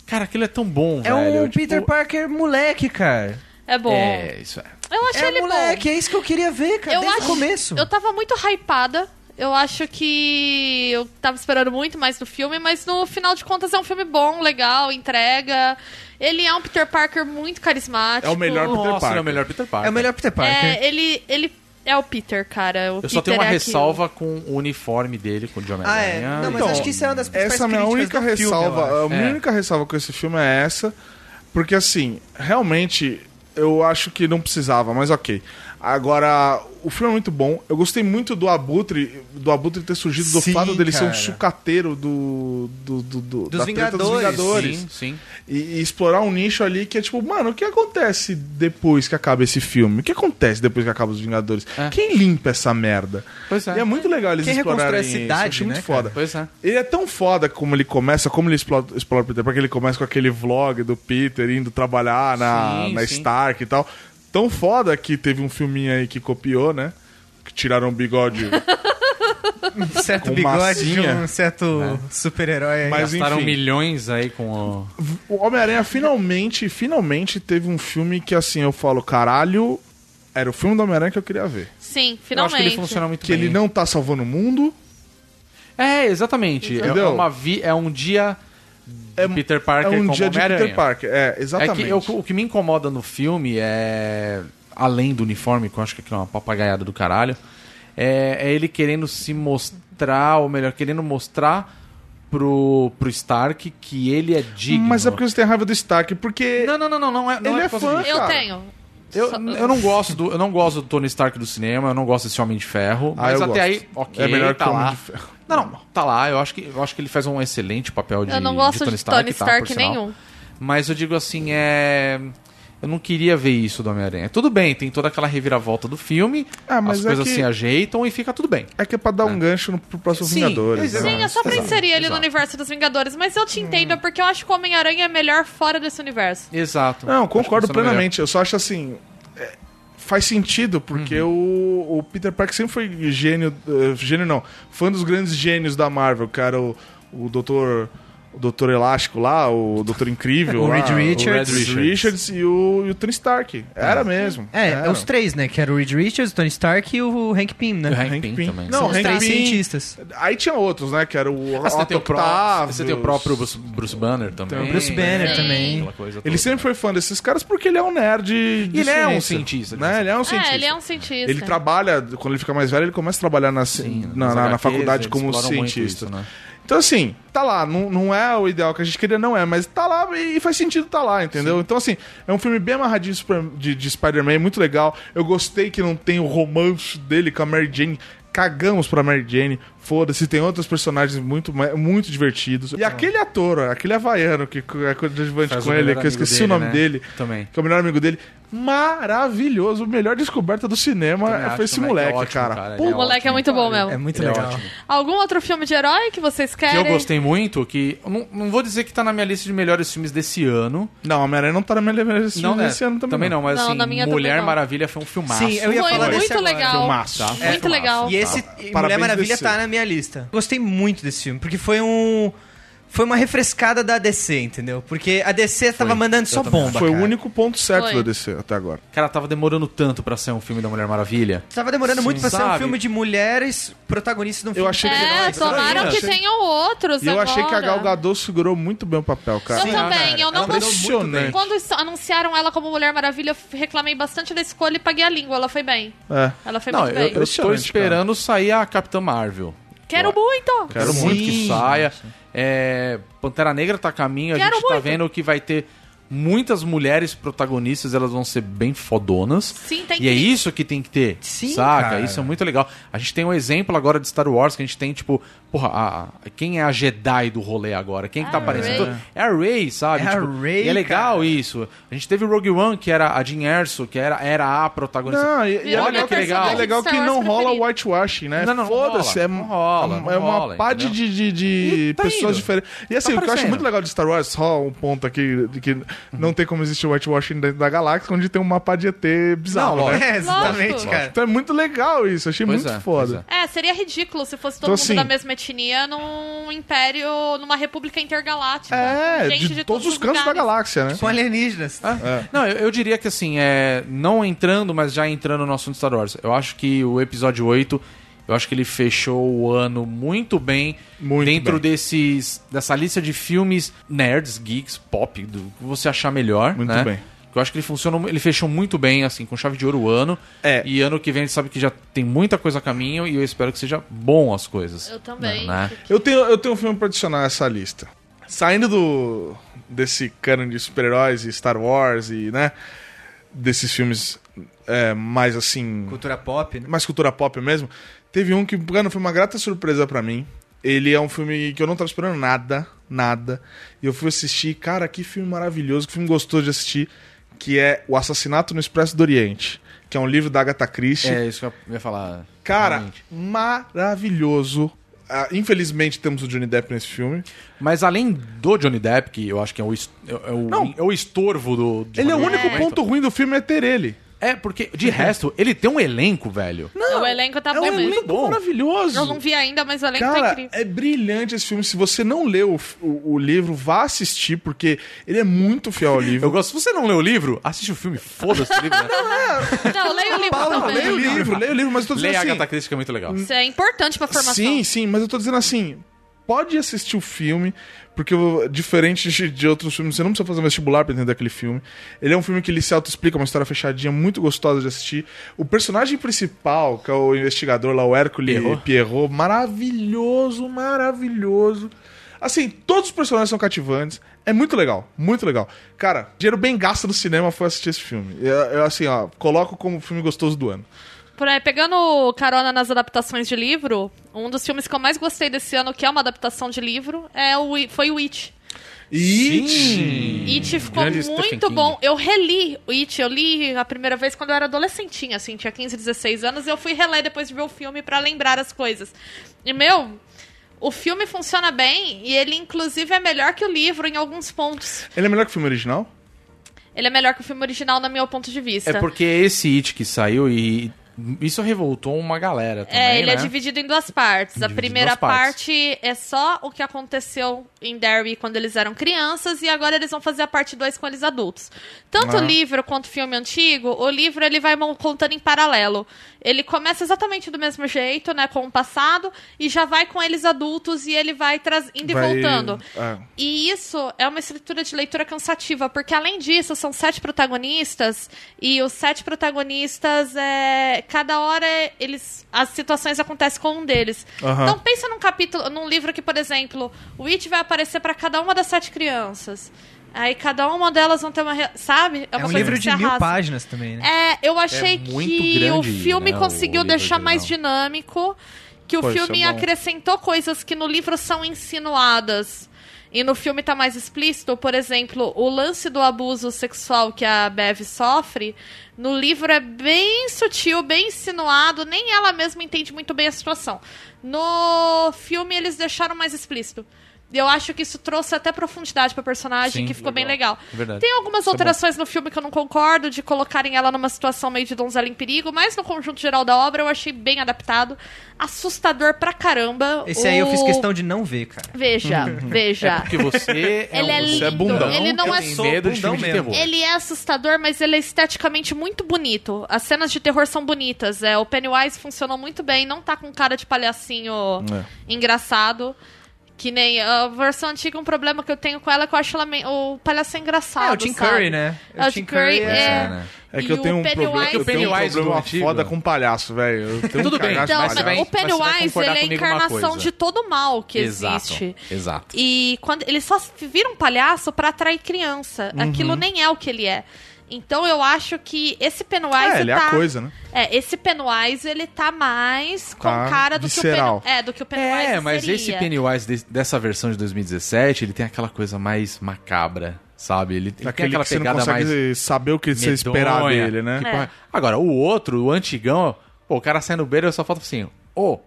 [SPEAKER 2] Cara, aquilo é tão bom,
[SPEAKER 3] É
[SPEAKER 2] velho.
[SPEAKER 3] um
[SPEAKER 2] Eu, tipo,
[SPEAKER 3] Peter Parker moleque, cara.
[SPEAKER 5] É bom.
[SPEAKER 2] É, isso é.
[SPEAKER 5] Eu achei
[SPEAKER 3] É
[SPEAKER 5] ele
[SPEAKER 3] moleque,
[SPEAKER 5] bom.
[SPEAKER 3] é isso que eu queria ver, cara,
[SPEAKER 5] Eu
[SPEAKER 3] desde
[SPEAKER 5] acho-
[SPEAKER 3] o começo.
[SPEAKER 5] Eu tava muito hypada. Eu acho que eu tava esperando muito mais do filme, mas no final de contas é um filme bom, legal, entrega. Ele é um Peter Parker muito carismático.
[SPEAKER 4] É o melhor Peter
[SPEAKER 2] Nossa, ele é
[SPEAKER 4] Parker.
[SPEAKER 2] o melhor Peter Parker.
[SPEAKER 3] É o melhor Peter Parker.
[SPEAKER 5] É, ele, ele é o Peter, cara. O
[SPEAKER 2] Eu só tenho
[SPEAKER 5] Peter
[SPEAKER 2] uma
[SPEAKER 5] é aquilo.
[SPEAKER 2] ressalva com o uniforme dele, com o de
[SPEAKER 3] Ah, é.
[SPEAKER 2] Homem-Aranha.
[SPEAKER 3] Não, mas
[SPEAKER 4] Então,
[SPEAKER 3] acho que isso é uma das principais
[SPEAKER 4] Essa é a minha
[SPEAKER 3] críticas
[SPEAKER 4] única
[SPEAKER 3] do filme, eu
[SPEAKER 4] ressalva. um
[SPEAKER 3] acho.
[SPEAKER 4] a minha
[SPEAKER 2] É.
[SPEAKER 4] única ressalva com esse filme é essa. Porque, assim, realmente, eu acho que não precisava, mas ok. Agora, o filme é muito bom. Eu gostei muito do Abutre, do Abutre ter surgido do
[SPEAKER 3] Sim,
[SPEAKER 4] fato dele ser um
[SPEAKER 3] cara.
[SPEAKER 4] sucateiro do, do, do, do-
[SPEAKER 3] Dos
[SPEAKER 4] da treta
[SPEAKER 3] Vingadores.
[SPEAKER 2] Sim, sim.
[SPEAKER 4] E, e explorar um nicho ali que é tipo, mano, o que acontece depois que acaba esse filme? O que acontece depois que acaba os Vingadores?
[SPEAKER 2] É.
[SPEAKER 4] Quem limpa essa merda?
[SPEAKER 2] Pois é.
[SPEAKER 4] E é muito legal eles
[SPEAKER 3] Quem reconstrói
[SPEAKER 4] explorarem
[SPEAKER 3] a
[SPEAKER 4] isso. Eu
[SPEAKER 3] cidade,
[SPEAKER 4] achei
[SPEAKER 3] né,
[SPEAKER 4] muito
[SPEAKER 3] cara?
[SPEAKER 4] foda.
[SPEAKER 2] Pois é.
[SPEAKER 4] Ele é tão foda como ele começa, como ele explora, explora o Peter Parker, ele começa com aquele vlog do Peter indo trabalhar na,
[SPEAKER 2] Sim,
[SPEAKER 4] na
[SPEAKER 2] sim.
[SPEAKER 4] Stark e tal. Tão foda que teve um filminho aí que copiou, né? Que tiraram o bigode.
[SPEAKER 3] Um certo
[SPEAKER 4] Com
[SPEAKER 3] bigode de
[SPEAKER 4] massinha.
[SPEAKER 3] um certo super-herói. aí.
[SPEAKER 4] Mas
[SPEAKER 2] Gastaram
[SPEAKER 4] enfim.
[SPEAKER 2] milhões aí com o.
[SPEAKER 4] o Homem-Aranha finalmente, finalmente teve um filme que assim, eu falo, caralho, era o filme do Homem-Aranha que eu queria ver.
[SPEAKER 5] Sim,
[SPEAKER 2] Eu acho que
[SPEAKER 5] finalmente.
[SPEAKER 2] ele funciona muito
[SPEAKER 4] Que
[SPEAKER 2] bem.
[SPEAKER 4] ele não tá salvando o mundo,
[SPEAKER 2] É, exatamente. É,
[SPEAKER 4] Entendeu?
[SPEAKER 2] uma vi... é um dia de
[SPEAKER 4] É um-
[SPEAKER 2] Peter Parker
[SPEAKER 4] é um
[SPEAKER 2] como
[SPEAKER 4] dia de
[SPEAKER 2] Homem-Aranha.
[SPEAKER 4] Peter Parker. É,
[SPEAKER 2] É
[SPEAKER 4] exatamente.
[SPEAKER 2] que eu- o que me incomoda no filme é. Além do uniforme, que eu acho que aquilo é uma papagaiada do caralho. É, é ele querendo se mostrar, ou melhor, querendo mostrar pro, pro Stark que ele é digno.
[SPEAKER 4] Mas é porque você tem raiva do Stark, porque
[SPEAKER 2] Não, não, não, não, não é, não
[SPEAKER 4] Ele
[SPEAKER 2] é
[SPEAKER 4] é
[SPEAKER 2] por causa
[SPEAKER 4] fã,
[SPEAKER 2] disso.
[SPEAKER 5] Eu
[SPEAKER 4] cara.
[SPEAKER 5] tenho.
[SPEAKER 2] Eu,
[SPEAKER 5] Só-
[SPEAKER 2] eu não gosto do eu não gosto do Tony Stark do cinema, eu não gosto desse Homem de Ferro,
[SPEAKER 4] Ah,
[SPEAKER 2] mas
[SPEAKER 4] eu
[SPEAKER 2] até
[SPEAKER 4] gosto.
[SPEAKER 2] aí, ok,
[SPEAKER 4] É melhor
[SPEAKER 2] tá
[SPEAKER 4] que o Homem
[SPEAKER 2] lá.
[SPEAKER 4] de Ferro.
[SPEAKER 2] Não, não, tá lá, eu acho que eu acho que ele faz um excelente papel de
[SPEAKER 5] Eu não gosto de Tony Stark,
[SPEAKER 2] tá, por sinal.
[SPEAKER 5] nenhum.
[SPEAKER 2] Mas eu digo assim, é eu não queria ver isso do Homem-Aranha. Tudo bem, tem toda aquela reviravolta do filme,
[SPEAKER 4] Ah, mas
[SPEAKER 2] as
[SPEAKER 4] é
[SPEAKER 2] coisas
[SPEAKER 4] que-
[SPEAKER 2] se ajeitam e fica tudo bem.
[SPEAKER 4] é que é pra dar um gancho no, pro próximo
[SPEAKER 2] Sim,
[SPEAKER 4] Vingadores.
[SPEAKER 2] exato.
[SPEAKER 4] né?
[SPEAKER 5] Sim, é só pra
[SPEAKER 2] Exato,
[SPEAKER 5] inserir ele
[SPEAKER 2] exato.
[SPEAKER 5] no universo dos Vingadores, mas eu te entendo, é porque eu acho que o Homem-Aranha é melhor fora desse universo.
[SPEAKER 2] Exato.
[SPEAKER 4] Não,
[SPEAKER 2] Acho que
[SPEAKER 4] concordo
[SPEAKER 2] funciona melhor.
[SPEAKER 4] plenamente. Eu só acho assim. é, Faz sentido, porque
[SPEAKER 2] Uhum.
[SPEAKER 4] o, o Peter Parker sempre foi gênio. eh, gênio não. Foi um dos grandes gênios da Marvel, cara. O, o Doutor. O Doutor Elástico lá, o Doutor Incrível.
[SPEAKER 3] O
[SPEAKER 4] lá,
[SPEAKER 3] Reed Richards.
[SPEAKER 4] O Reed Richards e o, e o Tony Stark. Era mesmo.
[SPEAKER 3] É,
[SPEAKER 4] era.
[SPEAKER 3] é os três, né? Que era o Reed Richards, o Tony Stark e o Hank Pym, né?
[SPEAKER 2] E o Hank
[SPEAKER 4] Hank
[SPEAKER 2] Pym
[SPEAKER 4] Pym.
[SPEAKER 2] também.
[SPEAKER 4] Não,
[SPEAKER 3] São os
[SPEAKER 4] Hank
[SPEAKER 3] três
[SPEAKER 4] Pym.
[SPEAKER 3] cientistas.
[SPEAKER 4] Aí tinha outros, né? Que era o
[SPEAKER 2] Ah, você, tem o
[SPEAKER 4] Otto
[SPEAKER 2] pró- você tem o
[SPEAKER 4] Octavius.
[SPEAKER 2] próprio Bruce, Bruce Banner também.
[SPEAKER 3] o Bruce Banner
[SPEAKER 2] né?
[SPEAKER 3] também.
[SPEAKER 2] Aquela coisa
[SPEAKER 4] Ele
[SPEAKER 2] toda.
[SPEAKER 4] sempre foi fã desses caras porque ele é um nerd. de
[SPEAKER 2] E ele é um
[SPEAKER 4] ciência,
[SPEAKER 2] cientista, de
[SPEAKER 4] Né? Ele é um cientista.
[SPEAKER 5] É, ele é um cientista.
[SPEAKER 4] Ele trabalha, quando ele fica mais velho, ele começa a trabalhar na, ci-
[SPEAKER 2] Sim, né?
[SPEAKER 4] na,
[SPEAKER 2] nas
[SPEAKER 4] na- na
[SPEAKER 2] HQs,
[SPEAKER 4] faculdade
[SPEAKER 2] eles
[SPEAKER 4] como
[SPEAKER 2] exploram muito
[SPEAKER 4] cientista.
[SPEAKER 2] isso, né?
[SPEAKER 4] Então, assim, tá lá, não, não é o ideal que a gente queria, não é, mas tá lá e faz sentido tá lá, entendeu? Então, assim, é um filme bem amarradinho de Super- de, de Spider-Man, muito legal. Eu gostei que não tem o romance dele com a Mary Jane. Cagamos pra Mary Jane. Foda-se, tem outros personagens muito, ma- muito divertidos.
[SPEAKER 2] É.
[SPEAKER 4] E aquele ator, ó, aquele havaiano que co- é coadjuvante
[SPEAKER 6] Faz
[SPEAKER 4] com
[SPEAKER 6] o
[SPEAKER 4] ele,
[SPEAKER 6] melhor
[SPEAKER 4] que eu
[SPEAKER 6] amigo
[SPEAKER 4] esqueci
[SPEAKER 6] dele,
[SPEAKER 4] o nome
[SPEAKER 6] né?
[SPEAKER 4] dele,
[SPEAKER 6] Também.
[SPEAKER 4] que é o melhor amigo dele. Maravilhoso, a melhor descoberta do cinema
[SPEAKER 2] Também acho
[SPEAKER 4] foi esse
[SPEAKER 2] também, que é
[SPEAKER 4] moleque,
[SPEAKER 2] ótimo,
[SPEAKER 4] cara.
[SPEAKER 2] cara, ele
[SPEAKER 4] Pô,
[SPEAKER 5] O moleque é muito bom mesmo.
[SPEAKER 3] É muito
[SPEAKER 2] Ele é
[SPEAKER 3] legal.
[SPEAKER 2] ótimo.
[SPEAKER 5] Algum outro filme de herói que vocês
[SPEAKER 2] Que
[SPEAKER 5] querem?
[SPEAKER 2] eu gostei muito, que. eu Não, não vou dizer que tá na minha lista de melhores filmes desse ano.
[SPEAKER 4] Não, Homem-Aranha não tá na minha lista
[SPEAKER 2] Não, né?
[SPEAKER 4] desse ano também.
[SPEAKER 2] não, mas
[SPEAKER 5] Não,
[SPEAKER 2] assim,
[SPEAKER 5] na minha também
[SPEAKER 2] Mulher
[SPEAKER 5] não.
[SPEAKER 2] Maravilha foi um filmaço.
[SPEAKER 3] Sim, eu ia
[SPEAKER 5] Foi
[SPEAKER 3] falar desse
[SPEAKER 5] muito
[SPEAKER 3] agora.
[SPEAKER 5] legal.
[SPEAKER 4] Filmaço, tá?
[SPEAKER 5] Muito
[SPEAKER 2] É, filmaço.
[SPEAKER 5] legal.
[SPEAKER 3] E esse
[SPEAKER 4] Tá.
[SPEAKER 3] e Mulher
[SPEAKER 4] Parabéns,
[SPEAKER 3] Maravilha
[SPEAKER 4] DC.
[SPEAKER 3] tá na minha lista. Gostei muito desse filme, porque foi um. Foi uma refrescada da DC, entendeu? Porque a DC tava mandando só
[SPEAKER 2] também
[SPEAKER 3] bomba.
[SPEAKER 4] Foi
[SPEAKER 3] cara.
[SPEAKER 4] o único ponto certo
[SPEAKER 5] Foi.
[SPEAKER 4] da DC até agora.
[SPEAKER 2] Cara, tava demorando tanto pra ser um filme da Mulher Maravilha.
[SPEAKER 3] Tava demorando muito pra ser um
[SPEAKER 2] sabe?
[SPEAKER 3] filme de mulheres protagonistas de um filme.
[SPEAKER 4] Eu achei
[SPEAKER 3] de
[SPEAKER 4] que-
[SPEAKER 5] É,
[SPEAKER 3] heróis.
[SPEAKER 5] tomaram que
[SPEAKER 4] Achei-
[SPEAKER 5] tenham outros
[SPEAKER 4] E eu
[SPEAKER 5] agora.
[SPEAKER 4] achei que a Gal Gadot segurou muito bem o papel, cara.
[SPEAKER 5] Eu
[SPEAKER 2] Sim,
[SPEAKER 5] também,
[SPEAKER 2] cara.
[SPEAKER 5] eu não
[SPEAKER 2] Ela mandou muito
[SPEAKER 5] gostei.
[SPEAKER 4] bem.
[SPEAKER 5] Quando isso- anunciaram ela como Mulher Maravilha, eu f- reclamei bastante da escolha e paguei a língua. Ela foi bem.
[SPEAKER 4] É.
[SPEAKER 5] Ela foi
[SPEAKER 2] Não,
[SPEAKER 5] muito
[SPEAKER 2] eu,
[SPEAKER 5] bem.
[SPEAKER 2] eu estou
[SPEAKER 4] Impressionante,
[SPEAKER 2] esperando sair a Capitã Marvel.
[SPEAKER 5] Quero muito!
[SPEAKER 2] Quero
[SPEAKER 4] Sim.
[SPEAKER 2] muito que saia. É, Pantera Negra tá a caminho, a
[SPEAKER 5] Quero
[SPEAKER 2] gente tá
[SPEAKER 5] muito.
[SPEAKER 2] vendo que vai ter muitas mulheres protagonistas, elas vão ser bem fodonas.
[SPEAKER 5] Sim, tem
[SPEAKER 2] E é
[SPEAKER 5] que-
[SPEAKER 2] isso que tem que ter.
[SPEAKER 3] Sim,
[SPEAKER 2] saca?
[SPEAKER 3] cara.
[SPEAKER 2] Isso é muito legal. A gente tem um exemplo agora de Star Wars que a gente tem, tipo, porra, a- a- quem é a Jedi do rolê agora? Quem que tá
[SPEAKER 5] A
[SPEAKER 2] aparecendo?
[SPEAKER 5] Rey.
[SPEAKER 2] É a Rey, sabe?
[SPEAKER 3] É a Rey,
[SPEAKER 2] e é legal
[SPEAKER 3] cara.
[SPEAKER 2] isso. A gente teve o Rogue One, que era a Jean Erso, que era, era a protagonista.
[SPEAKER 4] Não, e, e
[SPEAKER 5] Virou
[SPEAKER 4] é
[SPEAKER 2] Olha
[SPEAKER 4] legal
[SPEAKER 2] que
[SPEAKER 4] que,
[SPEAKER 2] legal.
[SPEAKER 4] é legal que não
[SPEAKER 5] Star Wars
[SPEAKER 4] rola
[SPEAKER 5] preferido.
[SPEAKER 4] whitewashing, né?
[SPEAKER 2] Não, não, não
[SPEAKER 4] Foda-se,
[SPEAKER 2] rola,
[SPEAKER 4] é,
[SPEAKER 2] não rola,
[SPEAKER 4] é
[SPEAKER 2] não
[SPEAKER 4] uma
[SPEAKER 2] rola,
[SPEAKER 4] pá de,
[SPEAKER 2] entendeu?
[SPEAKER 4] de, de
[SPEAKER 2] E tá
[SPEAKER 4] pessoas
[SPEAKER 2] indo.
[SPEAKER 4] diferentes. E assim,
[SPEAKER 2] Tá
[SPEAKER 4] o que eu acho
[SPEAKER 2] aparecendo. Uhum.
[SPEAKER 4] muito legal de Star Wars, só um ponto aqui, de que não tem como existir whitewashing dentro da galáxia, onde tem um mapa de ET bizarro,
[SPEAKER 2] Não,
[SPEAKER 4] né?
[SPEAKER 3] É, exatamente,
[SPEAKER 5] Lógico.
[SPEAKER 3] cara.
[SPEAKER 4] Então é muito legal isso, achei
[SPEAKER 2] Pois
[SPEAKER 4] muito
[SPEAKER 2] é,
[SPEAKER 4] foda.
[SPEAKER 2] pois
[SPEAKER 5] É, seria ridículo se fosse todo
[SPEAKER 4] Então,
[SPEAKER 5] mundo
[SPEAKER 4] assim-
[SPEAKER 5] da mesma etnia num império, numa república intergaláctica.
[SPEAKER 4] É,
[SPEAKER 5] Gente
[SPEAKER 4] de, todos os cantos da
[SPEAKER 5] lugares.
[SPEAKER 4] galáxia, né?
[SPEAKER 3] Com alienígenas.
[SPEAKER 2] Ah, Não, eu, eu diria que assim, é, não entrando, mas já entrando no assunto Star Wars, eu acho que o episódio 8, eu acho que ele fechou o ano muito bem
[SPEAKER 4] Muito
[SPEAKER 2] dentro
[SPEAKER 4] bem.
[SPEAKER 2] desses dessa lista de filmes nerds, geeks, pop, do que você achar melhor.
[SPEAKER 4] Muito
[SPEAKER 2] né?
[SPEAKER 4] bem.
[SPEAKER 2] Eu acho que ele funcionou, ele fechou muito bem, assim, com chave de ouro o ano.
[SPEAKER 4] É.
[SPEAKER 2] E ano que vem a gente sabe que já tem muita coisa a caminho e eu espero que seja bom as coisas.
[SPEAKER 5] Eu também. Tipo,
[SPEAKER 2] Né?
[SPEAKER 4] Eu tenho, eu tenho um filme pra adicionar a essa lista. Saindo do desse canon de super-heróis e Star Wars e, né, desses filmes é, mais assim,
[SPEAKER 3] Cultura pop, né?
[SPEAKER 4] mais cultura pop mesmo, teve um que, cara, foi uma grata surpresa pra mim. Ele é um filme que eu não tava esperando nada, nada. E eu fui assistir, cara, que filme maravilhoso, que filme gostoso de assistir, que é O Assassinato no Expresso do Oriente, que é um livro da Agatha Christie.
[SPEAKER 2] É isso que eu ia falar.
[SPEAKER 4] Cara,
[SPEAKER 2] realmente.
[SPEAKER 4] maravilhoso. Ah, infelizmente temos o Johnny Depp nesse filme.
[SPEAKER 2] Mas além do Johnny Depp, que eu acho que é o, est- é o,
[SPEAKER 4] Não.
[SPEAKER 2] é o estorvo do. de
[SPEAKER 4] Ele é o
[SPEAKER 2] Hollywood
[SPEAKER 4] único
[SPEAKER 2] no momento.
[SPEAKER 4] ponto ruim do filme é ter ele.
[SPEAKER 2] É, porque de resto, ele tem um elenco, velho.
[SPEAKER 5] o elenco tá
[SPEAKER 4] é
[SPEAKER 5] bom um
[SPEAKER 4] um
[SPEAKER 5] mesmo.
[SPEAKER 4] elenco maravilhoso.
[SPEAKER 5] Eu não vi ainda, mas o elenco tá
[SPEAKER 4] Cara,
[SPEAKER 5] incrível.
[SPEAKER 4] é brilhante esse filme. Se você não leu o, f- o- o livro, vá assistir, porque ele é muito fiel ao livro.
[SPEAKER 2] Eu gosto. Se você não leu o livro, assiste o filme, foda-se o livro. Né?
[SPEAKER 5] Não, leia o livro também.
[SPEAKER 4] leio é- o livro, leio o livro, mas eu tô dizendo
[SPEAKER 2] Leia a
[SPEAKER 4] assim...
[SPEAKER 2] Agatha Christie, que é muito legal.
[SPEAKER 5] Isso é importante pra formação.
[SPEAKER 4] Sim, sim, mas eu tô dizendo assim, pode assistir o filme, porque eu- diferente de, de outros filmes, você não precisa fazer um vestibular pra entender aquele filme. Ele é um filme que ele se autoexplica, uma história fechadinha, muito gostosa de assistir. O personagem principal, que é o investigador lá, o Hércules
[SPEAKER 2] Pierrot.
[SPEAKER 4] Pierrot, maravilhoso, maravilhoso. Assim, todos os personagens são cativantes. É muito legal, muito legal. Cara, dinheiro bem gasto no cinema foi assistir esse filme. Eu, eu, assim, ó, coloco como filme gostoso do ano.
[SPEAKER 5] Por aí, pegando carona nas adaptações de livro, um dos filmes que eu mais gostei desse ano, que é uma adaptação de livro, é o, I- foi o It.
[SPEAKER 4] E
[SPEAKER 5] It ficou
[SPEAKER 2] Hum, grande Stephen
[SPEAKER 5] muito
[SPEAKER 2] King.
[SPEAKER 5] bom. Eu reli o It, eu li a primeira vez quando eu era adolescentinha, assim, tinha 15, 16 anos, e eu fui reler depois de ver o filme pra lembrar as coisas. E, meu, o filme funciona bem, e ele, inclusive, é melhor que o livro em alguns pontos.
[SPEAKER 4] ele é melhor que o filme original?
[SPEAKER 5] Ele é melhor que o filme original, no meu ponto de vista.
[SPEAKER 2] É porque esse It que saiu e. Isso revoltou uma galera também.
[SPEAKER 5] É, ele é
[SPEAKER 2] né?
[SPEAKER 5] dividido em duas partes. a
[SPEAKER 2] Dividido em
[SPEAKER 5] primeira
[SPEAKER 2] duas partes.
[SPEAKER 5] parte é só o que aconteceu em Derry quando eles eram crianças, e agora eles vão fazer a parte 2 com eles adultos. Tanto
[SPEAKER 4] Ah.
[SPEAKER 5] o livro quanto o filme antigo, o livro ele vai mon- contando em paralelo. Ele começa exatamente do mesmo jeito, né, com o passado, e já vai com eles adultos, e ele vai traz- indo e
[SPEAKER 4] Vai-
[SPEAKER 5] voltando.
[SPEAKER 4] É.
[SPEAKER 5] E isso é uma estrutura de leitura cansativa, porque além disso, são sete protagonistas, e os sete protagonistas, é, cada hora eles as situações acontecem com um deles.
[SPEAKER 4] Aham.
[SPEAKER 5] Então pensa num capítulo, num livro que, por exemplo, o It vai aparecer para cada uma das sete crianças. Aí cada uma delas vão ter uma. re- Sabe?
[SPEAKER 3] É
[SPEAKER 5] uma
[SPEAKER 3] um
[SPEAKER 5] coisa
[SPEAKER 3] livro
[SPEAKER 5] que se
[SPEAKER 3] de mil
[SPEAKER 5] arrasta.
[SPEAKER 3] páginas também, né?
[SPEAKER 5] É, eu achei
[SPEAKER 2] muito
[SPEAKER 5] que o
[SPEAKER 2] grande,
[SPEAKER 5] filme
[SPEAKER 2] né, o
[SPEAKER 5] conseguiu
[SPEAKER 2] livro
[SPEAKER 5] deixar
[SPEAKER 2] original.
[SPEAKER 5] mais dinâmico que o
[SPEAKER 4] Pô, isso é
[SPEAKER 5] filme
[SPEAKER 4] bom.
[SPEAKER 5] acrescentou coisas que no livro são insinuadas. E no filme tá mais explícito, por exemplo, o lance do abuso sexual que a Bev sofre, no livro é bem sutil, bem insinuado, nem ela mesma entende muito bem a situação. No filme eles deixaram mais explícito. E eu acho que isso trouxe até profundidade pra personagem,
[SPEAKER 2] Sim,
[SPEAKER 5] que ficou bem legal.
[SPEAKER 2] É Verdade.
[SPEAKER 5] Tem um algumas alterações no filme que eu não concordo, de colocarem ela numa situação meio de donzela em perigo, mas no conjunto geral da obra eu achei bem adaptado. Assustador pra caramba.
[SPEAKER 3] Esse aí eu fiz
[SPEAKER 5] É O-
[SPEAKER 3] questão de não ver, cara.
[SPEAKER 5] Veja,
[SPEAKER 2] É
[SPEAKER 5] veja.
[SPEAKER 2] porque você é,
[SPEAKER 5] Ele é
[SPEAKER 2] um, você é
[SPEAKER 5] lindo.
[SPEAKER 2] bundão.
[SPEAKER 5] Ele não
[SPEAKER 2] que
[SPEAKER 5] é
[SPEAKER 2] tem
[SPEAKER 3] só
[SPEAKER 2] medo de
[SPEAKER 3] bundão
[SPEAKER 2] filme de
[SPEAKER 3] mesmo.
[SPEAKER 2] terror.
[SPEAKER 5] Ele é assustador, mas ele é esteticamente muito bonito. As cenas de terror são bonitas. É, o Pennywise funcionou muito bem, não tá com cara de palhacinho
[SPEAKER 3] Hum.
[SPEAKER 4] é.
[SPEAKER 5] engraçado. Que nem a versão antiga, um problema que eu tenho com ela é que eu acho ela me- o palhaço engraçado.
[SPEAKER 3] É, o Tim
[SPEAKER 5] sabe?
[SPEAKER 3] Curry, né?
[SPEAKER 5] É, o Tim Curry
[SPEAKER 2] Pois
[SPEAKER 5] é-
[SPEAKER 2] é, né?
[SPEAKER 4] É que
[SPEAKER 5] E
[SPEAKER 4] eu
[SPEAKER 5] o
[SPEAKER 4] tenho um
[SPEAKER 5] Pennywise é
[SPEAKER 4] problema, eu tenho um
[SPEAKER 2] do
[SPEAKER 4] problema
[SPEAKER 2] antigo.
[SPEAKER 4] foda com palhaço, velho. Eu tenho
[SPEAKER 2] Tudo
[SPEAKER 4] um
[SPEAKER 2] bem,
[SPEAKER 4] cagaço de
[SPEAKER 5] Então,
[SPEAKER 2] mas
[SPEAKER 5] mas
[SPEAKER 2] você vai-
[SPEAKER 5] o
[SPEAKER 2] mas você vai
[SPEAKER 5] Pennywise,
[SPEAKER 2] concordar
[SPEAKER 5] ele é a
[SPEAKER 2] comigo numa
[SPEAKER 5] encarnação
[SPEAKER 2] coisa.
[SPEAKER 5] de todo o mal que
[SPEAKER 2] Exato,
[SPEAKER 5] existe.
[SPEAKER 2] exato.
[SPEAKER 5] E quando ele só virou um palhaço pra atrair criança.
[SPEAKER 2] Uhum.
[SPEAKER 5] Aquilo nem é o que ele é. Então eu acho que esse Pennywise
[SPEAKER 4] É, ele é
[SPEAKER 5] tá
[SPEAKER 4] a coisa, né?
[SPEAKER 5] É, esse Pennywise, ele tá mais com
[SPEAKER 4] Tá
[SPEAKER 5] cara do
[SPEAKER 4] visceral.
[SPEAKER 5] que o Pen... É, do que o Pennywise
[SPEAKER 2] É, mas
[SPEAKER 5] seria.
[SPEAKER 2] esse Pennywise de- dessa versão de 2017, ele tem aquela coisa mais macabra, sabe? Ele, ele tem
[SPEAKER 4] Aquele
[SPEAKER 2] aquela
[SPEAKER 4] que você não
[SPEAKER 2] pegada mais
[SPEAKER 4] consegue saber o que você esperar
[SPEAKER 2] medonha,
[SPEAKER 4] dele, né?
[SPEAKER 2] que
[SPEAKER 5] É.
[SPEAKER 2] porra- Agora, o outro, o antigão, pô, o cara sai no beira e só falta assim, ô...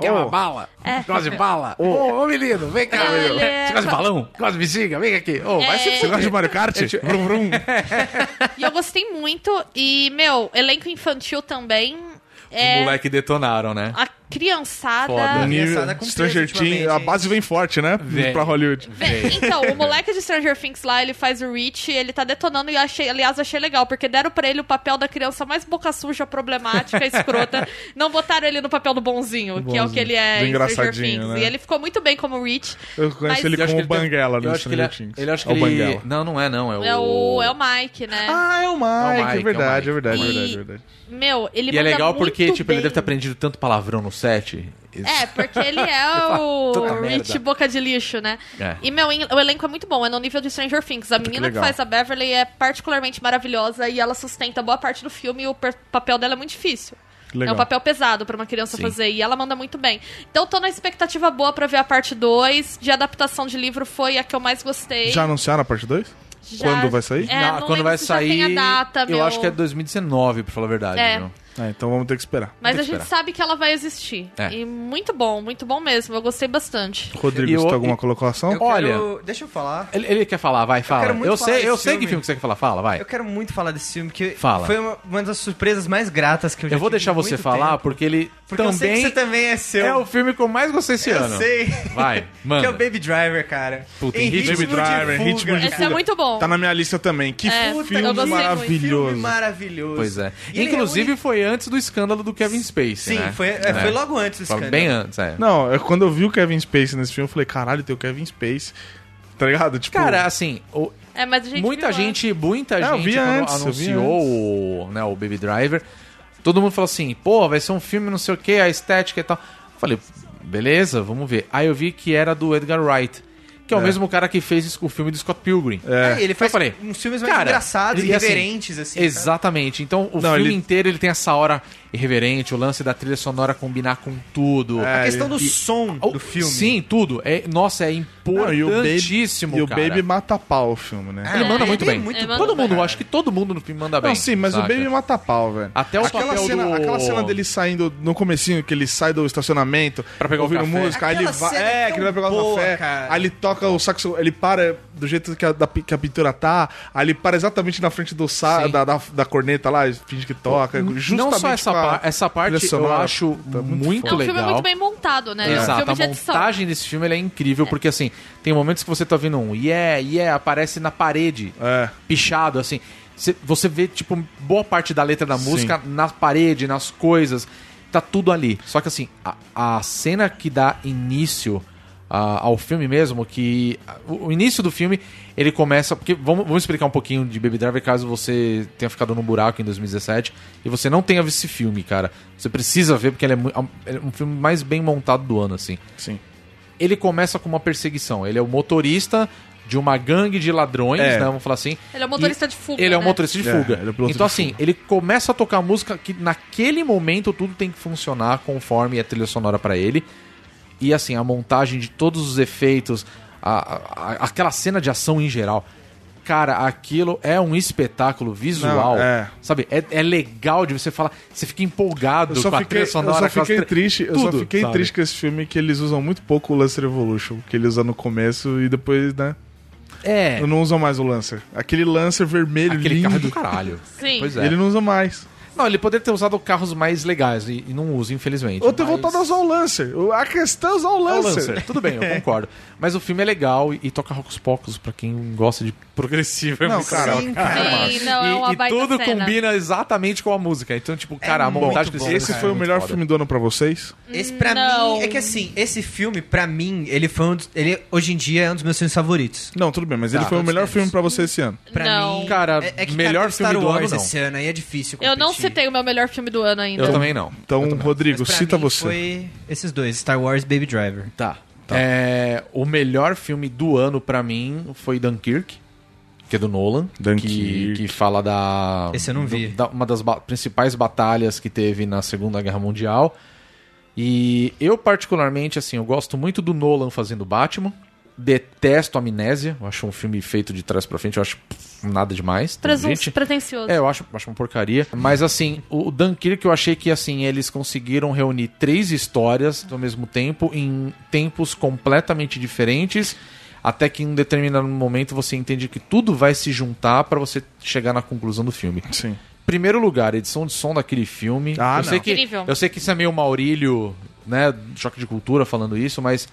[SPEAKER 2] Quer uma bala?
[SPEAKER 5] É.
[SPEAKER 2] Gosta de bala? Ô, ô, menino, vem cá.
[SPEAKER 5] Não,
[SPEAKER 2] menino.
[SPEAKER 5] ele é-
[SPEAKER 2] Você gosta de balão? Gosta de bexiga? Vem aqui. Ô, vai se
[SPEAKER 5] É.
[SPEAKER 4] Você
[SPEAKER 2] fuder.
[SPEAKER 4] gosta de Mario Kart?
[SPEAKER 2] tipo,
[SPEAKER 4] Vrum, vrum.
[SPEAKER 2] é,
[SPEAKER 5] E eu gostei muito. E, meu, elenco infantil também.
[SPEAKER 2] Os
[SPEAKER 5] É,
[SPEAKER 2] moleque detonaram, né?
[SPEAKER 5] a criançada...
[SPEAKER 2] Foda.
[SPEAKER 3] criançada com
[SPEAKER 4] um Nível
[SPEAKER 3] peso
[SPEAKER 4] Stranger Things,
[SPEAKER 3] ultimamente,
[SPEAKER 4] a
[SPEAKER 3] hein?
[SPEAKER 4] base vem forte, né?
[SPEAKER 2] Vem.
[SPEAKER 4] Pra Hollywood.
[SPEAKER 5] Vê, Então, o moleque de Stranger Things lá, ele faz o Rich, ele tá detonando e eu achei, aliás, achei legal, porque deram pra ele o papel da criança mais boca suja, problemática, escrota. Não botaram ele no papel do bonzinho, que é o que ele é
[SPEAKER 4] Do
[SPEAKER 5] em Stranger
[SPEAKER 4] engraçadinho,
[SPEAKER 5] Things.
[SPEAKER 4] né?
[SPEAKER 5] E ele ficou muito bem como Rich.
[SPEAKER 4] Eu conheço
[SPEAKER 5] Mas-
[SPEAKER 4] ele
[SPEAKER 5] Eu
[SPEAKER 4] como o Banguela
[SPEAKER 2] ele,
[SPEAKER 4] no
[SPEAKER 2] eu acho que ele,
[SPEAKER 4] Stranger
[SPEAKER 2] é-
[SPEAKER 4] Things.
[SPEAKER 2] ele acho que
[SPEAKER 4] É o
[SPEAKER 2] ele...
[SPEAKER 4] Banguela.
[SPEAKER 2] Não, não é não, é o...
[SPEAKER 5] É o, é o Mike, né?
[SPEAKER 4] Ah, é o
[SPEAKER 2] É o
[SPEAKER 4] Mike,
[SPEAKER 2] Mike,
[SPEAKER 4] é verdade,
[SPEAKER 2] é
[SPEAKER 4] é
[SPEAKER 2] o
[SPEAKER 4] verdade, é
[SPEAKER 5] Mike.
[SPEAKER 4] verdade,
[SPEAKER 5] E-
[SPEAKER 4] é verdade.
[SPEAKER 5] Meu, ele
[SPEAKER 2] E é
[SPEAKER 5] manda
[SPEAKER 2] legal porque,
[SPEAKER 5] muito
[SPEAKER 2] tipo,
[SPEAKER 5] bem.
[SPEAKER 2] ele deve ter aprendido tanto palavrão no set.
[SPEAKER 5] É, porque ele é
[SPEAKER 2] Puta
[SPEAKER 5] o
[SPEAKER 2] merda.
[SPEAKER 5] Rich Boca de Lixo, né?
[SPEAKER 2] É.
[SPEAKER 5] E, meu, en- o elenco é muito bom, é no nível de Stranger Things. A menina que,
[SPEAKER 4] legal.
[SPEAKER 5] faz a Beverly é particularmente maravilhosa e ela sustenta boa parte do filme e o per- papel dela é muito difícil.
[SPEAKER 4] Que legal.
[SPEAKER 5] É um papel pesado pra uma criança
[SPEAKER 2] Sim.
[SPEAKER 5] fazer e ela manda muito bem. Então, tô na expectativa boa pra ver a parte 2. De adaptação de livro foi a que eu mais gostei.
[SPEAKER 4] Já anunciaram a parte 2?
[SPEAKER 5] Já-
[SPEAKER 4] Quando vai sair?
[SPEAKER 5] É, não
[SPEAKER 2] quando
[SPEAKER 5] lembro
[SPEAKER 2] vai
[SPEAKER 5] se já
[SPEAKER 2] sair,
[SPEAKER 5] tem a data,
[SPEAKER 2] eu
[SPEAKER 5] meu.
[SPEAKER 2] acho que é 2019, pra falar a verdade.
[SPEAKER 5] É.
[SPEAKER 2] viu?
[SPEAKER 4] Ah, então vamos ter que esperar.
[SPEAKER 5] Mas
[SPEAKER 2] tem
[SPEAKER 5] a
[SPEAKER 2] que
[SPEAKER 5] gente
[SPEAKER 2] esperar.
[SPEAKER 5] sabe que ela vai existir.
[SPEAKER 2] É.
[SPEAKER 5] E muito bom, muito bom mesmo. Eu gostei bastante.
[SPEAKER 4] Rodrigo,
[SPEAKER 2] E
[SPEAKER 4] você
[SPEAKER 2] eu-
[SPEAKER 4] tem alguma
[SPEAKER 2] e-
[SPEAKER 4] colocação?
[SPEAKER 3] Eu
[SPEAKER 2] Olha-
[SPEAKER 3] quero- Deixa eu falar.
[SPEAKER 2] Ele, ele quer falar, vai, fala.
[SPEAKER 3] quero
[SPEAKER 2] Eu,
[SPEAKER 3] muito falar
[SPEAKER 2] sei, eu
[SPEAKER 3] desse
[SPEAKER 2] sei que
[SPEAKER 3] filme.
[SPEAKER 2] filme que você quer falar, fala, vai.
[SPEAKER 3] Eu
[SPEAKER 2] Eu,
[SPEAKER 3] quero muito falar desse filme, que
[SPEAKER 2] Fala.
[SPEAKER 3] foi uma, uma das surpresas mais gratas que eu já
[SPEAKER 2] vou
[SPEAKER 3] tive
[SPEAKER 2] deixar
[SPEAKER 3] em
[SPEAKER 2] você
[SPEAKER 3] muito
[SPEAKER 2] falar
[SPEAKER 3] tempo.
[SPEAKER 2] porque ele
[SPEAKER 3] porque eu sei
[SPEAKER 2] também,
[SPEAKER 3] que você também é seu.
[SPEAKER 2] é o filme que eu mais gostei esse
[SPEAKER 3] Eu
[SPEAKER 2] ano.
[SPEAKER 3] sei.
[SPEAKER 2] Vai,
[SPEAKER 3] Que é
[SPEAKER 2] manda.
[SPEAKER 3] o Baby Driver, cara.
[SPEAKER 2] Puta,
[SPEAKER 3] em
[SPEAKER 2] em ritmo
[SPEAKER 3] ritmo,
[SPEAKER 4] de
[SPEAKER 3] de
[SPEAKER 4] Driver,
[SPEAKER 3] fuga.
[SPEAKER 4] ritmo de
[SPEAKER 5] Esse é muito bom.
[SPEAKER 4] Tá na minha lista também. Que
[SPEAKER 5] É,
[SPEAKER 4] filme
[SPEAKER 5] eu gostei muito.
[SPEAKER 4] maravilhoso.
[SPEAKER 3] Filme maravilhoso.
[SPEAKER 2] Pois é.
[SPEAKER 3] E ele
[SPEAKER 2] Inclusive
[SPEAKER 3] reúne-
[SPEAKER 2] foi antes do escândalo do Kevin Spacey,
[SPEAKER 3] Sim,
[SPEAKER 2] né?
[SPEAKER 3] foi, é,
[SPEAKER 2] É.
[SPEAKER 3] foi logo antes do
[SPEAKER 2] Foi
[SPEAKER 3] escândalo.
[SPEAKER 2] Bem antes, é.
[SPEAKER 4] Não, é quando eu vi o Kevin Spacey nesse filme, eu falei, caralho, tem o Kevin Spacey. Tá ligado? Tipo,
[SPEAKER 2] Cara, assim, o-
[SPEAKER 5] É, mas a gente
[SPEAKER 2] muita
[SPEAKER 5] viu antes.
[SPEAKER 2] gente, muita
[SPEAKER 4] É, eu
[SPEAKER 2] gente
[SPEAKER 4] vi
[SPEAKER 2] quando
[SPEAKER 4] antes, eu vi
[SPEAKER 2] anunciou o, né, o Baby Driver. Todo mundo falou assim, pô, vai ser um filme, não sei o que, a estética e tal. Eu falei, beleza, vamos ver. Aí eu vi que era do Edgar Wright, que é, o
[SPEAKER 4] É.
[SPEAKER 2] mesmo cara que fez o filme do Scott Pilgrim.
[SPEAKER 3] É, ele faz
[SPEAKER 2] Eu falei,
[SPEAKER 3] uns filmes mais
[SPEAKER 2] cara,
[SPEAKER 3] engraçados,
[SPEAKER 2] e assim,
[SPEAKER 3] irreverentes, assim. sabe?
[SPEAKER 2] Exatamente. Então o
[SPEAKER 4] Não,
[SPEAKER 2] filme
[SPEAKER 4] ele-
[SPEAKER 2] inteiro ele tem essa hora irreverente, o lance da trilha sonora combinar com tudo.
[SPEAKER 3] A
[SPEAKER 4] É,
[SPEAKER 3] questão do
[SPEAKER 2] e-
[SPEAKER 3] som
[SPEAKER 2] O-
[SPEAKER 3] do filme.
[SPEAKER 2] Sim, tudo. É, nossa, é
[SPEAKER 4] Não, e o Baby-
[SPEAKER 2] importantíssimo,
[SPEAKER 4] E o
[SPEAKER 2] cara.
[SPEAKER 4] Baby mata pau o filme, né?
[SPEAKER 2] Ele
[SPEAKER 5] É,
[SPEAKER 2] manda
[SPEAKER 5] ele
[SPEAKER 2] muito
[SPEAKER 3] é
[SPEAKER 2] bem.
[SPEAKER 3] muito
[SPEAKER 5] bom,
[SPEAKER 2] Todo mundo,
[SPEAKER 3] cara.
[SPEAKER 2] acho que todo mundo no filme manda bem.
[SPEAKER 4] Não, sim, mas
[SPEAKER 2] saca?
[SPEAKER 4] o Baby mata pau, velho.
[SPEAKER 2] Até o
[SPEAKER 4] aquela
[SPEAKER 2] papel
[SPEAKER 4] cena,
[SPEAKER 2] do-
[SPEAKER 4] Aquela cena dele saindo no comecinho, que ele sai do estacionamento
[SPEAKER 2] Pra pegar o
[SPEAKER 4] ouvindo
[SPEAKER 2] café.
[SPEAKER 4] música, aí ele
[SPEAKER 3] Aquela
[SPEAKER 4] vai.
[SPEAKER 3] cena é
[SPEAKER 4] É,
[SPEAKER 3] tão
[SPEAKER 4] que ele vai pegar o
[SPEAKER 3] boa,
[SPEAKER 4] café.
[SPEAKER 3] cara.
[SPEAKER 4] Aí ele toca o saxo, ele para do jeito que a, da pi- que a pintura tá, aí ele para exatamente na frente do sa,
[SPEAKER 2] Sim.
[SPEAKER 4] da, da, da corneta lá, e finge que toca. Justamente
[SPEAKER 2] Não só essa,
[SPEAKER 4] com a
[SPEAKER 2] par- essa parte,
[SPEAKER 4] trilha
[SPEAKER 2] eu
[SPEAKER 4] sonora.
[SPEAKER 2] acho
[SPEAKER 4] Tá
[SPEAKER 2] muito,
[SPEAKER 4] muito
[SPEAKER 5] É um
[SPEAKER 2] legal.
[SPEAKER 5] filme muito bem montado, né? É um
[SPEAKER 2] Exato,
[SPEAKER 5] filme
[SPEAKER 2] a
[SPEAKER 5] de edição.
[SPEAKER 2] montagem desse filme ela é incrível, porque assim, tem momentos que você tá vendo um yeah, yeah, aparece na parede,
[SPEAKER 4] É.
[SPEAKER 2] pichado, assim. Cê- Você vê, tipo, boa parte da letra da
[SPEAKER 4] Sim.
[SPEAKER 2] música na parede, nas coisas. Tá tudo ali. Só que assim, a, a cena que dá início ah, ao filme mesmo, que. ah, O, o início do filme, ele começa. Porque vamos, vamos explicar um pouquinho de Baby Driver, caso você tenha ficado no buraco em 2017 e você não tenha visto esse filme, cara. Você precisa ver, porque ele é, mu- é um filme mais bem montado do ano, assim
[SPEAKER 4] Sim.
[SPEAKER 2] ele começa com uma perseguição. Ele é o motorista de uma gangue de ladrões,
[SPEAKER 4] É.
[SPEAKER 2] né? Vamos falar assim.
[SPEAKER 5] Ele é um motorista de fuga,
[SPEAKER 2] Ele é um
[SPEAKER 5] né?
[SPEAKER 2] motorista de
[SPEAKER 4] É,
[SPEAKER 2] fuga.
[SPEAKER 4] ele é um piloto
[SPEAKER 2] então,
[SPEAKER 4] de
[SPEAKER 2] assim,
[SPEAKER 4] fuga.
[SPEAKER 2] ele começa a tocar música que naquele momento tudo tem que funcionar conforme a trilha sonora pra ele. E assim, a montagem de todos os efeitos, a- a- a- aquela cena de ação em geral. Cara, aquilo é um espetáculo visual.
[SPEAKER 4] Não, é.
[SPEAKER 2] Sabe? É, é legal de você falar. Você fica empolgado
[SPEAKER 4] Eu só
[SPEAKER 2] com a
[SPEAKER 4] fiquei,
[SPEAKER 2] trilha
[SPEAKER 4] eu
[SPEAKER 2] sonora.
[SPEAKER 4] só
[SPEAKER 2] com as
[SPEAKER 4] fiquei
[SPEAKER 2] tri-
[SPEAKER 4] triste, eu só
[SPEAKER 2] tudo,
[SPEAKER 4] fiquei
[SPEAKER 2] sabe?
[SPEAKER 4] triste com esse filme que eles usam muito pouco o Lancer Evolution, que ele usa no começo e depois, né?
[SPEAKER 2] É.
[SPEAKER 4] Não usam mais o Lancer. Aquele Lancer vermelho
[SPEAKER 2] Aquele
[SPEAKER 4] lindo,
[SPEAKER 2] carro é do caralho.
[SPEAKER 5] Sim.
[SPEAKER 2] Pois é.
[SPEAKER 4] ele não usa mais.
[SPEAKER 2] Não, ele poderia ter usado carros mais legais e, e não usa, infelizmente.
[SPEAKER 4] Ou ter
[SPEAKER 2] mas-
[SPEAKER 4] voltado a usar o Lancer. O- A questão é usar o
[SPEAKER 2] É o
[SPEAKER 4] Lancer.
[SPEAKER 2] Lancer. Tudo bem, eu concordo. Mas o filme é legal e, e toca rocos pocos pra quem gosta de progressivo. É
[SPEAKER 4] Não,
[SPEAKER 2] muito
[SPEAKER 4] cara,
[SPEAKER 2] legal.
[SPEAKER 5] Sim, não, é uma
[SPEAKER 2] e, e
[SPEAKER 5] baita
[SPEAKER 2] tudo
[SPEAKER 5] cena.
[SPEAKER 2] combina exatamente com a música. Então, tipo, cara,
[SPEAKER 4] É
[SPEAKER 2] a
[SPEAKER 3] muito
[SPEAKER 2] montagem
[SPEAKER 3] bom,
[SPEAKER 2] desse
[SPEAKER 4] Esse
[SPEAKER 2] cara
[SPEAKER 4] foi
[SPEAKER 2] é
[SPEAKER 4] o
[SPEAKER 2] muito
[SPEAKER 4] melhor
[SPEAKER 2] foda.
[SPEAKER 4] filme do ano pra vocês?
[SPEAKER 3] Esse pra
[SPEAKER 5] Não.
[SPEAKER 3] mim. É que assim, esse filme, pra mim, ele foi um dos, Ele hoje em dia é um dos meus filmes favoritos.
[SPEAKER 4] Não, tudo bem, mas ele
[SPEAKER 2] Tá,
[SPEAKER 4] foi o
[SPEAKER 3] todos
[SPEAKER 4] melhor
[SPEAKER 3] temos.
[SPEAKER 4] filme pra você esse ano.
[SPEAKER 3] Pra
[SPEAKER 5] Não.
[SPEAKER 3] mim. é,
[SPEAKER 2] Cara, melhor
[SPEAKER 3] teve
[SPEAKER 2] filme
[SPEAKER 3] tá Star
[SPEAKER 2] do ano,
[SPEAKER 3] Wars
[SPEAKER 2] não.
[SPEAKER 3] esse ano aí é difícil.
[SPEAKER 5] Eu não
[SPEAKER 3] competir.
[SPEAKER 5] citei o meu melhor filme do ano ainda.
[SPEAKER 2] Eu também não.
[SPEAKER 4] Então, Rodrigo,
[SPEAKER 3] Mas pra
[SPEAKER 4] cita
[SPEAKER 3] mim
[SPEAKER 4] você.
[SPEAKER 3] Foi esses dois, Star Wars e Baby Driver.
[SPEAKER 2] Tá. É, o melhor filme do ano pra mim foi Dunkirk, que é do Nolan, que,
[SPEAKER 4] Dunkirk.
[SPEAKER 2] que fala da
[SPEAKER 3] Esse eu não vi.
[SPEAKER 2] do- da- uma das ba- principais batalhas que teve na Segunda Guerra Mundial. E eu particularmente assim, eu gosto muito do Nolan fazendo Batman. Detesto Amnésia, eu acho um filme feito de trás pra frente, eu acho pff, nada demais. tem
[SPEAKER 5] Presunto
[SPEAKER 2] gente-
[SPEAKER 5] pretencioso.
[SPEAKER 2] é, eu acho, acho uma porcaria. Mas assim, o o Dunkirk eu achei que assim, eles conseguiram reunir três histórias ao mesmo tempo, em tempos completamente diferentes. Até que em um determinado momento você entende que tudo vai se juntar pra você chegar na conclusão do filme.
[SPEAKER 4] Sim.
[SPEAKER 2] Primeiro lugar, edição de som daquele filme.
[SPEAKER 4] Ah,
[SPEAKER 2] eu sei
[SPEAKER 4] não.
[SPEAKER 2] que
[SPEAKER 5] Incrível.
[SPEAKER 2] eu sei que isso é meio Maurílio, né, choque de cultura falando isso, mas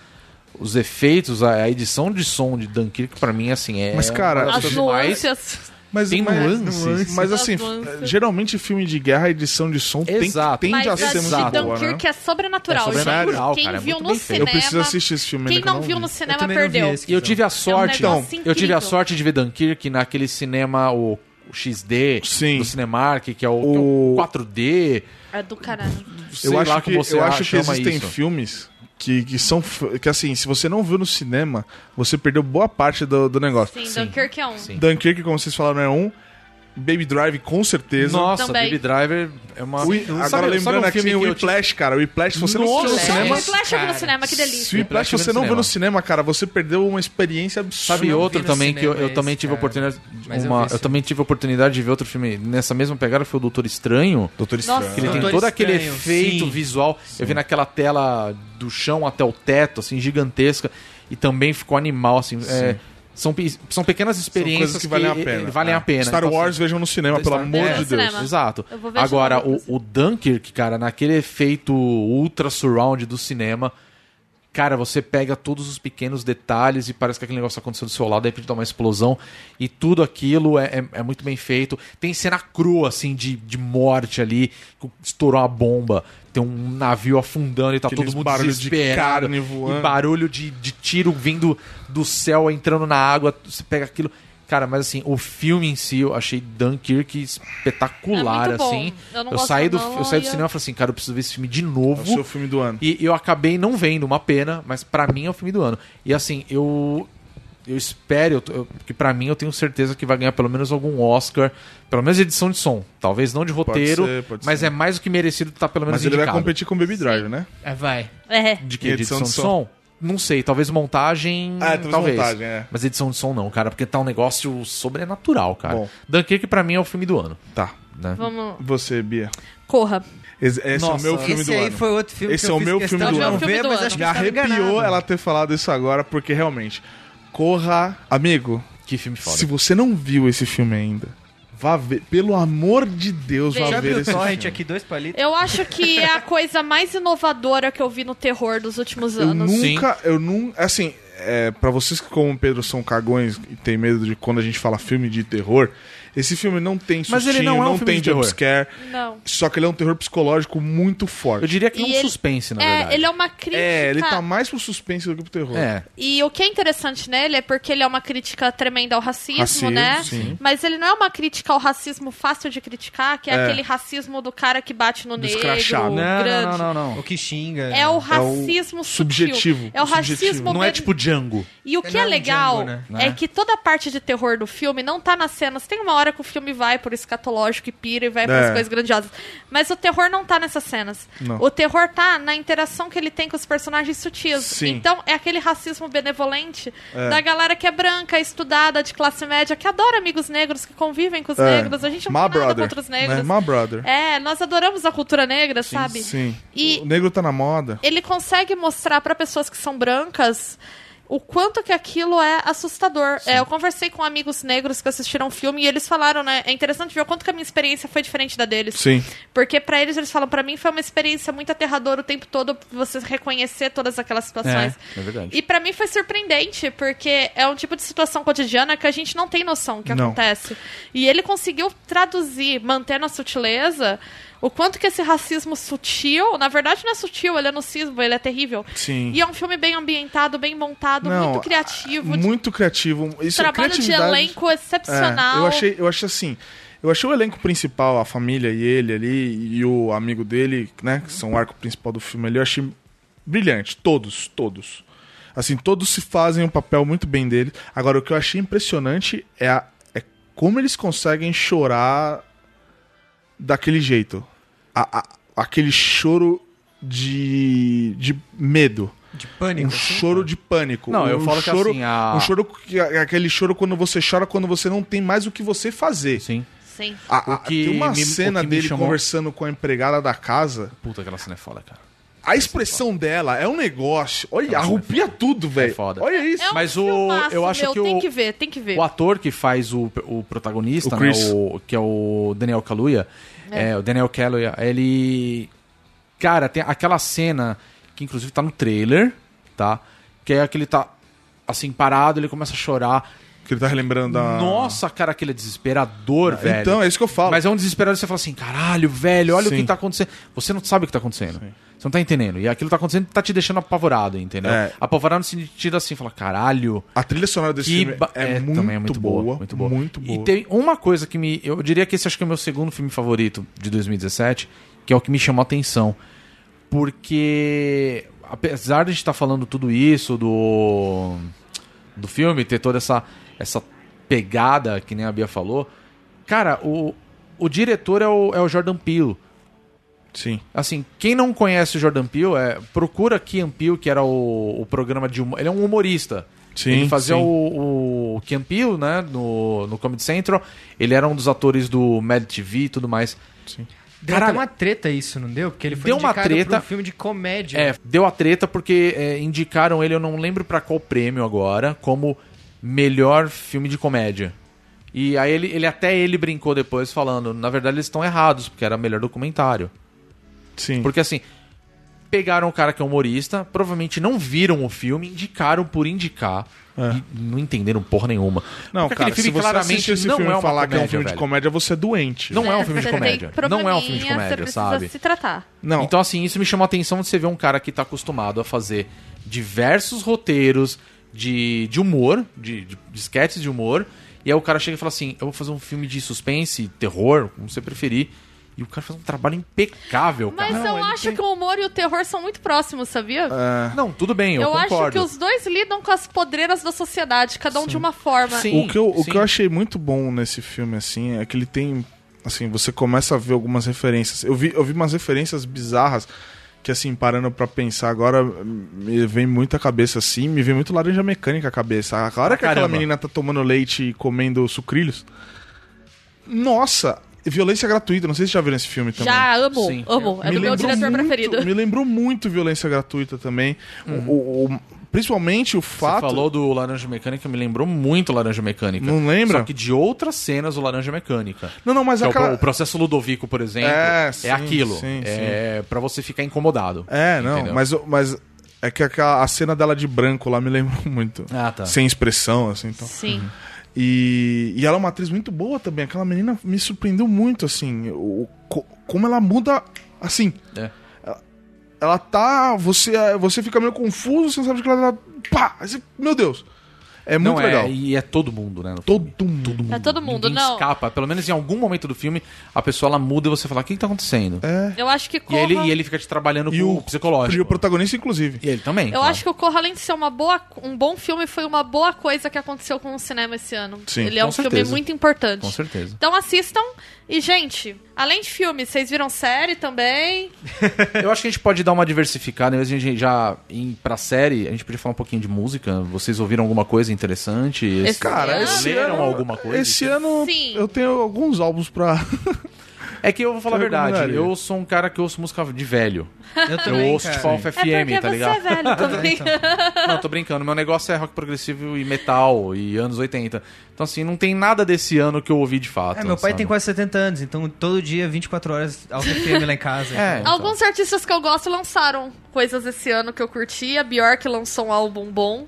[SPEAKER 2] os efeitos, a a edição de som de Dunkirk pra mim assim é
[SPEAKER 4] Mas, cara,
[SPEAKER 2] uma das
[SPEAKER 5] As
[SPEAKER 4] Acho
[SPEAKER 2] mais-
[SPEAKER 5] nuances.
[SPEAKER 4] Mas,
[SPEAKER 2] Tem
[SPEAKER 4] mas,
[SPEAKER 2] nuances.
[SPEAKER 4] Mas
[SPEAKER 5] As
[SPEAKER 4] assim,
[SPEAKER 5] nuances.
[SPEAKER 4] geralmente filme de guerra, a edição de som tem,
[SPEAKER 2] Exato.
[SPEAKER 4] tende
[SPEAKER 5] Mas assim,
[SPEAKER 4] a
[SPEAKER 5] a
[SPEAKER 4] ser
[SPEAKER 5] de
[SPEAKER 4] muito
[SPEAKER 2] Exato.
[SPEAKER 4] boa, né?
[SPEAKER 5] Dunkirk é sobrenatural.
[SPEAKER 2] É sobrenatural,
[SPEAKER 5] gente. Quem
[SPEAKER 2] cara, é
[SPEAKER 5] viu
[SPEAKER 2] muito
[SPEAKER 5] no
[SPEAKER 2] bem feito.
[SPEAKER 5] cinema...
[SPEAKER 4] Eu preciso assistir esse
[SPEAKER 2] um
[SPEAKER 4] filme
[SPEAKER 5] Quem
[SPEAKER 4] ainda, que eu
[SPEAKER 5] não viu no cinema
[SPEAKER 3] também não vi
[SPEAKER 5] perdeu.
[SPEAKER 3] esse.
[SPEAKER 2] E eu tive a sorte.
[SPEAKER 5] negócio incrível.
[SPEAKER 2] eu tive a sorte de ver Dunkirk naquele cinema, o, o XD
[SPEAKER 4] Sim.
[SPEAKER 2] do Cinemark, que é o,
[SPEAKER 4] O-
[SPEAKER 2] que é o 4D.
[SPEAKER 5] É do caralho.
[SPEAKER 2] sei
[SPEAKER 4] Eu
[SPEAKER 2] lá
[SPEAKER 4] acho que,
[SPEAKER 2] como você
[SPEAKER 4] eu acho que
[SPEAKER 2] chama
[SPEAKER 4] existem
[SPEAKER 2] isso.
[SPEAKER 4] filmes que, que são. f- Que assim, se você não viu no cinema, você perdeu boa parte do, do negócio.
[SPEAKER 5] Sim,
[SPEAKER 2] Sim.
[SPEAKER 5] Dunkirk é um.
[SPEAKER 2] Sim.
[SPEAKER 4] Dunkirk, como vocês falaram, é um. Baby Drive, com certeza.
[SPEAKER 2] Nossa,
[SPEAKER 5] Também.
[SPEAKER 2] Baby Driver é uma.
[SPEAKER 4] Ui- agora lembrando
[SPEAKER 2] um
[SPEAKER 4] aqui
[SPEAKER 2] filme
[SPEAKER 4] o
[SPEAKER 2] que eu
[SPEAKER 4] Whiplash, cara. O Whiplash, se você não viu no
[SPEAKER 2] Nossa,
[SPEAKER 4] cinema.
[SPEAKER 5] É, Flash eu vi no cinema, que delícia.
[SPEAKER 4] Se o Whiplash
[SPEAKER 2] Whiplash
[SPEAKER 4] você não
[SPEAKER 2] no
[SPEAKER 4] viu no
[SPEAKER 2] cinema.
[SPEAKER 4] cinema, cara, você perdeu uma experiência absurda.
[SPEAKER 2] Sabe
[SPEAKER 3] Eu não
[SPEAKER 2] outro
[SPEAKER 3] vi no
[SPEAKER 2] também que eu,
[SPEAKER 3] cinema
[SPEAKER 2] eu também
[SPEAKER 3] esse,
[SPEAKER 2] tive
[SPEAKER 3] cara.
[SPEAKER 2] oportunidade.
[SPEAKER 3] Mas eu
[SPEAKER 2] uma-
[SPEAKER 3] vi
[SPEAKER 2] eu,
[SPEAKER 3] esse.
[SPEAKER 2] também tive oportunidade de ver outro filme nessa mesma pegada, foi o Doutor Estranho.
[SPEAKER 4] Doutor
[SPEAKER 5] Nossa.
[SPEAKER 4] Estranho.
[SPEAKER 2] Que ele tem
[SPEAKER 3] Doutor
[SPEAKER 2] todo aquele
[SPEAKER 3] Estranho,
[SPEAKER 2] efeito
[SPEAKER 3] sim.
[SPEAKER 2] visual. Eu vi naquela tela do chão até o teto, assim, gigantesca. E também ficou animal, assim. é, são, pe- são pequenas experiências
[SPEAKER 4] coisas que valem a pena.
[SPEAKER 2] eh, valem a
[SPEAKER 4] É.
[SPEAKER 2] pena.
[SPEAKER 4] Star
[SPEAKER 2] Então, assim,
[SPEAKER 4] Wars vejam no cinema, pelo
[SPEAKER 2] Star-
[SPEAKER 4] amor
[SPEAKER 5] É.
[SPEAKER 4] de
[SPEAKER 5] Cinema.
[SPEAKER 4] Deus.
[SPEAKER 2] Exato.
[SPEAKER 5] Eu vou ver
[SPEAKER 2] Agora,
[SPEAKER 5] de novo,
[SPEAKER 2] o, o Dunkirk, cara, naquele efeito ultra surround do cinema, cara, você pega todos os pequenos detalhes e parece que aquele negócio aconteceu do seu lado, aí dá uma explosão e tudo aquilo é, é- é muito bem feito. Tem cena crua, assim, de, de morte ali, que estourou uma bomba, tem um navio afundando e tá
[SPEAKER 4] Aqueles
[SPEAKER 2] todo mundo
[SPEAKER 4] barulho de
[SPEAKER 2] desesperado.
[SPEAKER 4] carne voando.
[SPEAKER 2] E barulho de, de tiro vindo do céu, entrando na água, você pega aquilo... Cara, mas assim, o filme em si, eu achei Dunkirk espetacular espetacular,
[SPEAKER 5] É muito bom.
[SPEAKER 2] assim.
[SPEAKER 5] Eu não
[SPEAKER 2] eu,
[SPEAKER 5] gosto
[SPEAKER 2] saí do,
[SPEAKER 5] não,
[SPEAKER 2] eu saí do
[SPEAKER 5] e eu-
[SPEAKER 2] cinema e falei assim, cara, eu preciso ver esse filme de
[SPEAKER 4] É o
[SPEAKER 2] novo.
[SPEAKER 4] seu filme do ano.
[SPEAKER 2] E eu acabei não vendo, uma pena, mas pra mim é o filme do ano. E assim, eu eu espero, eu tô- eu- que pra mim eu tenho certeza que vai ganhar pelo menos algum Oscar, pelo menos edição de som, talvez não de roteiro,
[SPEAKER 4] ser, pode
[SPEAKER 2] mas
[SPEAKER 4] ser.
[SPEAKER 2] é mais do que merecido estar pelo menos
[SPEAKER 4] Mas ele vai
[SPEAKER 2] indicado.
[SPEAKER 4] competir com o Baby Drive, né?
[SPEAKER 3] É, vai.
[SPEAKER 5] É.
[SPEAKER 2] De que?
[SPEAKER 4] E
[SPEAKER 2] De edição, de som? Não sei, talvez montagem.
[SPEAKER 4] Ah, talvez
[SPEAKER 2] talvez.
[SPEAKER 4] montagem, é.
[SPEAKER 2] Mas edição de som não, cara, porque tá um negócio sobrenatural, cara.
[SPEAKER 4] Bom.
[SPEAKER 2] Dunkirk pra mim é o filme do ano.
[SPEAKER 4] Tá.
[SPEAKER 2] Né?
[SPEAKER 5] Vamos.
[SPEAKER 4] Você, Bia.
[SPEAKER 5] Corra.
[SPEAKER 4] Esse, esse
[SPEAKER 2] Nossa,
[SPEAKER 4] é o meu filme
[SPEAKER 3] Esse
[SPEAKER 4] do
[SPEAKER 3] aí
[SPEAKER 4] ano.
[SPEAKER 3] foi outro filme
[SPEAKER 4] Esse
[SPEAKER 3] que
[SPEAKER 4] é o
[SPEAKER 3] eu fiz
[SPEAKER 4] meu
[SPEAKER 3] questão
[SPEAKER 4] filme do
[SPEAKER 3] de não
[SPEAKER 4] ano.
[SPEAKER 5] Meu
[SPEAKER 3] ver,
[SPEAKER 5] filme
[SPEAKER 3] mas
[SPEAKER 5] do
[SPEAKER 3] acho que
[SPEAKER 5] ano.
[SPEAKER 4] Me
[SPEAKER 2] tá
[SPEAKER 3] eu estava
[SPEAKER 4] arrepiou
[SPEAKER 3] enganado.
[SPEAKER 4] ela ter falado isso agora, porque realmente. Corra. Amigo,
[SPEAKER 2] Que filme foda.
[SPEAKER 4] se você não viu esse filme ainda, vá ver. Pelo amor de Deus,
[SPEAKER 5] Veja.
[SPEAKER 4] vá
[SPEAKER 3] Já
[SPEAKER 4] ver
[SPEAKER 3] abriu o
[SPEAKER 4] esse
[SPEAKER 3] torrent
[SPEAKER 4] filme.
[SPEAKER 3] aqui, dois palitos.
[SPEAKER 5] Eu acho que é a coisa mais inovadora que eu vi no terror dos últimos
[SPEAKER 4] Eu
[SPEAKER 5] anos.
[SPEAKER 4] nunca, eu nunca. Assim, é, para vocês que, como o Pedro, são cagões e tem medo de quando a gente fala filme de terror, Esse filme não tem sustinho,
[SPEAKER 2] Mas ele não é um
[SPEAKER 4] não
[SPEAKER 2] filme
[SPEAKER 4] tem
[SPEAKER 2] de terror.
[SPEAKER 4] jumpscare.
[SPEAKER 5] Não.
[SPEAKER 4] Só que ele é um terror psicológico muito
[SPEAKER 2] Eu
[SPEAKER 4] forte.
[SPEAKER 2] diria que é um
[SPEAKER 5] E ele-
[SPEAKER 2] suspense, na
[SPEAKER 5] é,
[SPEAKER 2] verdade.
[SPEAKER 5] ele é uma crítica.
[SPEAKER 4] É, ele tá mais pro suspense do que pro terror.
[SPEAKER 2] É.
[SPEAKER 5] E o que é interessante nele é porque ele é uma crítica tremenda ao racismo,
[SPEAKER 4] Racismo,
[SPEAKER 5] né?
[SPEAKER 4] sim.
[SPEAKER 5] Mas ele não é uma crítica ao racismo fácil de criticar, que é,
[SPEAKER 4] É.
[SPEAKER 5] aquele racismo do cara que bate no negro,
[SPEAKER 4] escrachado.
[SPEAKER 2] Não,
[SPEAKER 5] grande.
[SPEAKER 2] não, não, não,
[SPEAKER 3] O que xinga.
[SPEAKER 5] É o racismo sutil.
[SPEAKER 4] subjetivo,
[SPEAKER 5] É o
[SPEAKER 4] subjetivo.
[SPEAKER 5] racismo
[SPEAKER 2] não. Não é
[SPEAKER 5] men-
[SPEAKER 2] tipo Django.
[SPEAKER 5] E o que
[SPEAKER 3] Não
[SPEAKER 5] é
[SPEAKER 3] é um
[SPEAKER 5] legal
[SPEAKER 3] Django,
[SPEAKER 2] né?
[SPEAKER 5] é que toda a parte de terror do filme não tá nas cenas. Tem uma hora que o filme vai por escatológico e pira e vai para
[SPEAKER 4] É.
[SPEAKER 5] coisas grandiosas. Mas o terror não tá nessas cenas.
[SPEAKER 4] Não.
[SPEAKER 5] O terror tá na interação que ele tem com os personagens sutis.
[SPEAKER 4] Sim.
[SPEAKER 5] Então é aquele racismo benevolente da galera que é branca, estudada, de classe média, que adora amigos negros, que convivem com os
[SPEAKER 4] É.
[SPEAKER 5] negros. A gente não
[SPEAKER 4] My
[SPEAKER 5] tem nada
[SPEAKER 4] brother,
[SPEAKER 5] contra os negros.
[SPEAKER 4] Né? My brother.
[SPEAKER 5] É, nós adoramos a cultura negra, sabe?
[SPEAKER 4] Sim.
[SPEAKER 5] E-
[SPEAKER 4] O negro tá na moda.
[SPEAKER 5] ele consegue mostrar pra pessoas que são brancas o quanto que aquilo é assustador. É, eu conversei com amigos negros que assistiram o filme e eles falaram, né? É interessante ver o quanto que a minha experiência foi diferente da deles.
[SPEAKER 4] Sim.
[SPEAKER 5] Porque pra eles, eles falam, pra mim foi uma experiência muito aterradora o tempo todo você reconhecer todas aquelas situações.
[SPEAKER 2] É, é verdade.
[SPEAKER 5] E pra mim foi surpreendente, porque é um tipo de situação cotidiana que a gente não tem noção que
[SPEAKER 4] Não.
[SPEAKER 5] acontece. E ele conseguiu traduzir, mantendo a sutileza, o quanto que esse racismo sutil, na verdade não é sutil, ele é nocivo, ele é terrível.
[SPEAKER 4] Sim.
[SPEAKER 5] E é um filme bem ambientado, bem montado,
[SPEAKER 4] Não,
[SPEAKER 5] muito criativo, de um
[SPEAKER 4] Muito criativo. Isso é
[SPEAKER 5] trabalho de
[SPEAKER 4] criatividade...
[SPEAKER 5] elenco excepcional.
[SPEAKER 4] É, eu achei, eu achei assim. Eu achei o elenco principal, a família e ele ali, e o amigo dele, né? Que são o arco principal do filme ali, eu achei brilhante. Todos, todos. Assim, todos se fazem um papel muito bem dele. Agora, o que eu achei impressionante é, a- é como eles conseguem chorar daquele jeito. A- a- aquele choro de, de medo.
[SPEAKER 3] De pânico. assim.
[SPEAKER 4] Um choro de pânico.
[SPEAKER 2] assim? Não,
[SPEAKER 4] um
[SPEAKER 2] eu falo que
[SPEAKER 4] choro,
[SPEAKER 2] assim, a-
[SPEAKER 4] Um choro que é aquele choro quando você chora quando você não tem mais o que você fazer.
[SPEAKER 2] Sim.
[SPEAKER 5] Sim.
[SPEAKER 4] A, a-
[SPEAKER 2] O que
[SPEAKER 4] tem uma
[SPEAKER 2] me-
[SPEAKER 4] cena
[SPEAKER 2] o que me
[SPEAKER 4] dele
[SPEAKER 2] chamou-
[SPEAKER 4] conversando com a empregada da casa.
[SPEAKER 2] Puta, aquela cena é foda, cara.
[SPEAKER 4] A expressão dela é um negócio. Olha,
[SPEAKER 2] Nossa, é
[SPEAKER 4] arrupia tudo, velho.
[SPEAKER 2] foda.
[SPEAKER 4] Olha isso.
[SPEAKER 5] É um
[SPEAKER 2] Mas o-
[SPEAKER 5] filmaço,
[SPEAKER 2] eu acho
[SPEAKER 5] meu,
[SPEAKER 2] que o-
[SPEAKER 5] Tem que ver, tem que ver.
[SPEAKER 2] O ator que faz o, o protagonista,
[SPEAKER 4] O
[SPEAKER 2] né,
[SPEAKER 4] Chris.
[SPEAKER 2] o- que é o Daniel Kaluuya, é. o Daniel Kaluuya, ele... Cara, tem aquela cena que inclusive tá no trailer, tá? Que é aquele tá, assim, parado, ele começa a chorar.
[SPEAKER 4] Que ele tá relembrando da.
[SPEAKER 2] Nossa, cara, aquele é desesperador, velho.
[SPEAKER 4] Então, é isso que eu falo.
[SPEAKER 2] Mas Ah, é um desesperado que você fala assim, caralho, velho, olha o
[SPEAKER 4] Sim.
[SPEAKER 2] que tá acontecendo. Você não sabe o que tá acontecendo. Você não tá entendendo. E aquilo tá acontecendo tá te deixando apavorado, entendeu?
[SPEAKER 4] É.
[SPEAKER 2] Apavorado no sentido assim, fala, caralho.
[SPEAKER 4] A trilha sonora desse
[SPEAKER 2] Que
[SPEAKER 4] filme
[SPEAKER 2] ba-
[SPEAKER 4] é, muito,
[SPEAKER 2] também
[SPEAKER 4] boa,
[SPEAKER 2] Muito boa.
[SPEAKER 4] Muito boa.
[SPEAKER 2] E tem uma coisa que me. Eu diria que esse acho que é o meu segundo filme favorito de 2017, que é o que me chamou a atenção. Porque. Apesar de a gente estar falando tudo isso, do. Do filme, ter toda essa, essa pegada que nem a Bia falou. Cara, o, o diretor é o, é o Jordan Peele.
[SPEAKER 4] Sim.
[SPEAKER 2] Assim, quem não conhece o Jordan Peele, é, procura Key Peele, que era o, o programa de humor. Ele é um humorista.
[SPEAKER 4] Sim,
[SPEAKER 2] ele fazia
[SPEAKER 4] sim.
[SPEAKER 2] o, o Key Peele, né, no, no Comedy Central. Ele era um dos atores do Mad TV e tudo mais.
[SPEAKER 3] Deu
[SPEAKER 2] Caralho.
[SPEAKER 3] até uma treta isso, não deu? Porque ele foi
[SPEAKER 2] Deu uma
[SPEAKER 3] indicado
[SPEAKER 2] treta.
[SPEAKER 3] pra um filme de comédia.
[SPEAKER 2] É, deu a treta porque é, indicaram ele, eu não lembro pra qual prêmio agora, como melhor filme de comédia. E aí ele, ele até ele brincou depois falando, na verdade eles estão errados, porque era melhor documentário.
[SPEAKER 4] Sim.
[SPEAKER 2] Porque assim, pegaram o cara que é humorista, provavelmente não viram o filme, indicaram por indicar.
[SPEAKER 4] É.
[SPEAKER 2] E não entenderam porra nenhuma.
[SPEAKER 4] Não,
[SPEAKER 2] Porque
[SPEAKER 4] cara, se você assiste esse filme e falar que é um filme de
[SPEAKER 2] velho.
[SPEAKER 4] comédia, você é doente.
[SPEAKER 2] Não é um filme de
[SPEAKER 5] Você
[SPEAKER 2] comédia.
[SPEAKER 5] tem
[SPEAKER 2] Não é um filme de
[SPEAKER 5] probleminha, você
[SPEAKER 2] comédia,
[SPEAKER 5] precisa
[SPEAKER 2] sabe?
[SPEAKER 5] se tratar.
[SPEAKER 4] Não.
[SPEAKER 2] Então, assim, isso me chamou a atenção de você ver um cara que tá acostumado a fazer diversos roteiros de, de humor, de, de, de sketches de humor, e aí o cara chega e fala assim: Eu vou fazer um filme de suspense, terror, como você preferir. E o cara faz um trabalho impecável,
[SPEAKER 5] Mas
[SPEAKER 2] cara.
[SPEAKER 5] eu
[SPEAKER 4] ele
[SPEAKER 5] acho
[SPEAKER 4] tem-
[SPEAKER 5] que o humor e o terror são muito próximos,
[SPEAKER 2] É.
[SPEAKER 5] sabia?
[SPEAKER 4] é,
[SPEAKER 2] Não, tudo bem, eu,
[SPEAKER 5] eu acho que
[SPEAKER 2] concordo.
[SPEAKER 5] os dois lidam com as podreiras da sociedade, cada um de uma forma.
[SPEAKER 2] Sim.
[SPEAKER 4] o que, eu, o
[SPEAKER 2] sim.
[SPEAKER 4] que eu achei muito bom nesse filme, assim, é que ele tem. Assim, você começa a ver algumas referências. Eu vi, eu vi umas referências bizarras que, assim, parando pra pensar agora, me vem muito à cabeça, assim, me vem muito laranja mecânica a cabeça. A hora que aquela
[SPEAKER 2] Ah, Caramba.
[SPEAKER 4] menina tá tomando leite e comendo sucrilhos. Nossa! Violência gratuita, não sei se já viram esse filme também.
[SPEAKER 5] Já amo,
[SPEAKER 2] Sim.
[SPEAKER 5] amo. É do meu
[SPEAKER 4] lembrou
[SPEAKER 5] diretor
[SPEAKER 4] muito-
[SPEAKER 5] preferido.
[SPEAKER 4] Me lembrou muito violência gratuita também. O- o- o- principalmente o
[SPEAKER 2] Hum. Você
[SPEAKER 4] fato.
[SPEAKER 2] falou do Laranja Mecânica, me lembrou muito Laranja Mecânica.
[SPEAKER 4] Não lembra?
[SPEAKER 2] Só que de outras cenas do Laranja Mecânica.
[SPEAKER 4] Não, não, mas
[SPEAKER 2] Que é o pro-
[SPEAKER 4] aquela.
[SPEAKER 2] o processo Ludovico, por exemplo,
[SPEAKER 4] É,
[SPEAKER 2] é,
[SPEAKER 4] sim,
[SPEAKER 2] aquilo.
[SPEAKER 4] sim,
[SPEAKER 2] é para você ficar incomodado.
[SPEAKER 4] É, não,
[SPEAKER 2] Entendeu?
[SPEAKER 4] mas, mas é que aquela- a cena dela de branco lá me lembrou muito.
[SPEAKER 2] Ah, tá. Uhum.
[SPEAKER 4] Sem expressão, assim. Então.
[SPEAKER 5] Sim.
[SPEAKER 4] E, e ela é uma atriz muito boa também. Aquela menina me surpreendeu muito, assim. O, co- como ela muda, assim.
[SPEAKER 2] É.
[SPEAKER 4] Ela- Ela tá. Você, você fica meio confuso, você não sabe de que ela tá. Pá! aí você- meu Deus! É muito
[SPEAKER 2] Não,
[SPEAKER 4] legal.
[SPEAKER 2] É, e é todo mundo, né? no filme.
[SPEAKER 4] Todo mundo.
[SPEAKER 5] É todo mundo,
[SPEAKER 2] Ninguém
[SPEAKER 5] não.
[SPEAKER 2] escapa. Pelo menos em algum momento do filme, a pessoa ela muda e você fala, o que, que tá acontecendo?
[SPEAKER 4] É.
[SPEAKER 5] Eu acho que
[SPEAKER 2] E
[SPEAKER 5] Corra...
[SPEAKER 2] ele, e ele fica te trabalhando
[SPEAKER 4] E
[SPEAKER 2] com
[SPEAKER 4] o-
[SPEAKER 2] o psicológico.
[SPEAKER 4] E o protagonista, inclusive.
[SPEAKER 2] E ele também.
[SPEAKER 5] Eu
[SPEAKER 2] claro.
[SPEAKER 5] acho que o Corra, além de ser uma boa, um bom filme, foi uma boa coisa que aconteceu com o cinema esse ano.
[SPEAKER 4] Sim,
[SPEAKER 5] ele é
[SPEAKER 2] com
[SPEAKER 5] um filme
[SPEAKER 2] certeza.
[SPEAKER 5] muito importante.
[SPEAKER 2] Com certeza.
[SPEAKER 5] Então assistam. E, gente, além de filme, vocês viram série também?
[SPEAKER 2] Eu acho que a gente pode dar uma diversificada. né? A gente já, em, pra série, a gente podia falar um pouquinho de música. Vocês ouviram alguma coisa interessante?
[SPEAKER 5] Esse
[SPEAKER 4] Cara,
[SPEAKER 5] ano?
[SPEAKER 4] esse
[SPEAKER 2] Leram
[SPEAKER 4] ano,
[SPEAKER 2] alguma coisa?
[SPEAKER 4] Esse ano
[SPEAKER 5] Sim.
[SPEAKER 4] eu tenho alguns álbuns pra.
[SPEAKER 2] É que eu vou falar a
[SPEAKER 4] Eu
[SPEAKER 2] verdade.
[SPEAKER 4] recomendaria.
[SPEAKER 2] Eu sou um cara que ouço música de velho.
[SPEAKER 3] Eu também,
[SPEAKER 2] eu ouço
[SPEAKER 3] cara.
[SPEAKER 2] tipo Alpha
[SPEAKER 5] é porque
[SPEAKER 2] FM, tá
[SPEAKER 5] você é
[SPEAKER 2] ligado? Então,
[SPEAKER 5] velho também.
[SPEAKER 2] Não, tô brincando. Meu negócio é rock progressivo e metal e anos 80. Então, assim, não tem nada desse ano que eu ouvi de fato.
[SPEAKER 3] É, meu pai
[SPEAKER 2] sabe?
[SPEAKER 3] tem quase 70 anos, então todo dia, 24 horas, Alpha FM lá em casa.
[SPEAKER 2] É,
[SPEAKER 3] então.
[SPEAKER 2] então.
[SPEAKER 5] Alguns artistas que eu gosto lançaram coisas esse ano que eu curti. A Bjork lançou um álbum bom.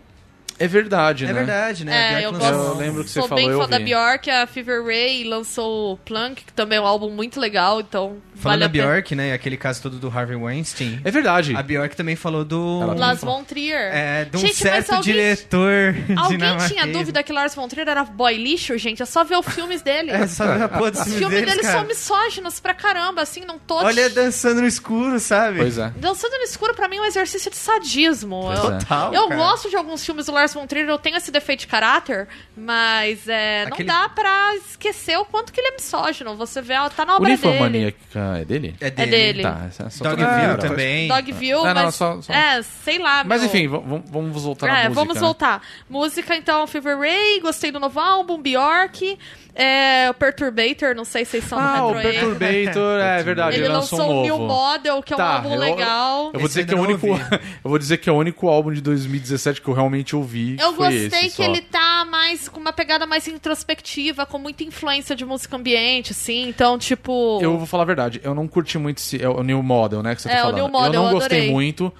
[SPEAKER 2] É verdade, né?
[SPEAKER 3] É verdade, né? A
[SPEAKER 5] É,
[SPEAKER 3] Björk
[SPEAKER 5] eu
[SPEAKER 3] lançou-
[SPEAKER 5] gosto.
[SPEAKER 2] Eu lembro que você
[SPEAKER 5] sou bem
[SPEAKER 2] falou, eu
[SPEAKER 5] fã da
[SPEAKER 2] vi.
[SPEAKER 5] Bjork. A Fever Ray lançou o Plunk, que também é um álbum muito legal. Então,
[SPEAKER 3] Falando
[SPEAKER 5] vale
[SPEAKER 3] da
[SPEAKER 5] a pena.
[SPEAKER 3] Bjork, né? Aquele caso todo do Harvey Weinstein.
[SPEAKER 2] É verdade.
[SPEAKER 3] A Bjork também falou do.
[SPEAKER 2] Ela
[SPEAKER 5] Lars von Trier.
[SPEAKER 3] É, de um
[SPEAKER 5] Gente, mas
[SPEAKER 3] certo
[SPEAKER 5] alguém-
[SPEAKER 3] diretor
[SPEAKER 5] Alguém
[SPEAKER 3] dinamarquês.
[SPEAKER 5] tinha dúvida que Lars von Trier era boy lixo, gente? É só ver os filmes dele.
[SPEAKER 3] É, só ver a porra dos
[SPEAKER 5] Os
[SPEAKER 3] filmes
[SPEAKER 5] filmes
[SPEAKER 3] deles,
[SPEAKER 5] dele é um
[SPEAKER 3] cara.
[SPEAKER 5] são misóginos pra caramba, assim, não todos.
[SPEAKER 3] Olha dançando no escuro, sabe?
[SPEAKER 2] Pois é.
[SPEAKER 5] Dançando no escuro, pra mim, é um exercício de sadismo.
[SPEAKER 2] Pois
[SPEAKER 5] eu
[SPEAKER 2] é.
[SPEAKER 3] Total,
[SPEAKER 5] eu
[SPEAKER 3] cara.
[SPEAKER 5] gosto de alguns filmes do Lars von Trier, eu tenho esse defeito de caráter, mas é, não
[SPEAKER 3] Aquele-
[SPEAKER 5] dá pra esquecer o quanto que ele é misógino. Você vê, ó, tá na
[SPEAKER 2] O
[SPEAKER 5] obra dele.
[SPEAKER 2] Ninfomaníaca é dele?
[SPEAKER 3] É
[SPEAKER 5] É
[SPEAKER 3] dele.
[SPEAKER 5] dele.
[SPEAKER 2] Tá, essa só
[SPEAKER 3] Dogville
[SPEAKER 2] Ah, tá.
[SPEAKER 3] também.
[SPEAKER 5] Dogville,
[SPEAKER 2] Não, não,
[SPEAKER 5] mas...
[SPEAKER 2] só- só-
[SPEAKER 5] É, sei lá,
[SPEAKER 2] Mas
[SPEAKER 5] meu.
[SPEAKER 2] enfim, v- v- vamos voltar na
[SPEAKER 5] É,
[SPEAKER 2] música.
[SPEAKER 5] vamos
[SPEAKER 2] né?
[SPEAKER 5] voltar. Música, então, Fever Ray, gostei do novo álbum, Bjork, é, o Perturbator, não sei se vocês são
[SPEAKER 2] Ah,
[SPEAKER 5] do
[SPEAKER 2] o
[SPEAKER 5] retro aí.
[SPEAKER 2] Perturbator, é verdade,
[SPEAKER 5] Ele lançou o New
[SPEAKER 2] um novo.
[SPEAKER 5] Model, que é um
[SPEAKER 2] Tá,
[SPEAKER 5] álbum
[SPEAKER 2] eu-
[SPEAKER 5] legal.
[SPEAKER 2] Eu
[SPEAKER 5] Eu,
[SPEAKER 2] vou,
[SPEAKER 3] Esse
[SPEAKER 2] dizer
[SPEAKER 3] eu
[SPEAKER 2] que é o
[SPEAKER 3] ainda
[SPEAKER 2] único,
[SPEAKER 3] não
[SPEAKER 2] eu vou dizer que é o único álbum de 2017 que eu realmente ouvi. que foi
[SPEAKER 5] gostei
[SPEAKER 2] esse, só.
[SPEAKER 5] que ele tá mais com uma pegada mais introspectiva, com muita influência de música ambiente, assim. Então, tipo.
[SPEAKER 2] Eu vou falar a verdade, eu não curti muito esse. É o New Model, né? Que você
[SPEAKER 5] É,
[SPEAKER 2] tá
[SPEAKER 5] o
[SPEAKER 2] falando.
[SPEAKER 5] New
[SPEAKER 2] eu
[SPEAKER 5] Model,
[SPEAKER 2] não
[SPEAKER 5] eu
[SPEAKER 2] gostei
[SPEAKER 5] adorei.
[SPEAKER 2] muito,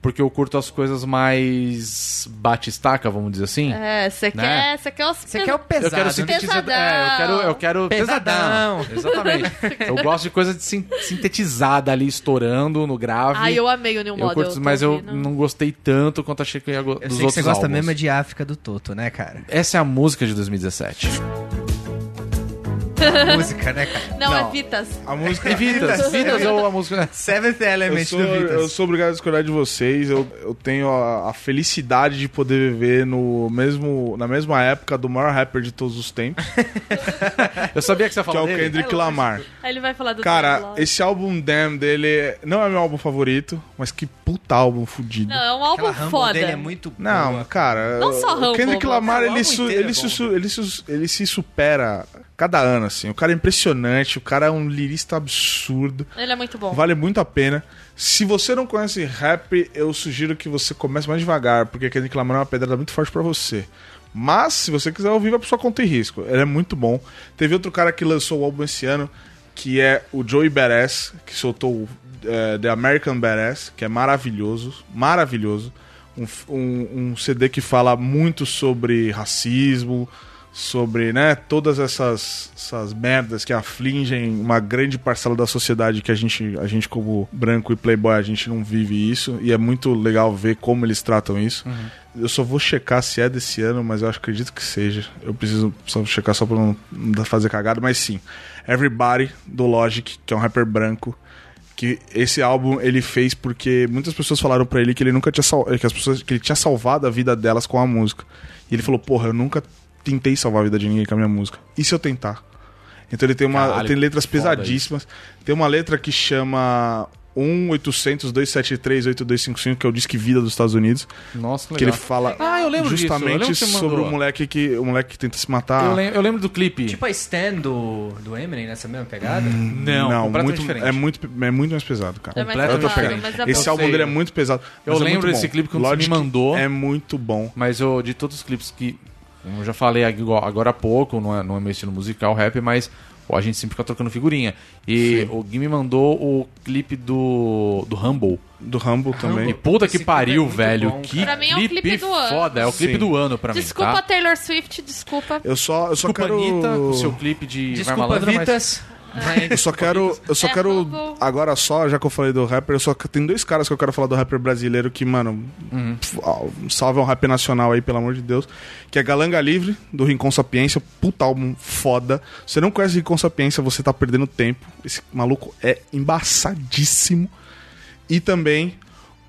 [SPEAKER 2] porque eu curto as coisas mais bate-estaca, vamos dizer assim.
[SPEAKER 5] É, você
[SPEAKER 2] Né?
[SPEAKER 5] quer. Você quer os.
[SPEAKER 3] Você quer o pesado,
[SPEAKER 2] Eu quero
[SPEAKER 3] né?
[SPEAKER 2] sintetizador.
[SPEAKER 5] Pesadão.
[SPEAKER 2] É, eu quero, eu quero
[SPEAKER 3] Pesadão.
[SPEAKER 2] Exatamente. eu gosto de coisa de sin- sintetizada ali, estourando no grave.
[SPEAKER 5] Ah, eu amei o New
[SPEAKER 4] um
[SPEAKER 2] Eu
[SPEAKER 5] Model.
[SPEAKER 2] curto,
[SPEAKER 5] tô
[SPEAKER 2] mas eu
[SPEAKER 5] ouvindo.
[SPEAKER 2] não gostei tanto quanto achei que eu ia go
[SPEAKER 3] Eu
[SPEAKER 2] dos
[SPEAKER 3] sei que
[SPEAKER 2] outros
[SPEAKER 3] você gosta
[SPEAKER 2] álbuns.
[SPEAKER 3] mesmo é de África do Toto, né, cara?
[SPEAKER 2] Essa é a música de 2017.
[SPEAKER 3] A música, né, cara?
[SPEAKER 5] Não,
[SPEAKER 2] não.
[SPEAKER 5] é Vitas.
[SPEAKER 4] A música.
[SPEAKER 2] Vidas, Vidas ou a música. né?
[SPEAKER 3] Seventh
[SPEAKER 4] Eu
[SPEAKER 3] Element
[SPEAKER 4] sou,
[SPEAKER 3] do Vitas.
[SPEAKER 4] eu sou obrigado a discordar de vocês. Eu, eu tenho a, a felicidade de poder viver no mesmo, na mesma época do maior rapper de todos os tempos,
[SPEAKER 2] Eu sabia que você ia
[SPEAKER 4] que é
[SPEAKER 2] falar
[SPEAKER 4] o
[SPEAKER 2] dele.
[SPEAKER 4] Kendrick Lamar.
[SPEAKER 5] Aí ele vai falar do Taylor
[SPEAKER 4] Cara,
[SPEAKER 5] Lautner.
[SPEAKER 4] esse álbum Damn dele não é meu álbum favorito, mas que puta álbum fudido.
[SPEAKER 5] Não, é um
[SPEAKER 3] Aquela
[SPEAKER 5] álbum
[SPEAKER 3] Rumble
[SPEAKER 5] foda.
[SPEAKER 3] dele é muito boa.
[SPEAKER 4] Não, cara.
[SPEAKER 5] Não só
[SPEAKER 4] O
[SPEAKER 5] Rumble,
[SPEAKER 4] Kendrick
[SPEAKER 5] mano.
[SPEAKER 4] Lamar,
[SPEAKER 3] O
[SPEAKER 4] ele,
[SPEAKER 3] álbum
[SPEAKER 4] su-
[SPEAKER 3] inteiro
[SPEAKER 4] ele,
[SPEAKER 3] é
[SPEAKER 4] su-
[SPEAKER 3] bom.
[SPEAKER 4] su- ele, su- ele se supera cada ano, assim. O cara é impressionante, o cara é um lirista absurdo.
[SPEAKER 5] Ele é muito bom.
[SPEAKER 4] Vale muito a pena. Se você não conhece rap, eu sugiro que você comece mais devagar, porque Kendrick Lamar é uma pedrada muito forte pra você. Mas, se você quiser ouvir, vai pra sua conta e risco. Ele é muito bom. Teve outro cara que lançou o álbum esse ano, que é o Joey Badass, que soltou eh, The American Badass, que é maravilhoso. Maravilhoso. Um, f- um- um CD que fala muito sobre racismo, sobre né, todas essas, essas merdas que afligem uma grande parcela da sociedade que a gente, a gente como branco e playboy, a gente não vive isso. E é muito legal ver como eles tratam isso. Eu só vou checar se é desse ano, mas eu acho- acredito que seja. Eu preciso só checar só pra não, não fazer cagada, mas sim. Everybody, do Logic, que é um rapper branco, que esse álbum ele fez porque muitas pessoas falaram pra ele que ele nunca tinha sal... eh, que as pessoas que ele tinha salvado a vida delas com a música. E ele falou: "Porra, eu nunca tentei salvar a vida de ninguém com a minha música. E se eu tentar?" Então ele tem uma
[SPEAKER 2] Caralho,
[SPEAKER 4] tem letras
[SPEAKER 2] foda
[SPEAKER 4] pesadíssimas. Tem uma letra que chama 1 800 273 8255, que é o disque vida dos Estados Unidos,
[SPEAKER 2] Nossa,
[SPEAKER 4] que
[SPEAKER 2] legal.
[SPEAKER 4] ele fala
[SPEAKER 2] Ah, eu lembro disso. Eu
[SPEAKER 4] justamente
[SPEAKER 2] lembro que você
[SPEAKER 4] sobre
[SPEAKER 2] mandou.
[SPEAKER 4] o moleque que o moleque que tenta se matar.
[SPEAKER 2] Eu, lem- eu lembro do clipe.
[SPEAKER 3] Tipo a Stan do, do Eminem nessa mesma pegada?
[SPEAKER 2] não, completamente
[SPEAKER 4] muito,
[SPEAKER 2] diferente.
[SPEAKER 4] é muito é muito mais pesado, cara.
[SPEAKER 5] É mais
[SPEAKER 2] completamente
[SPEAKER 5] pesado,
[SPEAKER 4] diferente.
[SPEAKER 5] mas é bom.
[SPEAKER 4] Esse
[SPEAKER 2] Eu
[SPEAKER 4] álbum
[SPEAKER 2] sei.
[SPEAKER 4] dele é muito pesado.
[SPEAKER 2] Eu
[SPEAKER 4] mas é
[SPEAKER 2] lembro
[SPEAKER 4] muito
[SPEAKER 2] desse
[SPEAKER 4] bom.
[SPEAKER 2] clip quando você me
[SPEAKER 4] Logic
[SPEAKER 2] mandou.
[SPEAKER 4] É muito bom.
[SPEAKER 2] Mas eu, de todos os clipes que. Como eu já falei ag- agora há pouco, não é, não é meu estilo musical, rap, mas Ou a gente sempre fica trocando figurinha. E o Gui me mandou o clipe do, do Humble.
[SPEAKER 4] Do Rambo
[SPEAKER 2] E
[SPEAKER 4] também.
[SPEAKER 2] puta que
[SPEAKER 3] Esse clipe é
[SPEAKER 2] pariu,
[SPEAKER 3] muito
[SPEAKER 2] velho.
[SPEAKER 3] bom,
[SPEAKER 2] que
[SPEAKER 5] Pra mim é o
[SPEAKER 2] clipe,
[SPEAKER 5] clipe do ano.
[SPEAKER 2] foda. É o clipe
[SPEAKER 4] Sim.
[SPEAKER 2] do ano pra
[SPEAKER 5] Desculpa,
[SPEAKER 2] mim, tá?
[SPEAKER 5] Taylor Swift, desculpa.
[SPEAKER 4] Eu só, eu só
[SPEAKER 2] Desculpa,
[SPEAKER 4] quero.
[SPEAKER 2] Anitta, o seu clipe de Vai
[SPEAKER 3] Desculpa,
[SPEAKER 2] Malandra, mas-
[SPEAKER 3] Vitas.
[SPEAKER 4] Eu só quero. Eu só
[SPEAKER 5] É,
[SPEAKER 4] quero.
[SPEAKER 5] Rumble.
[SPEAKER 4] Agora só, já que eu falei do rapper, eu só que- tem dois caras que eu quero falar do rapper brasileiro que, mano, pf, ó, salve um rap nacional aí, pelo amor de Deus. Que é Galanga Livre, do Rincon Sapiência. Puta álbum foda. Se você não conhece Rincon Sapiência, você tá perdendo tempo. Esse maluco é embaçadíssimo. E também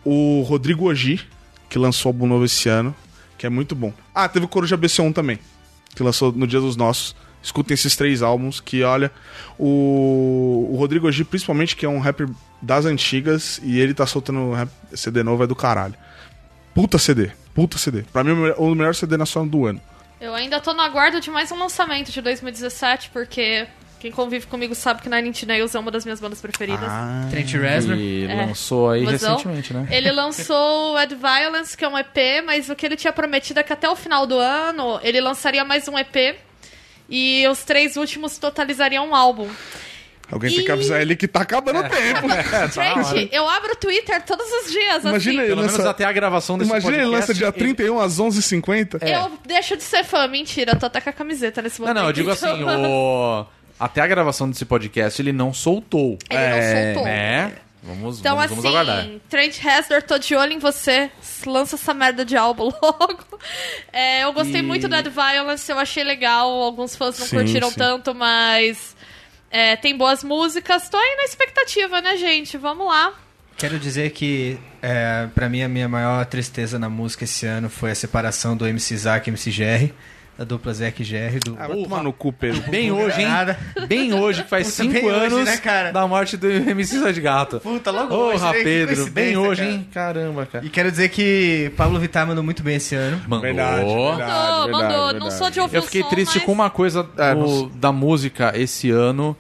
[SPEAKER 4] o Rodrigo Oji, que lançou álbum novo esse ano, que é muito bom. Ah, teve o Coruja BC1 também, que lançou no Dia dos Nossos. Escutem esses três álbuns, que olha, o, o Rodrigo Oji, principalmente, que é um rapper das antigas, e ele tá soltando rap- CD novo, é do caralho. Puta CD, puta CD. Pra mim, o melhor- o melhor CD nacional do ano.
[SPEAKER 5] Eu ainda tô no aguardo de mais um lançamento de 2017, porque quem convive comigo sabe que Nine Inch Nails é uma das minhas bandas preferidas.
[SPEAKER 2] Ah.
[SPEAKER 3] Trent Reznor.
[SPEAKER 2] E
[SPEAKER 5] É.
[SPEAKER 2] lançou aí
[SPEAKER 5] Fusão.
[SPEAKER 2] recentemente, né?
[SPEAKER 5] Ele lançou o Ed Violence, que é um EP, mas o que ele tinha prometido é que até o final do ano ele lançaria mais um EP. E os três últimos totalizariam um álbum.
[SPEAKER 4] Alguém tem que
[SPEAKER 5] Ih.
[SPEAKER 4] avisar ele que tá acabando
[SPEAKER 2] É.
[SPEAKER 4] o tempo.
[SPEAKER 2] tá
[SPEAKER 5] Gente, eu abro o Twitter todos os dias,
[SPEAKER 4] Imagina
[SPEAKER 5] assim.
[SPEAKER 4] ele
[SPEAKER 2] Pelo menos
[SPEAKER 4] lança-
[SPEAKER 2] até a gravação desse
[SPEAKER 4] Imagina ele
[SPEAKER 2] podcast, É.
[SPEAKER 4] lança dia 31 às 11h50.
[SPEAKER 5] Eu deixo de ser fã, mentira, tô até com a camiseta nesse
[SPEAKER 2] Não,
[SPEAKER 5] momento.
[SPEAKER 2] não, eu digo
[SPEAKER 5] então-
[SPEAKER 2] assim, o... até a gravação desse podcast ele não soltou.
[SPEAKER 5] Ele
[SPEAKER 3] É,
[SPEAKER 5] não soltou.
[SPEAKER 2] Né? Vamos,
[SPEAKER 5] Então,
[SPEAKER 2] vamos,
[SPEAKER 5] assim,
[SPEAKER 2] vamos aguardar.
[SPEAKER 5] Trent Reznor, tô de olho em você. Lança essa merda de álbum logo. É, eu gostei muito do Ed Violence, eu achei legal. Alguns fãs não
[SPEAKER 4] Sim,
[SPEAKER 5] curtiram
[SPEAKER 4] sim.
[SPEAKER 5] tanto, mas é, tem boas músicas. Tô aí na expectativa, né, gente? Vamos lá.
[SPEAKER 3] Quero dizer que, é, para mim, a minha maior tristeza na música esse ano foi a separação do MC Isaac e MC Jerry, da dupla Zac e Jerry. Do...
[SPEAKER 4] Ah, vai tomar no cu, Pedro.
[SPEAKER 2] Bem hoje, hein?
[SPEAKER 3] Nada.
[SPEAKER 2] Bem hoje, que faz
[SPEAKER 3] Puta,
[SPEAKER 2] cinco
[SPEAKER 3] bem hoje,
[SPEAKER 2] anos
[SPEAKER 3] né, cara?
[SPEAKER 2] da morte do MC Sai de Gato.
[SPEAKER 3] Puta, logo hoje, né?
[SPEAKER 2] Porra,
[SPEAKER 3] Que
[SPEAKER 2] Pedro,
[SPEAKER 3] coincidência,
[SPEAKER 2] bem hoje,
[SPEAKER 3] cara.
[SPEAKER 2] hein? Caramba, cara.
[SPEAKER 3] E quero dizer que Pablo Vittar mandou muito bem esse ano.
[SPEAKER 2] Mandou. Ah,
[SPEAKER 4] Verdade, verdade.
[SPEAKER 5] Mandou, mandou.
[SPEAKER 4] verdade.
[SPEAKER 5] Não sou de ouvir
[SPEAKER 2] Eu
[SPEAKER 5] o
[SPEAKER 2] fiquei
[SPEAKER 5] som,
[SPEAKER 2] triste
[SPEAKER 5] mas
[SPEAKER 2] com uma coisa
[SPEAKER 4] É,
[SPEAKER 2] do-
[SPEAKER 4] nossa.
[SPEAKER 2] da música esse ano.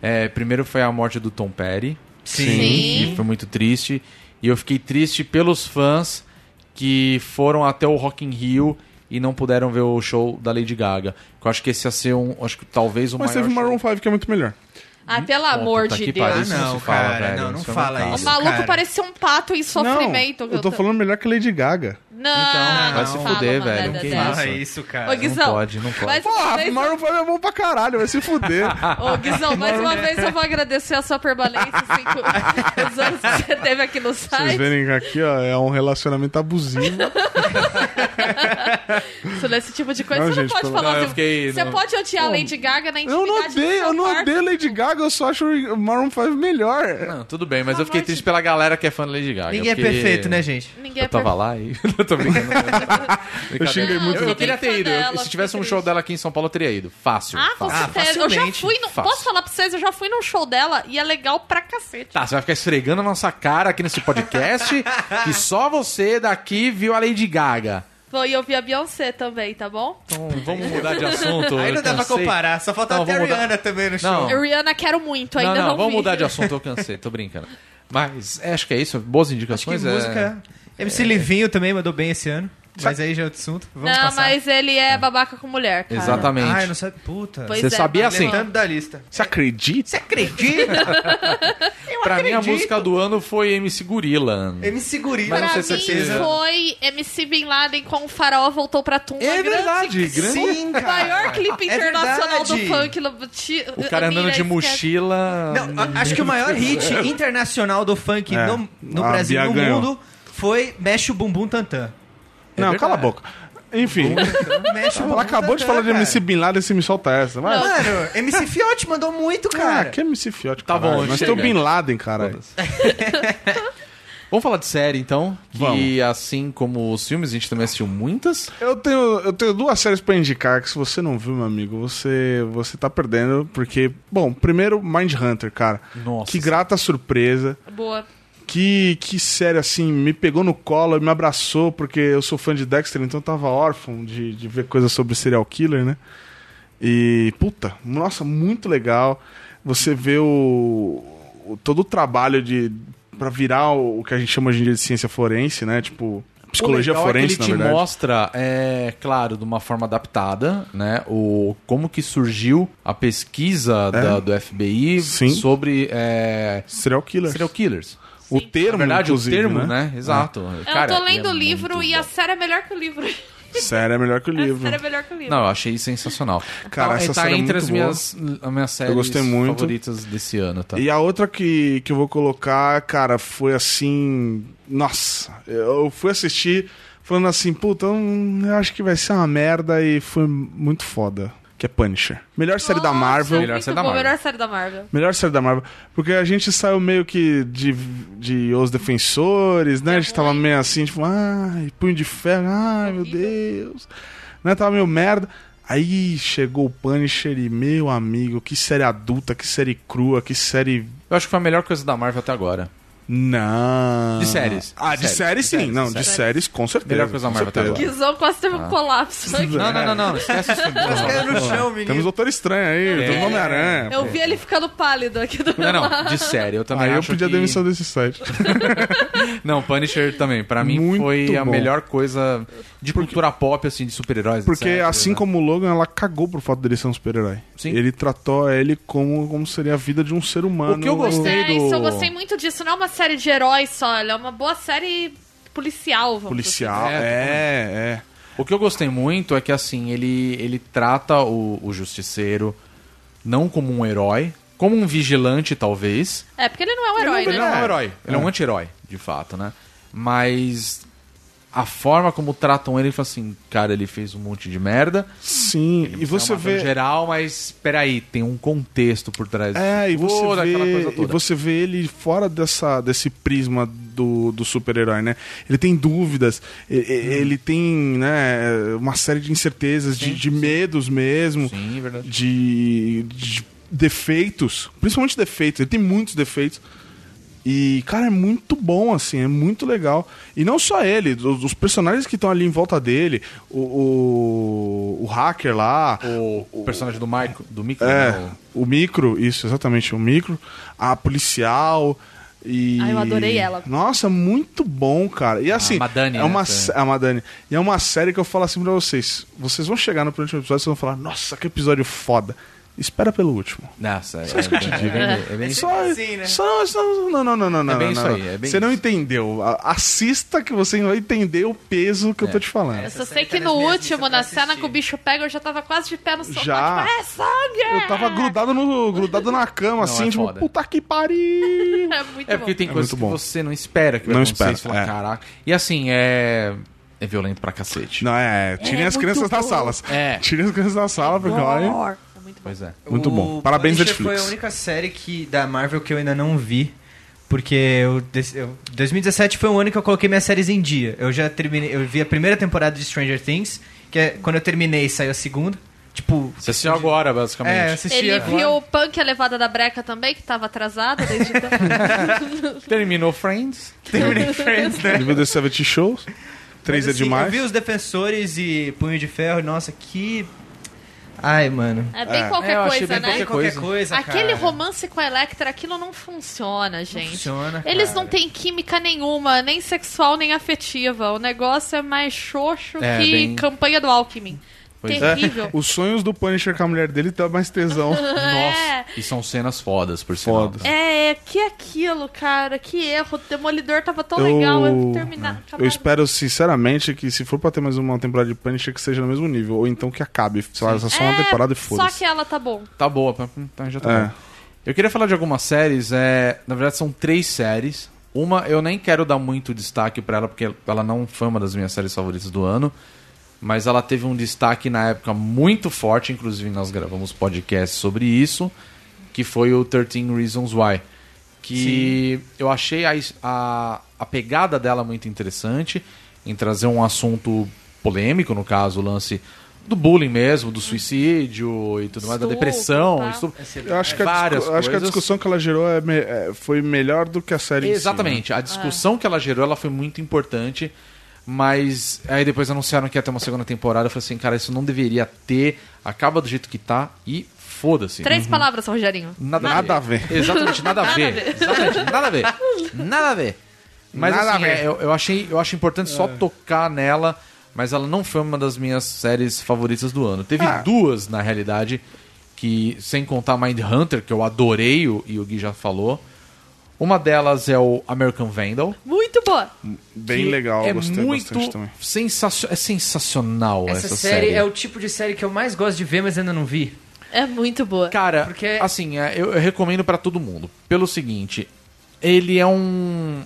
[SPEAKER 2] É, primeiro foi a morte do Tom Petty.
[SPEAKER 5] Sim.
[SPEAKER 2] E foi muito triste. E eu fiquei triste pelos fãs que foram até o Rock in Rio e não puderam ver o show da Lady Gaga. Eu acho que esse ia ser um, acho que talvez o
[SPEAKER 4] Mas
[SPEAKER 2] maior
[SPEAKER 4] teve Maroon
[SPEAKER 2] show.
[SPEAKER 4] 5 que é muito melhor.
[SPEAKER 5] Ah, pelo amor
[SPEAKER 2] puta
[SPEAKER 5] de
[SPEAKER 2] que
[SPEAKER 5] Deus.
[SPEAKER 2] pariu. Isso é não se fala, velho,
[SPEAKER 3] Ah, não, não
[SPEAKER 2] isso é
[SPEAKER 3] fala
[SPEAKER 2] maluco.
[SPEAKER 5] O
[SPEAKER 3] isso.
[SPEAKER 5] maluco
[SPEAKER 3] cara.
[SPEAKER 5] parecia um pato em sofrimento.
[SPEAKER 4] Não, eu tô falando melhor que Lady Gaga.
[SPEAKER 5] Não,
[SPEAKER 2] Então,
[SPEAKER 5] não
[SPEAKER 2] vai se
[SPEAKER 5] fala
[SPEAKER 2] fuder,
[SPEAKER 5] uma
[SPEAKER 2] velho,
[SPEAKER 5] merda
[SPEAKER 2] que
[SPEAKER 5] dessa.
[SPEAKER 3] Fala isso, cara.
[SPEAKER 5] Ô, Guizão,
[SPEAKER 2] Não pode, não pode.
[SPEAKER 5] mais uma
[SPEAKER 4] Porra,
[SPEAKER 5] vez-
[SPEAKER 4] Maroon 5 é bom pra caralho, vai se fuder.
[SPEAKER 5] Ô, Guizão, mais uma vez eu vou agradecer a sua permanência, assim, com os anos que você teve aqui no
[SPEAKER 4] Vocês
[SPEAKER 5] site.
[SPEAKER 4] verem que aqui, ó, é um relacionamento abusivo.
[SPEAKER 5] Isso, desse tipo de coisa,
[SPEAKER 4] Não,
[SPEAKER 5] você
[SPEAKER 4] gente,
[SPEAKER 5] não pode
[SPEAKER 4] pelo-
[SPEAKER 5] falar.
[SPEAKER 2] Não, eu
[SPEAKER 5] assim,
[SPEAKER 2] fiquei-
[SPEAKER 5] Você
[SPEAKER 2] não.
[SPEAKER 5] pode odiar a Lady Gaga na
[SPEAKER 4] Eu
[SPEAKER 5] intimidade
[SPEAKER 4] não
[SPEAKER 5] do
[SPEAKER 4] odeio,
[SPEAKER 5] seu
[SPEAKER 4] eu não
[SPEAKER 5] quarto.
[SPEAKER 4] odeio Lady Gaga, eu só acho o Maroon 5 melhor.
[SPEAKER 2] Não, tudo bem, mas eu fiquei triste pela galera que é fã da Lady Gaga.
[SPEAKER 3] Ninguém é
[SPEAKER 2] porque
[SPEAKER 3] perfeito, né, gente?
[SPEAKER 5] Ninguém é
[SPEAKER 2] Eu tava lá e. eu tô brincando. Brincadeira.
[SPEAKER 4] xinguei muito
[SPEAKER 2] Eu,
[SPEAKER 5] no
[SPEAKER 2] eu queria
[SPEAKER 5] Twitter.
[SPEAKER 2] ter ido. Eu-
[SPEAKER 5] Fã dela,
[SPEAKER 2] se tivesse um
[SPEAKER 5] fiquei
[SPEAKER 2] show
[SPEAKER 5] triste.
[SPEAKER 2] dela aqui em São Paulo, eu teria ido. Fácil.
[SPEAKER 5] Ah, com
[SPEAKER 2] tipo, fácil.
[SPEAKER 5] certeza. Eu já
[SPEAKER 3] facilmente.
[SPEAKER 5] fui. No...
[SPEAKER 2] Fácil.
[SPEAKER 5] Posso falar pra vocês? Eu já fui num show dela e é legal pra cacete.
[SPEAKER 2] Tá, você vai ficar esfregando a nossa cara aqui nesse podcast que só você daqui viu a Lady Gaga.
[SPEAKER 5] Bom, E eu vi a Beyoncé também, tá bom?
[SPEAKER 2] Então vamos mudar de assunto.
[SPEAKER 3] Aí não
[SPEAKER 2] eu
[SPEAKER 3] dá pra
[SPEAKER 2] cansei.
[SPEAKER 3] comparar, só faltava
[SPEAKER 2] Não,
[SPEAKER 3] até a
[SPEAKER 2] vamos mudar-
[SPEAKER 3] Rihanna também no show.
[SPEAKER 2] Não.
[SPEAKER 5] Eu, Rihanna, quero muito,
[SPEAKER 2] Não,
[SPEAKER 5] ainda
[SPEAKER 2] não,
[SPEAKER 5] não,
[SPEAKER 2] vamos
[SPEAKER 5] vi.
[SPEAKER 2] mudar de assunto, eu cansei, tô brincando. Mas é, acho que é isso, boas
[SPEAKER 3] Acho que
[SPEAKER 2] indicações. é-
[SPEAKER 3] música. MC Livinho também mandou bem esse ano. Mas aí já é outro assunto. Vamos
[SPEAKER 5] Não,
[SPEAKER 3] passar.
[SPEAKER 5] mas ele é babaca com mulher, cara.
[SPEAKER 2] Exatamente.
[SPEAKER 3] Ah, eu não sei. Puta.
[SPEAKER 5] Pois
[SPEAKER 2] Você
[SPEAKER 5] é,
[SPEAKER 2] sabia,
[SPEAKER 5] mas
[SPEAKER 2] assim,
[SPEAKER 5] não.
[SPEAKER 3] Lembrando da lista.
[SPEAKER 4] Você acredita?
[SPEAKER 3] Você acredita? eu
[SPEAKER 2] pra mim, a
[SPEAKER 3] acredito.
[SPEAKER 2] música do ano foi MC Gorilla.
[SPEAKER 3] MC Gorila.
[SPEAKER 2] Mas não
[SPEAKER 5] Pra
[SPEAKER 2] sei
[SPEAKER 5] mim
[SPEAKER 2] se você-
[SPEAKER 5] foi MC Bin Laden com o farol voltou pra tumba.
[SPEAKER 2] É
[SPEAKER 5] grande
[SPEAKER 2] verdade, grande.
[SPEAKER 3] Sim,
[SPEAKER 5] O
[SPEAKER 3] cara.
[SPEAKER 5] maior clipe
[SPEAKER 3] É
[SPEAKER 5] internacional do
[SPEAKER 3] verdade.
[SPEAKER 5] funk. no- ti-
[SPEAKER 2] O cara andando
[SPEAKER 5] Mira,
[SPEAKER 2] de
[SPEAKER 5] esquece.
[SPEAKER 2] mochila.
[SPEAKER 3] Não, a- acho que o maior hit internacional do funk
[SPEAKER 4] É.
[SPEAKER 3] no, no
[SPEAKER 4] A
[SPEAKER 3] Brasil
[SPEAKER 4] Bia
[SPEAKER 3] e no
[SPEAKER 4] ganhou.
[SPEAKER 3] mundo foi Mexe o Bumbum Tantan.
[SPEAKER 4] não,
[SPEAKER 2] É verdade.
[SPEAKER 4] cala a boca. Enfim,
[SPEAKER 3] Mexe o
[SPEAKER 4] ela acabou de falar de MC Bin Laden, você me solta essa. Vai.
[SPEAKER 3] Mano, MC Fiote mandou muito,
[SPEAKER 4] Ah,
[SPEAKER 3] cara.
[SPEAKER 4] que MC Fiote,
[SPEAKER 2] Tá
[SPEAKER 4] caralho.
[SPEAKER 2] bom,
[SPEAKER 4] Mas tem
[SPEAKER 2] chega.
[SPEAKER 4] o Bin Laden, cara.
[SPEAKER 2] Vamos falar de série, então. Que,
[SPEAKER 4] Vamos.
[SPEAKER 2] assim como os filmes, a gente também assistiu muitas.
[SPEAKER 4] Eu tenho, eu tenho duas séries pra indicar que se você não viu, meu amigo, você você tá perdendo, porque, bom, primeiro Mindhunter, cara.
[SPEAKER 2] Nossa.
[SPEAKER 4] Que grata surpresa.
[SPEAKER 5] Boa.
[SPEAKER 4] Que, que série, assim, me pegou no colo, me abraçou, porque eu sou fã de Dexter, então eu tava órfão de, de ver coisas sobre serial killer, né? E, puta, nossa, muito legal. Você vê o, o- todo o trabalho de para virar o, o que a gente chama hoje em dia de ciência forense, né? Tipo, Psicologia
[SPEAKER 2] o legal
[SPEAKER 4] forense,
[SPEAKER 2] é que
[SPEAKER 4] na
[SPEAKER 2] ele te
[SPEAKER 4] verdade.
[SPEAKER 2] mostra, é claro, de uma forma adaptada, né? O como que surgiu a pesquisa da- do FBI
[SPEAKER 4] É. Sim.
[SPEAKER 2] sobre é,
[SPEAKER 4] Serial killer.
[SPEAKER 2] serial killers.
[SPEAKER 4] O
[SPEAKER 5] Sim.
[SPEAKER 4] termo,
[SPEAKER 2] Na verdade, o
[SPEAKER 4] inclusive,
[SPEAKER 2] termo,
[SPEAKER 4] né?
[SPEAKER 2] né? Exato.
[SPEAKER 5] Eu
[SPEAKER 2] Cara,
[SPEAKER 5] tô lendo
[SPEAKER 2] é
[SPEAKER 5] o livro
[SPEAKER 2] muito
[SPEAKER 5] e
[SPEAKER 2] bom.
[SPEAKER 5] a série é melhor que o livro.
[SPEAKER 4] Sério, é melhor que o
[SPEAKER 5] A
[SPEAKER 4] livro.
[SPEAKER 5] série é melhor que o livro.
[SPEAKER 2] Não, eu achei sensacional.
[SPEAKER 4] Cara,
[SPEAKER 2] Então,
[SPEAKER 4] essa
[SPEAKER 2] tá
[SPEAKER 4] série é
[SPEAKER 2] entre as
[SPEAKER 4] muito boa.
[SPEAKER 2] minhas, as minhas séries
[SPEAKER 4] gostei muito.
[SPEAKER 2] favoritas desse ano, tá?
[SPEAKER 4] E a outra que, que eu vou colocar, cara, foi assim. Nossa, eu fui assistir falando assim, puta, hum, eu acho que vai ser uma merda e foi muito foda. Que é Punisher. Melhor série da
[SPEAKER 5] Nossa,
[SPEAKER 4] Marvel.
[SPEAKER 2] Melhor
[SPEAKER 5] muito
[SPEAKER 2] série da
[SPEAKER 5] bom,
[SPEAKER 2] Marvel.
[SPEAKER 5] Melhor série da Marvel.
[SPEAKER 4] Melhor série da Marvel. Porque a gente saiu meio que de, de Os Defensores, né? A gente tava meio assim, tipo, ai, punho de ferro, ai, meu Deus. Né? Tava meio merda. Aí chegou o Punisher e, meu amigo, que série adulta, que série crua, que série.
[SPEAKER 2] Eu acho que foi a melhor coisa da Marvel até agora.
[SPEAKER 4] Não.
[SPEAKER 2] De séries.
[SPEAKER 4] Ah,
[SPEAKER 2] De
[SPEAKER 4] de
[SPEAKER 2] séries,
[SPEAKER 4] séries sim.
[SPEAKER 2] de séries,
[SPEAKER 4] Não,
[SPEAKER 2] de
[SPEAKER 4] de
[SPEAKER 2] séries.
[SPEAKER 4] séries, com certeza.
[SPEAKER 2] Melhor coisa da
[SPEAKER 4] com
[SPEAKER 2] Marvel até
[SPEAKER 4] certeza.
[SPEAKER 2] agora.
[SPEAKER 5] Guizão quase teve um
[SPEAKER 2] Ah.
[SPEAKER 5] colapso
[SPEAKER 4] É.
[SPEAKER 5] aqui.
[SPEAKER 2] Não, não, não, não. Esquece esse filme.
[SPEAKER 3] Caiu no chão, menino.
[SPEAKER 4] Temos Doutor Estranho aí,
[SPEAKER 2] É.
[SPEAKER 4] temos Homem-Aranha.
[SPEAKER 5] Eu vi ele ficando pálido aqui do
[SPEAKER 2] Não,
[SPEAKER 5] meu
[SPEAKER 2] não,
[SPEAKER 5] lado.
[SPEAKER 2] de série. Eu também
[SPEAKER 4] Aí Ah, eu
[SPEAKER 2] acho
[SPEAKER 4] pedi a
[SPEAKER 2] que-
[SPEAKER 4] demissão desse site.
[SPEAKER 2] Não, Punisher também. Pra mim
[SPEAKER 4] Muito
[SPEAKER 2] foi a
[SPEAKER 4] bom.
[SPEAKER 2] melhor coisa de cultura pop, assim, de super-heróis.
[SPEAKER 4] Porque
[SPEAKER 2] etc,
[SPEAKER 4] assim
[SPEAKER 2] né?
[SPEAKER 4] como o Logan, ela cagou pro fato dele ser um super-herói.
[SPEAKER 2] Sim.
[SPEAKER 4] Ele tratou ele como, como seria a vida de um ser humano.
[SPEAKER 2] O que eu gostei-
[SPEAKER 5] É, isso, eu
[SPEAKER 2] do-
[SPEAKER 5] gostei muito disso. Não é uma série de heróis só, ela é uma boa série policial. Vamos
[SPEAKER 4] Policial,
[SPEAKER 2] É,
[SPEAKER 4] é, é.
[SPEAKER 2] O que eu gostei muito é que, assim, ele, ele trata o, o Justiceiro não como um herói, como um vigilante, talvez.
[SPEAKER 5] dizer. É, porque ele não é um herói,
[SPEAKER 2] ele
[SPEAKER 5] né?
[SPEAKER 2] não é um
[SPEAKER 4] É.
[SPEAKER 2] herói. Ele é, um anti-herói, de fato, né? Mas a forma como tratam ele, ele fala assim, cara, ele fez um monte de merda.
[SPEAKER 4] Sim, e
[SPEAKER 2] é
[SPEAKER 4] você
[SPEAKER 2] uma coisa
[SPEAKER 4] vê...
[SPEAKER 2] geral, mas peraí, tem um contexto por trás
[SPEAKER 4] É, e
[SPEAKER 2] disso
[SPEAKER 4] você,
[SPEAKER 2] tudo, aquela coisa
[SPEAKER 4] vê, e
[SPEAKER 2] toda.
[SPEAKER 4] você vê ele fora dessa, desse prisma do, do super-herói, né? Ele tem dúvidas, e- e-
[SPEAKER 2] Uhum.
[SPEAKER 4] ele tem né, uma série de incertezas, de, de medos mesmo.
[SPEAKER 2] Sim, é verdade.
[SPEAKER 4] de, de defeitos, principalmente defeitos, ele tem muitos defeitos. E, cara, é muito bom, assim, é muito legal. E não só ele, os, os personagens que estão ali em volta dele, o, o, o hacker lá,
[SPEAKER 2] O, personagem do Michael, do Michael,
[SPEAKER 4] é,
[SPEAKER 2] né?
[SPEAKER 4] o micro, isso, exatamente, o micro, a policial. E...
[SPEAKER 5] Ah, eu adorei ela.
[SPEAKER 4] Nossa, muito bom, cara. E assim,
[SPEAKER 2] Madani,
[SPEAKER 4] é
[SPEAKER 2] né,
[SPEAKER 4] uma
[SPEAKER 2] essa-
[SPEAKER 4] sé- a Madani. E é uma série que eu falo assim pra vocês. Vocês vão chegar no próximo episódio e vocês vão falar, nossa, que episódio foda. Espera pelo último.
[SPEAKER 2] Nossa, é, é, é, bem- é bem-
[SPEAKER 4] Só,
[SPEAKER 3] assim, né?
[SPEAKER 4] só, só- não, não, não, não, não.
[SPEAKER 2] É bem
[SPEAKER 4] não,
[SPEAKER 2] isso
[SPEAKER 4] não.
[SPEAKER 2] aí, é bem
[SPEAKER 4] Você não
[SPEAKER 2] isso.
[SPEAKER 4] entendeu. A- Assista que você vai entender o peso
[SPEAKER 2] É.
[SPEAKER 4] que eu tô te falando.
[SPEAKER 5] Eu só
[SPEAKER 3] Essa
[SPEAKER 5] sei
[SPEAKER 3] série
[SPEAKER 5] que
[SPEAKER 3] tá
[SPEAKER 5] no
[SPEAKER 3] nas minhas
[SPEAKER 5] último,
[SPEAKER 3] listas
[SPEAKER 5] na
[SPEAKER 3] pra
[SPEAKER 5] cena
[SPEAKER 3] assistir.
[SPEAKER 5] que o bicho pega, eu já tava quase de pé no sofá,
[SPEAKER 4] Já.
[SPEAKER 5] tipo, é sangue! É
[SPEAKER 4] Eu tava grudado, no, grudado na cama, assim,
[SPEAKER 2] é
[SPEAKER 4] tipo,
[SPEAKER 2] foda.
[SPEAKER 4] puta que pariu.
[SPEAKER 5] É muito
[SPEAKER 2] É
[SPEAKER 5] bom.
[SPEAKER 2] porque tem
[SPEAKER 4] É
[SPEAKER 2] coisas que
[SPEAKER 4] muito bom.
[SPEAKER 2] você não espera que vai
[SPEAKER 4] Não
[SPEAKER 2] acontecer.
[SPEAKER 4] espera,
[SPEAKER 2] Você fala,
[SPEAKER 4] é.
[SPEAKER 2] caraca. E assim, é. É violento pra cacete.
[SPEAKER 4] Não, é. Tirem as crianças das salas.
[SPEAKER 2] É.
[SPEAKER 4] Tirem as crianças da sala, porque olha.
[SPEAKER 5] Horror. É muito bom.
[SPEAKER 2] Pois é.
[SPEAKER 4] Muito bom. Parabéns,
[SPEAKER 3] Punisher
[SPEAKER 4] Netflix.
[SPEAKER 3] foi a única série que, da Marvel que eu ainda não vi. Porque eu, des- eu- 2017 foi o ano que eu coloquei minhas séries em dia. Eu já terminei. Eu vi a primeira temporada de Stranger Things, que é quando eu terminei saiu a segunda. Tipo.
[SPEAKER 2] Você assistiu agora,
[SPEAKER 3] É, eu
[SPEAKER 2] basicamente.
[SPEAKER 3] assisti
[SPEAKER 5] Ele
[SPEAKER 3] agora.
[SPEAKER 5] viu o Punk A Levada da Breca também, que tava atrasado desde então.
[SPEAKER 4] É.
[SPEAKER 2] Terminou Friends.
[SPEAKER 3] Terminei Friends, né?
[SPEAKER 4] Nível The Savage Show. Três
[SPEAKER 3] Mas,
[SPEAKER 4] é
[SPEAKER 3] assim, Eu
[SPEAKER 4] demais.
[SPEAKER 3] vi os defensores e punho de ferro, nossa, que. Ai, mano.
[SPEAKER 5] É bem
[SPEAKER 4] É.
[SPEAKER 5] qualquer
[SPEAKER 2] É, eu achei
[SPEAKER 5] coisa,
[SPEAKER 2] bem
[SPEAKER 5] né?
[SPEAKER 2] qualquer
[SPEAKER 3] Qualquer
[SPEAKER 2] coisa.
[SPEAKER 3] coisa,
[SPEAKER 5] Aquele
[SPEAKER 3] cara.
[SPEAKER 5] romance com a Electra, aquilo não funciona, gente.
[SPEAKER 3] funciona,
[SPEAKER 5] Eles
[SPEAKER 3] cara.
[SPEAKER 5] não têm química nenhuma, nem sexual, nem afetiva. O negócio é mais xoxo
[SPEAKER 2] É,
[SPEAKER 5] que
[SPEAKER 2] bem-
[SPEAKER 5] campanha do Alckmin.
[SPEAKER 2] Pois é.
[SPEAKER 5] Terrível.
[SPEAKER 4] Os sonhos do Punisher com a mulher dele dá mais tesão.
[SPEAKER 5] É.
[SPEAKER 2] E são cenas fodas, por sinal.
[SPEAKER 4] Foda.
[SPEAKER 5] É, que aquilo, cara, que erro. O Demolidor tava tão
[SPEAKER 4] Eu-
[SPEAKER 5] legal, eu vou terminar.
[SPEAKER 4] Eu
[SPEAKER 5] acabar-
[SPEAKER 4] espero, sinceramente, que se for pra ter mais uma temporada de Punisher, que seja no mesmo nível. Ou então que acabe. Sei lá, só uma
[SPEAKER 5] É,
[SPEAKER 4] temporada e
[SPEAKER 5] Só
[SPEAKER 4] foda-se.
[SPEAKER 5] que ela tá bom.
[SPEAKER 2] Tá boa, pra- tá- já tá
[SPEAKER 4] É.
[SPEAKER 2] bom. Eu queria falar de algumas séries, é... na verdade são três séries. Uma eu nem quero dar muito destaque pra ela, porque ela não foi uma das minhas séries favoritas do ano. Mas ela teve um destaque na época muito forte, inclusive nós gravamos podcast sobre isso, que foi o 13 Reasons Why. Que eu achei a, es- a, a pegada dela muito interessante em trazer um assunto polêmico, no caso, o lance do bullying mesmo, do suicídio e tudo mais, da
[SPEAKER 5] Hum. Estupro,
[SPEAKER 2] depressão,
[SPEAKER 5] tá.
[SPEAKER 2] estupro.
[SPEAKER 4] Eu acho que, a,
[SPEAKER 2] Várias
[SPEAKER 4] discu- eu acho que a
[SPEAKER 2] coisas.
[SPEAKER 4] discussão que ela gerou é me- é, foi melhor do que a série. em si, né?
[SPEAKER 2] Exatamente. A discussão que ela gerou, ela foi muito importante. Mas aí depois anunciaram que ia ter uma segunda temporada. Eu falei assim, cara, isso não deveria ter. Acaba do jeito que tá e foda-se.
[SPEAKER 5] Três palavras, Rogerinho.
[SPEAKER 2] Nada,
[SPEAKER 4] Nada
[SPEAKER 2] a
[SPEAKER 4] a
[SPEAKER 2] ver.
[SPEAKER 4] ver.
[SPEAKER 2] Exatamente, nada a
[SPEAKER 5] Nada a
[SPEAKER 2] ver. Exatamente, nada a ver. Nada a ver. Mas
[SPEAKER 4] Nada
[SPEAKER 2] assim,
[SPEAKER 4] a ver. É.
[SPEAKER 2] é, eu, eu achei, eu acho importante só tocar nela, mas ela não foi uma das minhas séries favoritas do ano. Teve
[SPEAKER 4] Ah.
[SPEAKER 2] duas, na realidade, que, sem contar Mind Hunter, que eu adorei, o- e o Gui já falou. Uma delas é o American Vandal.
[SPEAKER 5] Muito boa.
[SPEAKER 4] Bem
[SPEAKER 2] que
[SPEAKER 4] legal,
[SPEAKER 2] é
[SPEAKER 4] gostei
[SPEAKER 2] muito
[SPEAKER 4] bastante também.
[SPEAKER 2] sensacio- É sensacional essa,
[SPEAKER 3] Essa, série, é o tipo de série que eu mais gosto de ver, mas ainda não vi.
[SPEAKER 5] É muito boa.
[SPEAKER 2] Cara,
[SPEAKER 3] Porque-
[SPEAKER 2] assim, é, eu, eu recomendo pra todo mundo. Pelo seguinte, ele é um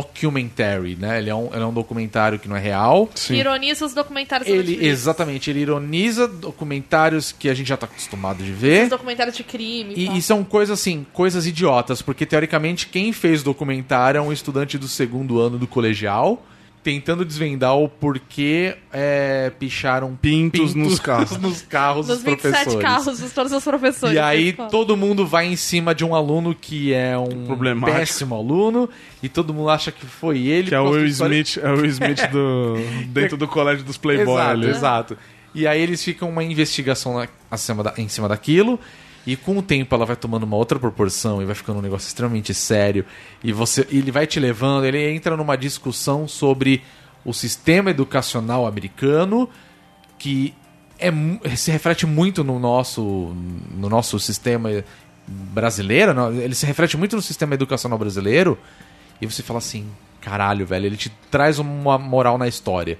[SPEAKER 2] mockumentary, né? Ele é um, ele é um documentário que não é real.
[SPEAKER 5] Ironiza os documentários da
[SPEAKER 2] Ele,
[SPEAKER 5] Netflix.
[SPEAKER 2] exatamente, ele ironiza documentários que a gente já tá acostumado de
[SPEAKER 5] Os
[SPEAKER 2] ver.
[SPEAKER 5] documentários de crime.
[SPEAKER 2] E,
[SPEAKER 5] tal.
[SPEAKER 2] e são coisas assim, coisas idiotas, porque teoricamente quem fez o documentário é um estudante do segundo ano do colegial, tentando desvendar o porquê é, picharam
[SPEAKER 4] Pintos nos carros.
[SPEAKER 2] nos carros
[SPEAKER 5] Dos
[SPEAKER 2] dos
[SPEAKER 5] 27
[SPEAKER 2] professores.
[SPEAKER 5] carros dos todos os professores.
[SPEAKER 2] E aí
[SPEAKER 5] da escola.
[SPEAKER 2] todo mundo vai em cima de um aluno que é um
[SPEAKER 4] Problemático.
[SPEAKER 2] péssimo aluno e todo mundo acha que foi ele.
[SPEAKER 4] Que é o
[SPEAKER 2] por causa
[SPEAKER 4] Will
[SPEAKER 2] da história-
[SPEAKER 4] Smith, é o Will Smith do, dentro do colégio dos Playboy
[SPEAKER 2] exato,
[SPEAKER 4] ali.
[SPEAKER 2] Exato. E aí eles ficam uma investigação na- acima da- em cima daquilo. E com o tempo ela vai tomando uma outra proporção e vai ficando um negócio extremamente sério. E você e ele vai te levando, ele entra numa discussão sobre o sistema educacional americano que é, mu- se reflete muito no nosso, no nosso sistema brasileiro, não? ele se reflete muito no sistema educacional brasileiro, e você fala assim, caralho, velho, ele te traz uma moral na história.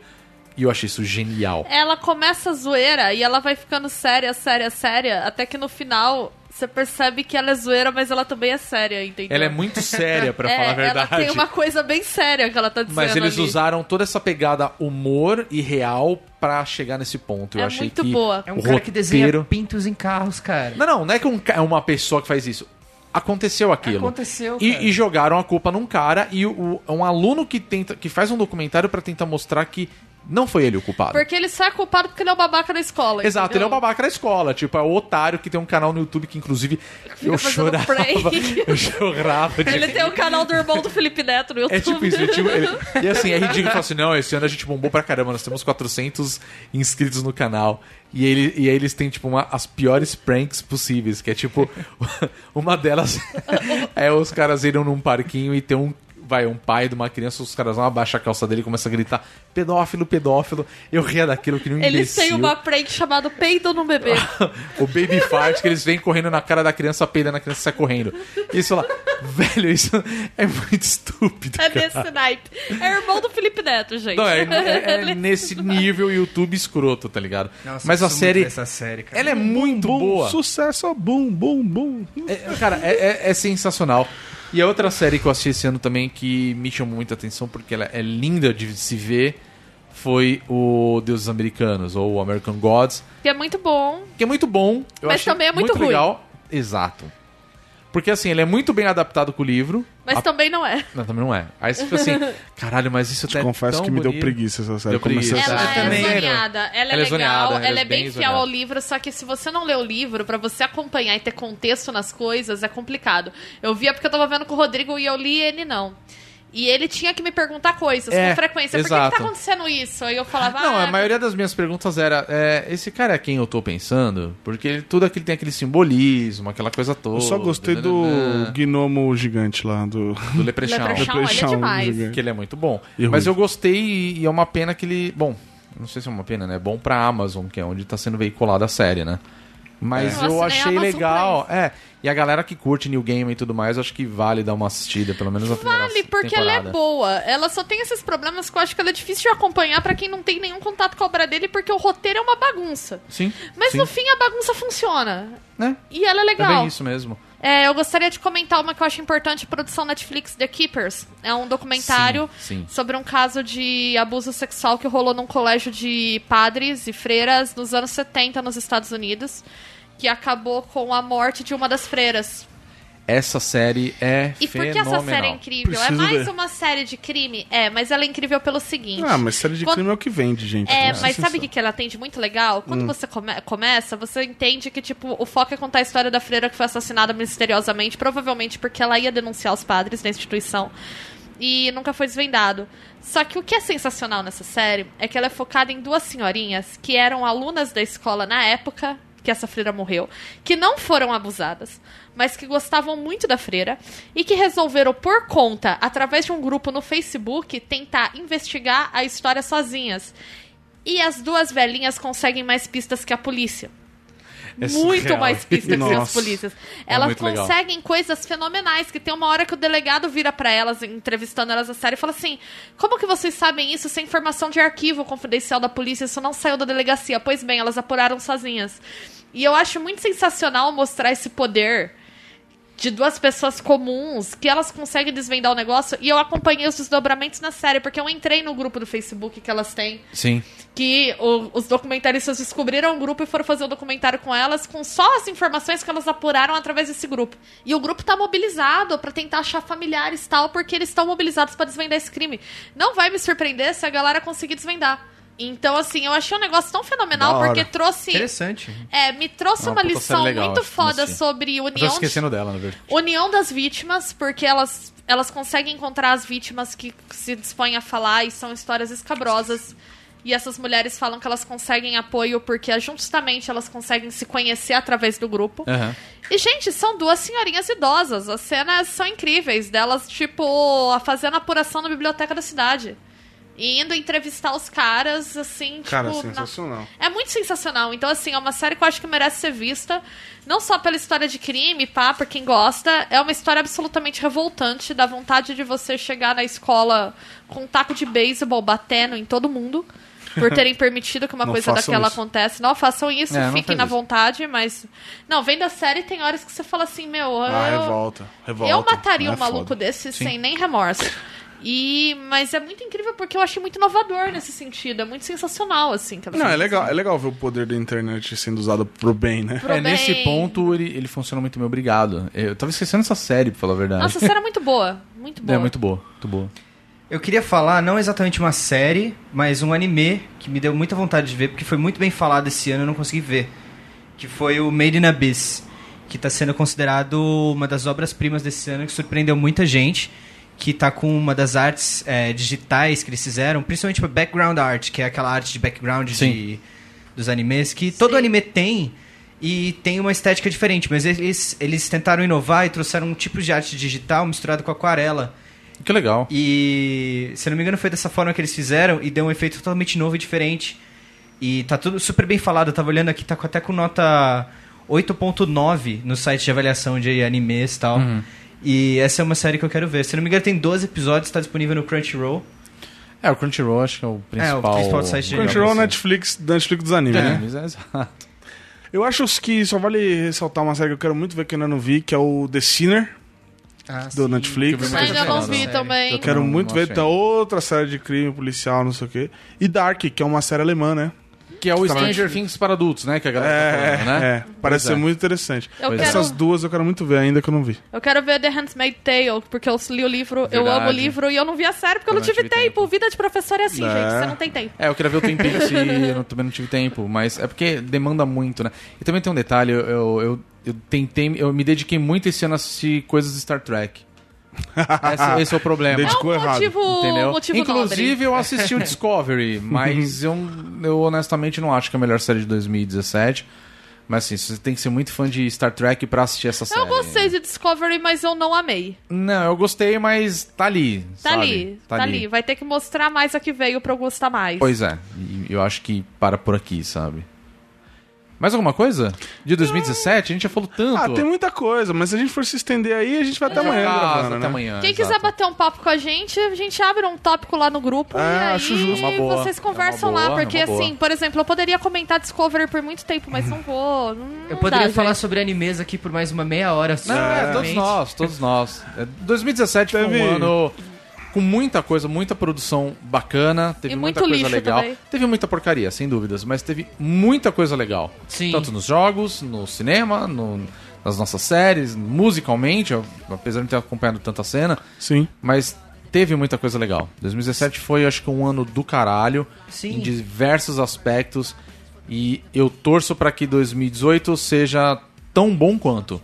[SPEAKER 2] E eu achei isso genial.
[SPEAKER 5] Ela começa a zoeira e ela vai ficando séria, séria, séria, até que no final você percebe que ela é zoeira, mas ela também é séria, entendeu?
[SPEAKER 2] Ela é muito séria, pra
[SPEAKER 5] É,
[SPEAKER 2] falar a
[SPEAKER 5] Ela tem
[SPEAKER 2] verdade.
[SPEAKER 5] uma coisa bem séria que ela tá dizendo
[SPEAKER 2] Mas eles
[SPEAKER 5] ali.
[SPEAKER 2] usaram toda essa pegada humor e real pra chegar nesse ponto. Eu
[SPEAKER 5] É
[SPEAKER 2] achei
[SPEAKER 5] muito
[SPEAKER 2] que
[SPEAKER 5] boa.
[SPEAKER 3] É um
[SPEAKER 2] o
[SPEAKER 3] cara que desenha
[SPEAKER 2] roteiro-
[SPEAKER 3] pintos em carros, cara.
[SPEAKER 2] Não, não, não é que um ca- é uma pessoa que faz isso. Aconteceu aquilo.
[SPEAKER 3] Aconteceu, cara.
[SPEAKER 2] E, e jogaram a culpa num cara e o, o- um aluno que tenta que faz um documentário pra tentar mostrar que não foi ele o culpado.
[SPEAKER 5] Porque ele só é culpado porque ele é o babaca da escola.
[SPEAKER 2] Exato, ele é
[SPEAKER 5] entendeu?
[SPEAKER 2] o babaca da escola, tipo, é o otário que tem um canal no YouTube que inclusive eu
[SPEAKER 5] fazendo
[SPEAKER 2] chorava,
[SPEAKER 5] prank.
[SPEAKER 2] eu chorava de
[SPEAKER 5] Ele tem o canal do irmão do Felipe Neto no YouTube.
[SPEAKER 2] É tipo isso, é tipo- ele- e assim, é ridículo. Fala assim, não, esse ano a gente bombou pra caramba, nós temos 400 inscritos no canal. E, ele, e aí eles têm, tipo, uma- as piores pranks possíveis, que é tipo, uma delas é os caras irem num parquinho e tem um. Vai, um pai de uma criança, os caras vão abaixar a calça dele e começa a gritar: pedófilo, pedófilo. Eu ria daquilo que não um
[SPEAKER 5] Eles
[SPEAKER 2] imbecil.
[SPEAKER 5] têm uma prank chamada Peido no Bebê.
[SPEAKER 2] O baby fart que eles vêm correndo na cara da criança, peida na criança e sai correndo. Isso lá, velho, isso é muito estúpido.
[SPEAKER 5] É
[SPEAKER 2] cara.
[SPEAKER 5] desse naipe. É irmão do Felipe Neto, gente.
[SPEAKER 2] Não, é, é- é
[SPEAKER 5] Ele-
[SPEAKER 2] nesse nível YouTube escroto, tá ligado?
[SPEAKER 3] Nossa,
[SPEAKER 2] Mas
[SPEAKER 3] eu
[SPEAKER 2] a
[SPEAKER 3] sou muito
[SPEAKER 2] série,
[SPEAKER 3] dessa série, cara.
[SPEAKER 2] ela é muito
[SPEAKER 4] Bum,
[SPEAKER 2] boa.
[SPEAKER 4] Sucesso, ó, bum, bum, bum.
[SPEAKER 2] É, cara, é, é- é sensacional. E a outra série que eu assisti esse ano também que me chamou muita atenção porque ela é linda de se ver foi o Deuses Americanos ou American Gods,
[SPEAKER 5] Que é muito bom.
[SPEAKER 2] que é muito bom. Eu
[SPEAKER 5] Mas
[SPEAKER 2] achei
[SPEAKER 5] também é muito ruim.
[SPEAKER 2] legal. Exato. Porque assim, ele é muito bem adaptado com o livro.
[SPEAKER 5] Mas
[SPEAKER 2] A-
[SPEAKER 5] também não é.
[SPEAKER 2] Não, também não é. Aí você fica assim, caralho, mas isso até é
[SPEAKER 4] Confesso
[SPEAKER 2] tão
[SPEAKER 4] que me deu
[SPEAKER 2] bonito.
[SPEAKER 4] preguiça essa série.
[SPEAKER 2] Deu
[SPEAKER 4] Comecei a
[SPEAKER 2] preguiça.
[SPEAKER 4] assistir
[SPEAKER 5] Ela é
[SPEAKER 4] também.
[SPEAKER 3] também.
[SPEAKER 5] zoneada, ela é
[SPEAKER 2] Ela é
[SPEAKER 5] legal,
[SPEAKER 2] zoneada,
[SPEAKER 5] ela,
[SPEAKER 2] ela
[SPEAKER 5] é
[SPEAKER 2] é
[SPEAKER 5] bem
[SPEAKER 2] bem
[SPEAKER 5] fiel ao
[SPEAKER 2] zoneada.
[SPEAKER 5] livro, só que se você não lê o livro, pra você acompanhar e ter contexto nas coisas, é complicado. Eu via porque eu tava vendo com o Rodrigo e eu li ele não. E ele tinha que me perguntar coisas
[SPEAKER 2] É,
[SPEAKER 5] com frequência. Por que
[SPEAKER 2] exato.
[SPEAKER 5] que tá acontecendo isso? Aí eu falava,
[SPEAKER 2] Não,
[SPEAKER 5] ah,
[SPEAKER 2] a maioria das minhas perguntas era: é, esse cara é quem eu tô pensando? Porque ele, tudo aquilo tem aquele simbolismo, aquela coisa toda.
[SPEAKER 4] Eu só gostei do
[SPEAKER 5] é
[SPEAKER 2] nananã,
[SPEAKER 4] gnomo gigante lá, do
[SPEAKER 2] do Leprechaun,
[SPEAKER 5] Leprechaun, olha, é
[SPEAKER 4] Leprechaun
[SPEAKER 5] demais.
[SPEAKER 4] gigante.
[SPEAKER 2] que ele é muito bom.
[SPEAKER 4] E
[SPEAKER 2] Mas
[SPEAKER 4] ruim.
[SPEAKER 2] eu gostei e, e é uma pena que ele, bom, não sei se é uma pena, né? É bom pra Amazon, que é onde tá sendo veiculada a série, né? Mas
[SPEAKER 5] É.
[SPEAKER 2] eu
[SPEAKER 5] Nossa, né?
[SPEAKER 2] achei
[SPEAKER 5] Amazon
[SPEAKER 2] legal, é. E a galera que curte New Game e tudo mais, eu acho que vale dar uma assistida, pelo menos a primeira
[SPEAKER 5] Vale, porque
[SPEAKER 2] temporada.
[SPEAKER 5] ela é boa. Ela só tem esses problemas que eu acho que ela é difícil de acompanhar pra quem não tem nenhum contato com a obra dele, porque o roteiro é uma bagunça.
[SPEAKER 2] Sim.
[SPEAKER 5] Mas
[SPEAKER 2] sim,
[SPEAKER 5] no fim a bagunça funciona.
[SPEAKER 2] né?
[SPEAKER 5] E ela é
[SPEAKER 2] É
[SPEAKER 5] legal.
[SPEAKER 2] bem isso mesmo.
[SPEAKER 5] É, eu gostaria de comentar uma que eu acho importante, produção Netflix, The Keepers. É um documentário
[SPEAKER 2] Sim, sim.
[SPEAKER 5] sobre um caso de abuso sexual que rolou num colégio de padres e freiras nos anos 70 nos Estados Unidos, que acabou com a morte de uma das freiras.
[SPEAKER 2] Essa série é
[SPEAKER 5] E por que
[SPEAKER 2] fenomenal.
[SPEAKER 5] essa série é incrível? é
[SPEAKER 4] Preciso
[SPEAKER 5] mais
[SPEAKER 4] ver.
[SPEAKER 5] uma série de crime? É, mas ela é incrível pelo seguinte.
[SPEAKER 4] Ah, mas série de
[SPEAKER 5] Quando-
[SPEAKER 4] crime é o que vende, gente.
[SPEAKER 5] É,
[SPEAKER 4] Vamos
[SPEAKER 5] mas
[SPEAKER 4] ser
[SPEAKER 5] sabe o
[SPEAKER 4] sinceros.
[SPEAKER 5] que, que ela tem de muito legal? Quando você come- começa, você entende que, tipo, o foco é contar a história da freira que foi assassinada misteriosamente, provavelmente porque ela ia denunciar os padres da instituição. E nunca foi desvendado. Só que o que é sensacional nessa série é que ela é focada em duas senhorinhas que eram alunas da escola na época, que essa freira morreu, que não foram abusadas, mas que gostavam muito da freira e que resolveram, por conta, através de um grupo no Facebook, tentar investigar a história sozinhas. E as duas velhinhas conseguem mais pistas que a polícia.
[SPEAKER 2] É
[SPEAKER 5] muito
[SPEAKER 2] surreal. É
[SPEAKER 5] mais pistas que as
[SPEAKER 4] Nossa.
[SPEAKER 5] polícias. Elas
[SPEAKER 2] muito legal.
[SPEAKER 5] conseguem coisas fenomenais, que tem uma hora que o delegado vira pra elas, entrevistando elas a sério, e fala assim, como que vocês sabem isso sem informação de arquivo confidencial da polícia? Isso não saiu da delegacia. Pois bem, elas apuraram sozinhas. E eu acho muito sensacional mostrar esse poder de duas pessoas comuns, que elas conseguem desvendar o negócio, e eu acompanhei os desdobramentos na série, porque eu entrei no grupo do Facebook que elas têm,
[SPEAKER 2] Sim.
[SPEAKER 5] que o- os documentaristas descobriram o grupo e foram fazer o documentário com elas, com só as informações que elas apuraram através desse grupo. E o grupo tá mobilizado pra tentar achar familiares e tal, porque eles estão mobilizados pra desvendar esse crime. Não vai me surpreender se a galera conseguir desvendar. Então, assim, eu achei um negócio tão
[SPEAKER 4] Da
[SPEAKER 5] fenomenal,
[SPEAKER 4] hora.
[SPEAKER 5] porque trouxe.
[SPEAKER 3] Interessante.
[SPEAKER 5] É, me trouxe
[SPEAKER 2] Uma
[SPEAKER 5] uma
[SPEAKER 2] Ah, puta série
[SPEAKER 5] lição
[SPEAKER 2] legal,
[SPEAKER 5] muito
[SPEAKER 2] acho que
[SPEAKER 5] foda
[SPEAKER 2] assisti.
[SPEAKER 5] sobre
[SPEAKER 2] Eu tô
[SPEAKER 5] união de
[SPEAKER 2] esquecendo dela, na verdade.
[SPEAKER 5] União das vítimas, porque elas, elas conseguem encontrar as vítimas que se dispõem a falar e são histórias escabrosas. E essas mulheres falam que elas conseguem apoio porque é justamente elas conseguem se conhecer através do grupo.
[SPEAKER 2] Aham. É,
[SPEAKER 5] E, gente, são duas senhorinhas idosas. As cenas são incríveis delas, tipo, fazendo apuração na biblioteca da cidade. E indo entrevistar os caras, assim,
[SPEAKER 6] Cara,
[SPEAKER 5] tipo. na-
[SPEAKER 6] sensacional.
[SPEAKER 5] é muito sensacional. Então, assim, é uma série que eu acho que merece ser vista. Não só pela história de crime, pá, pra quem gosta. É uma história absolutamente revoltante. Dá vontade de você chegar na escola com um taco de beisebol batendo em todo mundo. Por terem permitido que uma
[SPEAKER 4] Não
[SPEAKER 5] coisa
[SPEAKER 4] façam
[SPEAKER 5] daquela
[SPEAKER 4] isso.
[SPEAKER 5] acontece. Não façam isso,
[SPEAKER 2] É, não
[SPEAKER 5] fiquem
[SPEAKER 2] faz
[SPEAKER 5] na
[SPEAKER 2] isso.
[SPEAKER 5] vontade, mas. Não, vem da série tem horas que você fala assim, meu,
[SPEAKER 4] Ah,
[SPEAKER 5] eu,
[SPEAKER 4] revolta. Revolta.
[SPEAKER 5] eu mataria
[SPEAKER 4] É
[SPEAKER 5] um maluco
[SPEAKER 4] foda.
[SPEAKER 5] desse sem nem remorso. E, mas é muito incrível porque eu achei muito inovador nesse sentido. É muito sensacional, assim. que ela
[SPEAKER 4] Não, é
[SPEAKER 5] fez.
[SPEAKER 4] legal, é legal ver o poder da internet sendo usado pro bem, né?
[SPEAKER 5] Pro
[SPEAKER 2] É, nesse
[SPEAKER 5] bem.
[SPEAKER 2] ponto ele, ele funciona muito bem, obrigado. Eu tava esquecendo essa série, pra falar a verdade.
[SPEAKER 5] Nossa, a série é muito boa. Muito boa.
[SPEAKER 2] É muito boa, muito boa.
[SPEAKER 3] Eu queria falar, não exatamente uma série, mas um anime que me deu muita vontade de ver, porque foi muito bem falado esse ano e eu não consegui ver. Que foi o Made in Abyss, que está sendo considerado uma das obras-primas desse ano, que surpreendeu muita gente, que tá com uma das artes eh, digitais que eles fizeram, principalmente para background art, que é aquela arte de background
[SPEAKER 2] Sim.
[SPEAKER 3] de, dos animes, que todo anime tem, e tem uma estética diferente, mas eles, eles tentaram inovar e trouxeram um tipo de arte digital misturado com aquarela.
[SPEAKER 2] Que legal.
[SPEAKER 3] E, se eu não me engano, foi dessa forma que eles fizeram e deu um efeito totalmente novo e diferente. E tá tudo super bem falado. Eu tava olhando aqui, tá com- até com nota 8.9 no site de avaliação de animes e tal. E essa é uma série que eu quero ver. Se eu não me engano, tem 12 episódios, tá disponível no Crunchyroll.
[SPEAKER 2] É, o Crunchyroll acho que é o principal.
[SPEAKER 3] principal site de-
[SPEAKER 4] Crunchyroll, Netflix, Netflix dos animes, né?
[SPEAKER 2] É, exato.
[SPEAKER 4] Eu acho os que só vale ressaltar uma série que eu quero muito ver que eu ainda não vi, que é o The Sinner,
[SPEAKER 2] Ah,
[SPEAKER 4] do Netflix.
[SPEAKER 2] Que eu
[SPEAKER 5] Ainda não
[SPEAKER 2] Série.
[SPEAKER 5] vi também.
[SPEAKER 2] Eu
[SPEAKER 4] Quero
[SPEAKER 2] Não,
[SPEAKER 4] muito
[SPEAKER 2] não
[SPEAKER 4] ver,
[SPEAKER 2] achei.
[SPEAKER 4] tá outra série de crime policial, não sei o quê. E Dark, que é uma série alemã, né?
[SPEAKER 2] Que é o
[SPEAKER 4] Tá na
[SPEAKER 2] Stranger Things para adultos, né? Que a galera
[SPEAKER 4] É,
[SPEAKER 2] tá falando, né?
[SPEAKER 4] é, parece
[SPEAKER 2] Pois
[SPEAKER 4] ser
[SPEAKER 2] é.
[SPEAKER 4] muito interessante.
[SPEAKER 5] Eu
[SPEAKER 2] Pois é.
[SPEAKER 5] quero,
[SPEAKER 4] Essas duas eu quero muito ver, ainda que eu não vi.
[SPEAKER 5] eu quero ver The Handmaid's Tale, porque eu li o livro, eu
[SPEAKER 2] Verdade.
[SPEAKER 5] amo o livro, e eu não vi a série porque eu não tive tempo. Vida de professor é
[SPEAKER 2] Né?
[SPEAKER 5] assim,
[SPEAKER 4] É.
[SPEAKER 5] gente, você não tem tempo.
[SPEAKER 2] É, eu queria ver o Twin Peaks e eu não- também não tive tempo, mas é porque demanda muito, né? E também tem um detalhe, eu, eu, eu- eu tentei, eu me dediquei muito esse ano a assistir coisas de Star Trek. Esse, esse é o problema.
[SPEAKER 5] É um
[SPEAKER 4] Ficou errado,
[SPEAKER 5] motivo,
[SPEAKER 2] Entendeu?
[SPEAKER 5] motivo
[SPEAKER 2] Inclusive,
[SPEAKER 5] nobre.
[SPEAKER 2] eu assisti o Discovery, mas eu,
[SPEAKER 5] Uhum.
[SPEAKER 2] eu honestamente não acho que é a melhor série de 2017. Mas assim, você tem que ser muito fã de Star Trek pra assistir essa série.
[SPEAKER 5] Então, Eu gostei de Discovery, mas eu não amei.
[SPEAKER 2] Não, eu gostei, mas tá ali.
[SPEAKER 5] Tá
[SPEAKER 2] sabe?
[SPEAKER 5] ali, tá, ali. Vai ter que mostrar mais a que veio pra eu gostar mais.
[SPEAKER 2] Pois é, e eu acho que para por aqui, sabe? Mais alguma coisa? De 2017? A gente já falou tanto.
[SPEAKER 4] Ah, tem muita coisa, mas se a gente for se estender aí, a gente vai até amanhã
[SPEAKER 2] É. Casa,
[SPEAKER 4] gravando,
[SPEAKER 2] até
[SPEAKER 4] né?
[SPEAKER 2] amanhã.
[SPEAKER 5] Quem
[SPEAKER 2] exato.
[SPEAKER 5] quiser bater um papo com a gente, a gente abre um tópico lá no grupo
[SPEAKER 4] É,
[SPEAKER 5] e aí
[SPEAKER 4] acho justo.
[SPEAKER 2] É uma boa,
[SPEAKER 5] vocês
[SPEAKER 2] é uma
[SPEAKER 5] conversam
[SPEAKER 2] boa,
[SPEAKER 5] lá. Porque,
[SPEAKER 2] é uma boa.
[SPEAKER 5] assim, por exemplo, eu poderia comentar Discovery por muito tempo, mas não vou. não
[SPEAKER 3] Eu poderia
[SPEAKER 5] dá,
[SPEAKER 3] falar
[SPEAKER 5] gente.
[SPEAKER 3] sobre animes aqui por mais uma meia hora.
[SPEAKER 2] Não, é, todos
[SPEAKER 3] certamente.
[SPEAKER 2] nós, todos nós. É, 2017 foi
[SPEAKER 4] Teve-
[SPEAKER 2] um ano com muita coisa, muita produção bacana, teve
[SPEAKER 5] E
[SPEAKER 2] muita
[SPEAKER 5] muito
[SPEAKER 2] coisa
[SPEAKER 5] lixo
[SPEAKER 2] legal.
[SPEAKER 5] também.
[SPEAKER 2] Teve muita porcaria, sem dúvidas, mas teve muita coisa legal.
[SPEAKER 3] Sim.
[SPEAKER 2] Tanto nos jogos, no cinema, no- nas nossas séries, musicalmente, eu- apesar de não ter acompanhado tanta cena,
[SPEAKER 4] Sim.
[SPEAKER 2] mas teve muita coisa legal. 2017 foi, acho que, um ano do caralho,
[SPEAKER 3] Sim.
[SPEAKER 2] em diversos aspectos, e eu torço pra que 2018 seja tão bom quanto.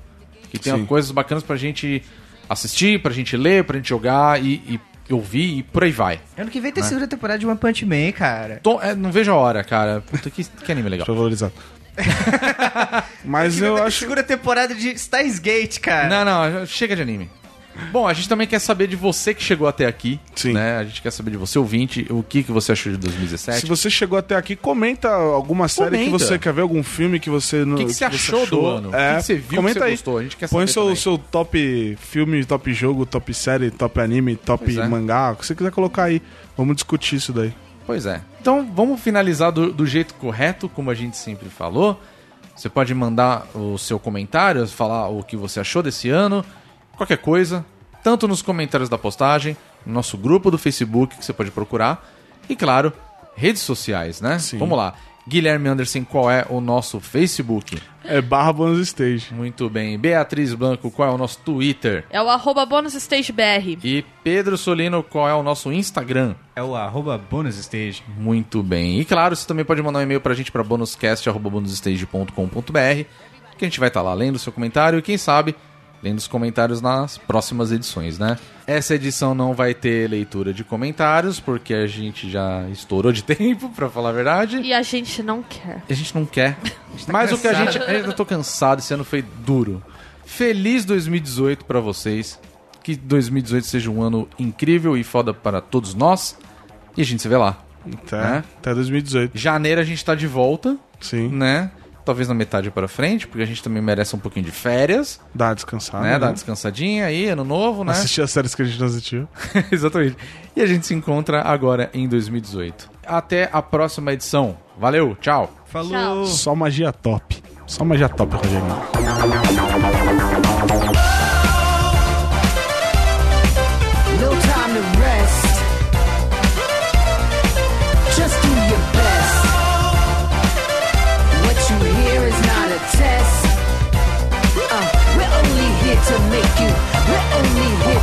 [SPEAKER 2] Que tenha
[SPEAKER 4] Sim.
[SPEAKER 2] coisas bacanas pra gente assistir, pra gente ler, pra gente jogar e, e ouvir e por aí vai.
[SPEAKER 3] Ano que vem tem segunda temporada de One Punch Man, cara.
[SPEAKER 2] Tô- é, não vejo a hora, cara. Puta, que, que anime legal.
[SPEAKER 4] Deixa eu valorizar.
[SPEAKER 5] É
[SPEAKER 4] Mas eu acho.
[SPEAKER 3] Segunda temporada de Steins Gate, cara.
[SPEAKER 2] Não, não, chega de anime. Bom, a gente também quer saber de você que chegou até aqui.
[SPEAKER 4] Sim.
[SPEAKER 2] Né? A gente quer saber de você, ouvinte, o que, que você achou de 2017.
[SPEAKER 4] Se você chegou até aqui, comenta alguma série que
[SPEAKER 2] Comenta.
[SPEAKER 4] você quer ver, algum filme que você não.
[SPEAKER 2] O que, que você achou do ano?
[SPEAKER 4] É,
[SPEAKER 2] o que, que você viu
[SPEAKER 4] comenta
[SPEAKER 2] que você
[SPEAKER 4] aí.
[SPEAKER 2] gostou? A gente quer
[SPEAKER 4] Põe
[SPEAKER 2] saber
[SPEAKER 4] seu,
[SPEAKER 2] também.
[SPEAKER 4] seu top filme, top jogo, top série, top anime, top
[SPEAKER 2] Pois é.
[SPEAKER 4] mangá, o que você quiser colocar aí. Vamos discutir isso daí.
[SPEAKER 2] Pois é. Então vamos finalizar do, do jeito correto, como a gente sempre falou. Você pode mandar o seu comentário, falar o que você achou desse ano, qualquer coisa, tanto nos comentários da postagem, no nosso grupo do Facebook, que você pode procurar, e claro, redes sociais, né?
[SPEAKER 4] Sim.
[SPEAKER 2] Vamos lá. Guilherme Anderson, qual é o nosso Facebook?
[SPEAKER 4] É barra bonus stage.
[SPEAKER 2] Muito bem. Beatriz Blanco, qual é o nosso Twitter?
[SPEAKER 5] É o arroba bonusstagebr.
[SPEAKER 2] E Pedro Solino, qual é o nosso Instagram?
[SPEAKER 3] É o arroba bonus stage.
[SPEAKER 2] Muito bem. E claro, você também pode mandar um e-mail pra gente pra bonuscast.bonusstage.com.br que a gente vai estar lá lendo o seu comentário e quem sabe lendo os comentários nas próximas edições, né? Essa edição não vai ter leitura de comentários porque a gente já estourou de tempo, pra falar a verdade.
[SPEAKER 5] E a gente não quer.
[SPEAKER 2] E a gente não quer. Mas o que a gente. Eu ainda tô cansado, esse ano foi duro. Feliz 2018 pra vocês. Que 2018 seja um ano incrível e foda para todos nós. E a gente se vê lá.
[SPEAKER 4] Até,
[SPEAKER 2] É.
[SPEAKER 4] até 2018.
[SPEAKER 2] Janeiro a gente tá de volta,
[SPEAKER 4] Sim.
[SPEAKER 2] né? Talvez na metade pra frente, porque a gente também merece um pouquinho de férias,
[SPEAKER 4] Dá uma descansada.
[SPEAKER 2] né? Dar uma descansadinha aí, ano novo, né?
[SPEAKER 4] Assistir as séries que a gente não assistiu.
[SPEAKER 2] Exatamente. E a gente se encontra agora em 2018. Até a próxima edição. Valeu, tchau!
[SPEAKER 3] Falou.
[SPEAKER 5] Tchau.
[SPEAKER 4] Só magia top. Só magia top, Rogerinho.
[SPEAKER 6] No time to rest. Just do your best. What you hear is not a test. Uh, we're only here to make you. We're only here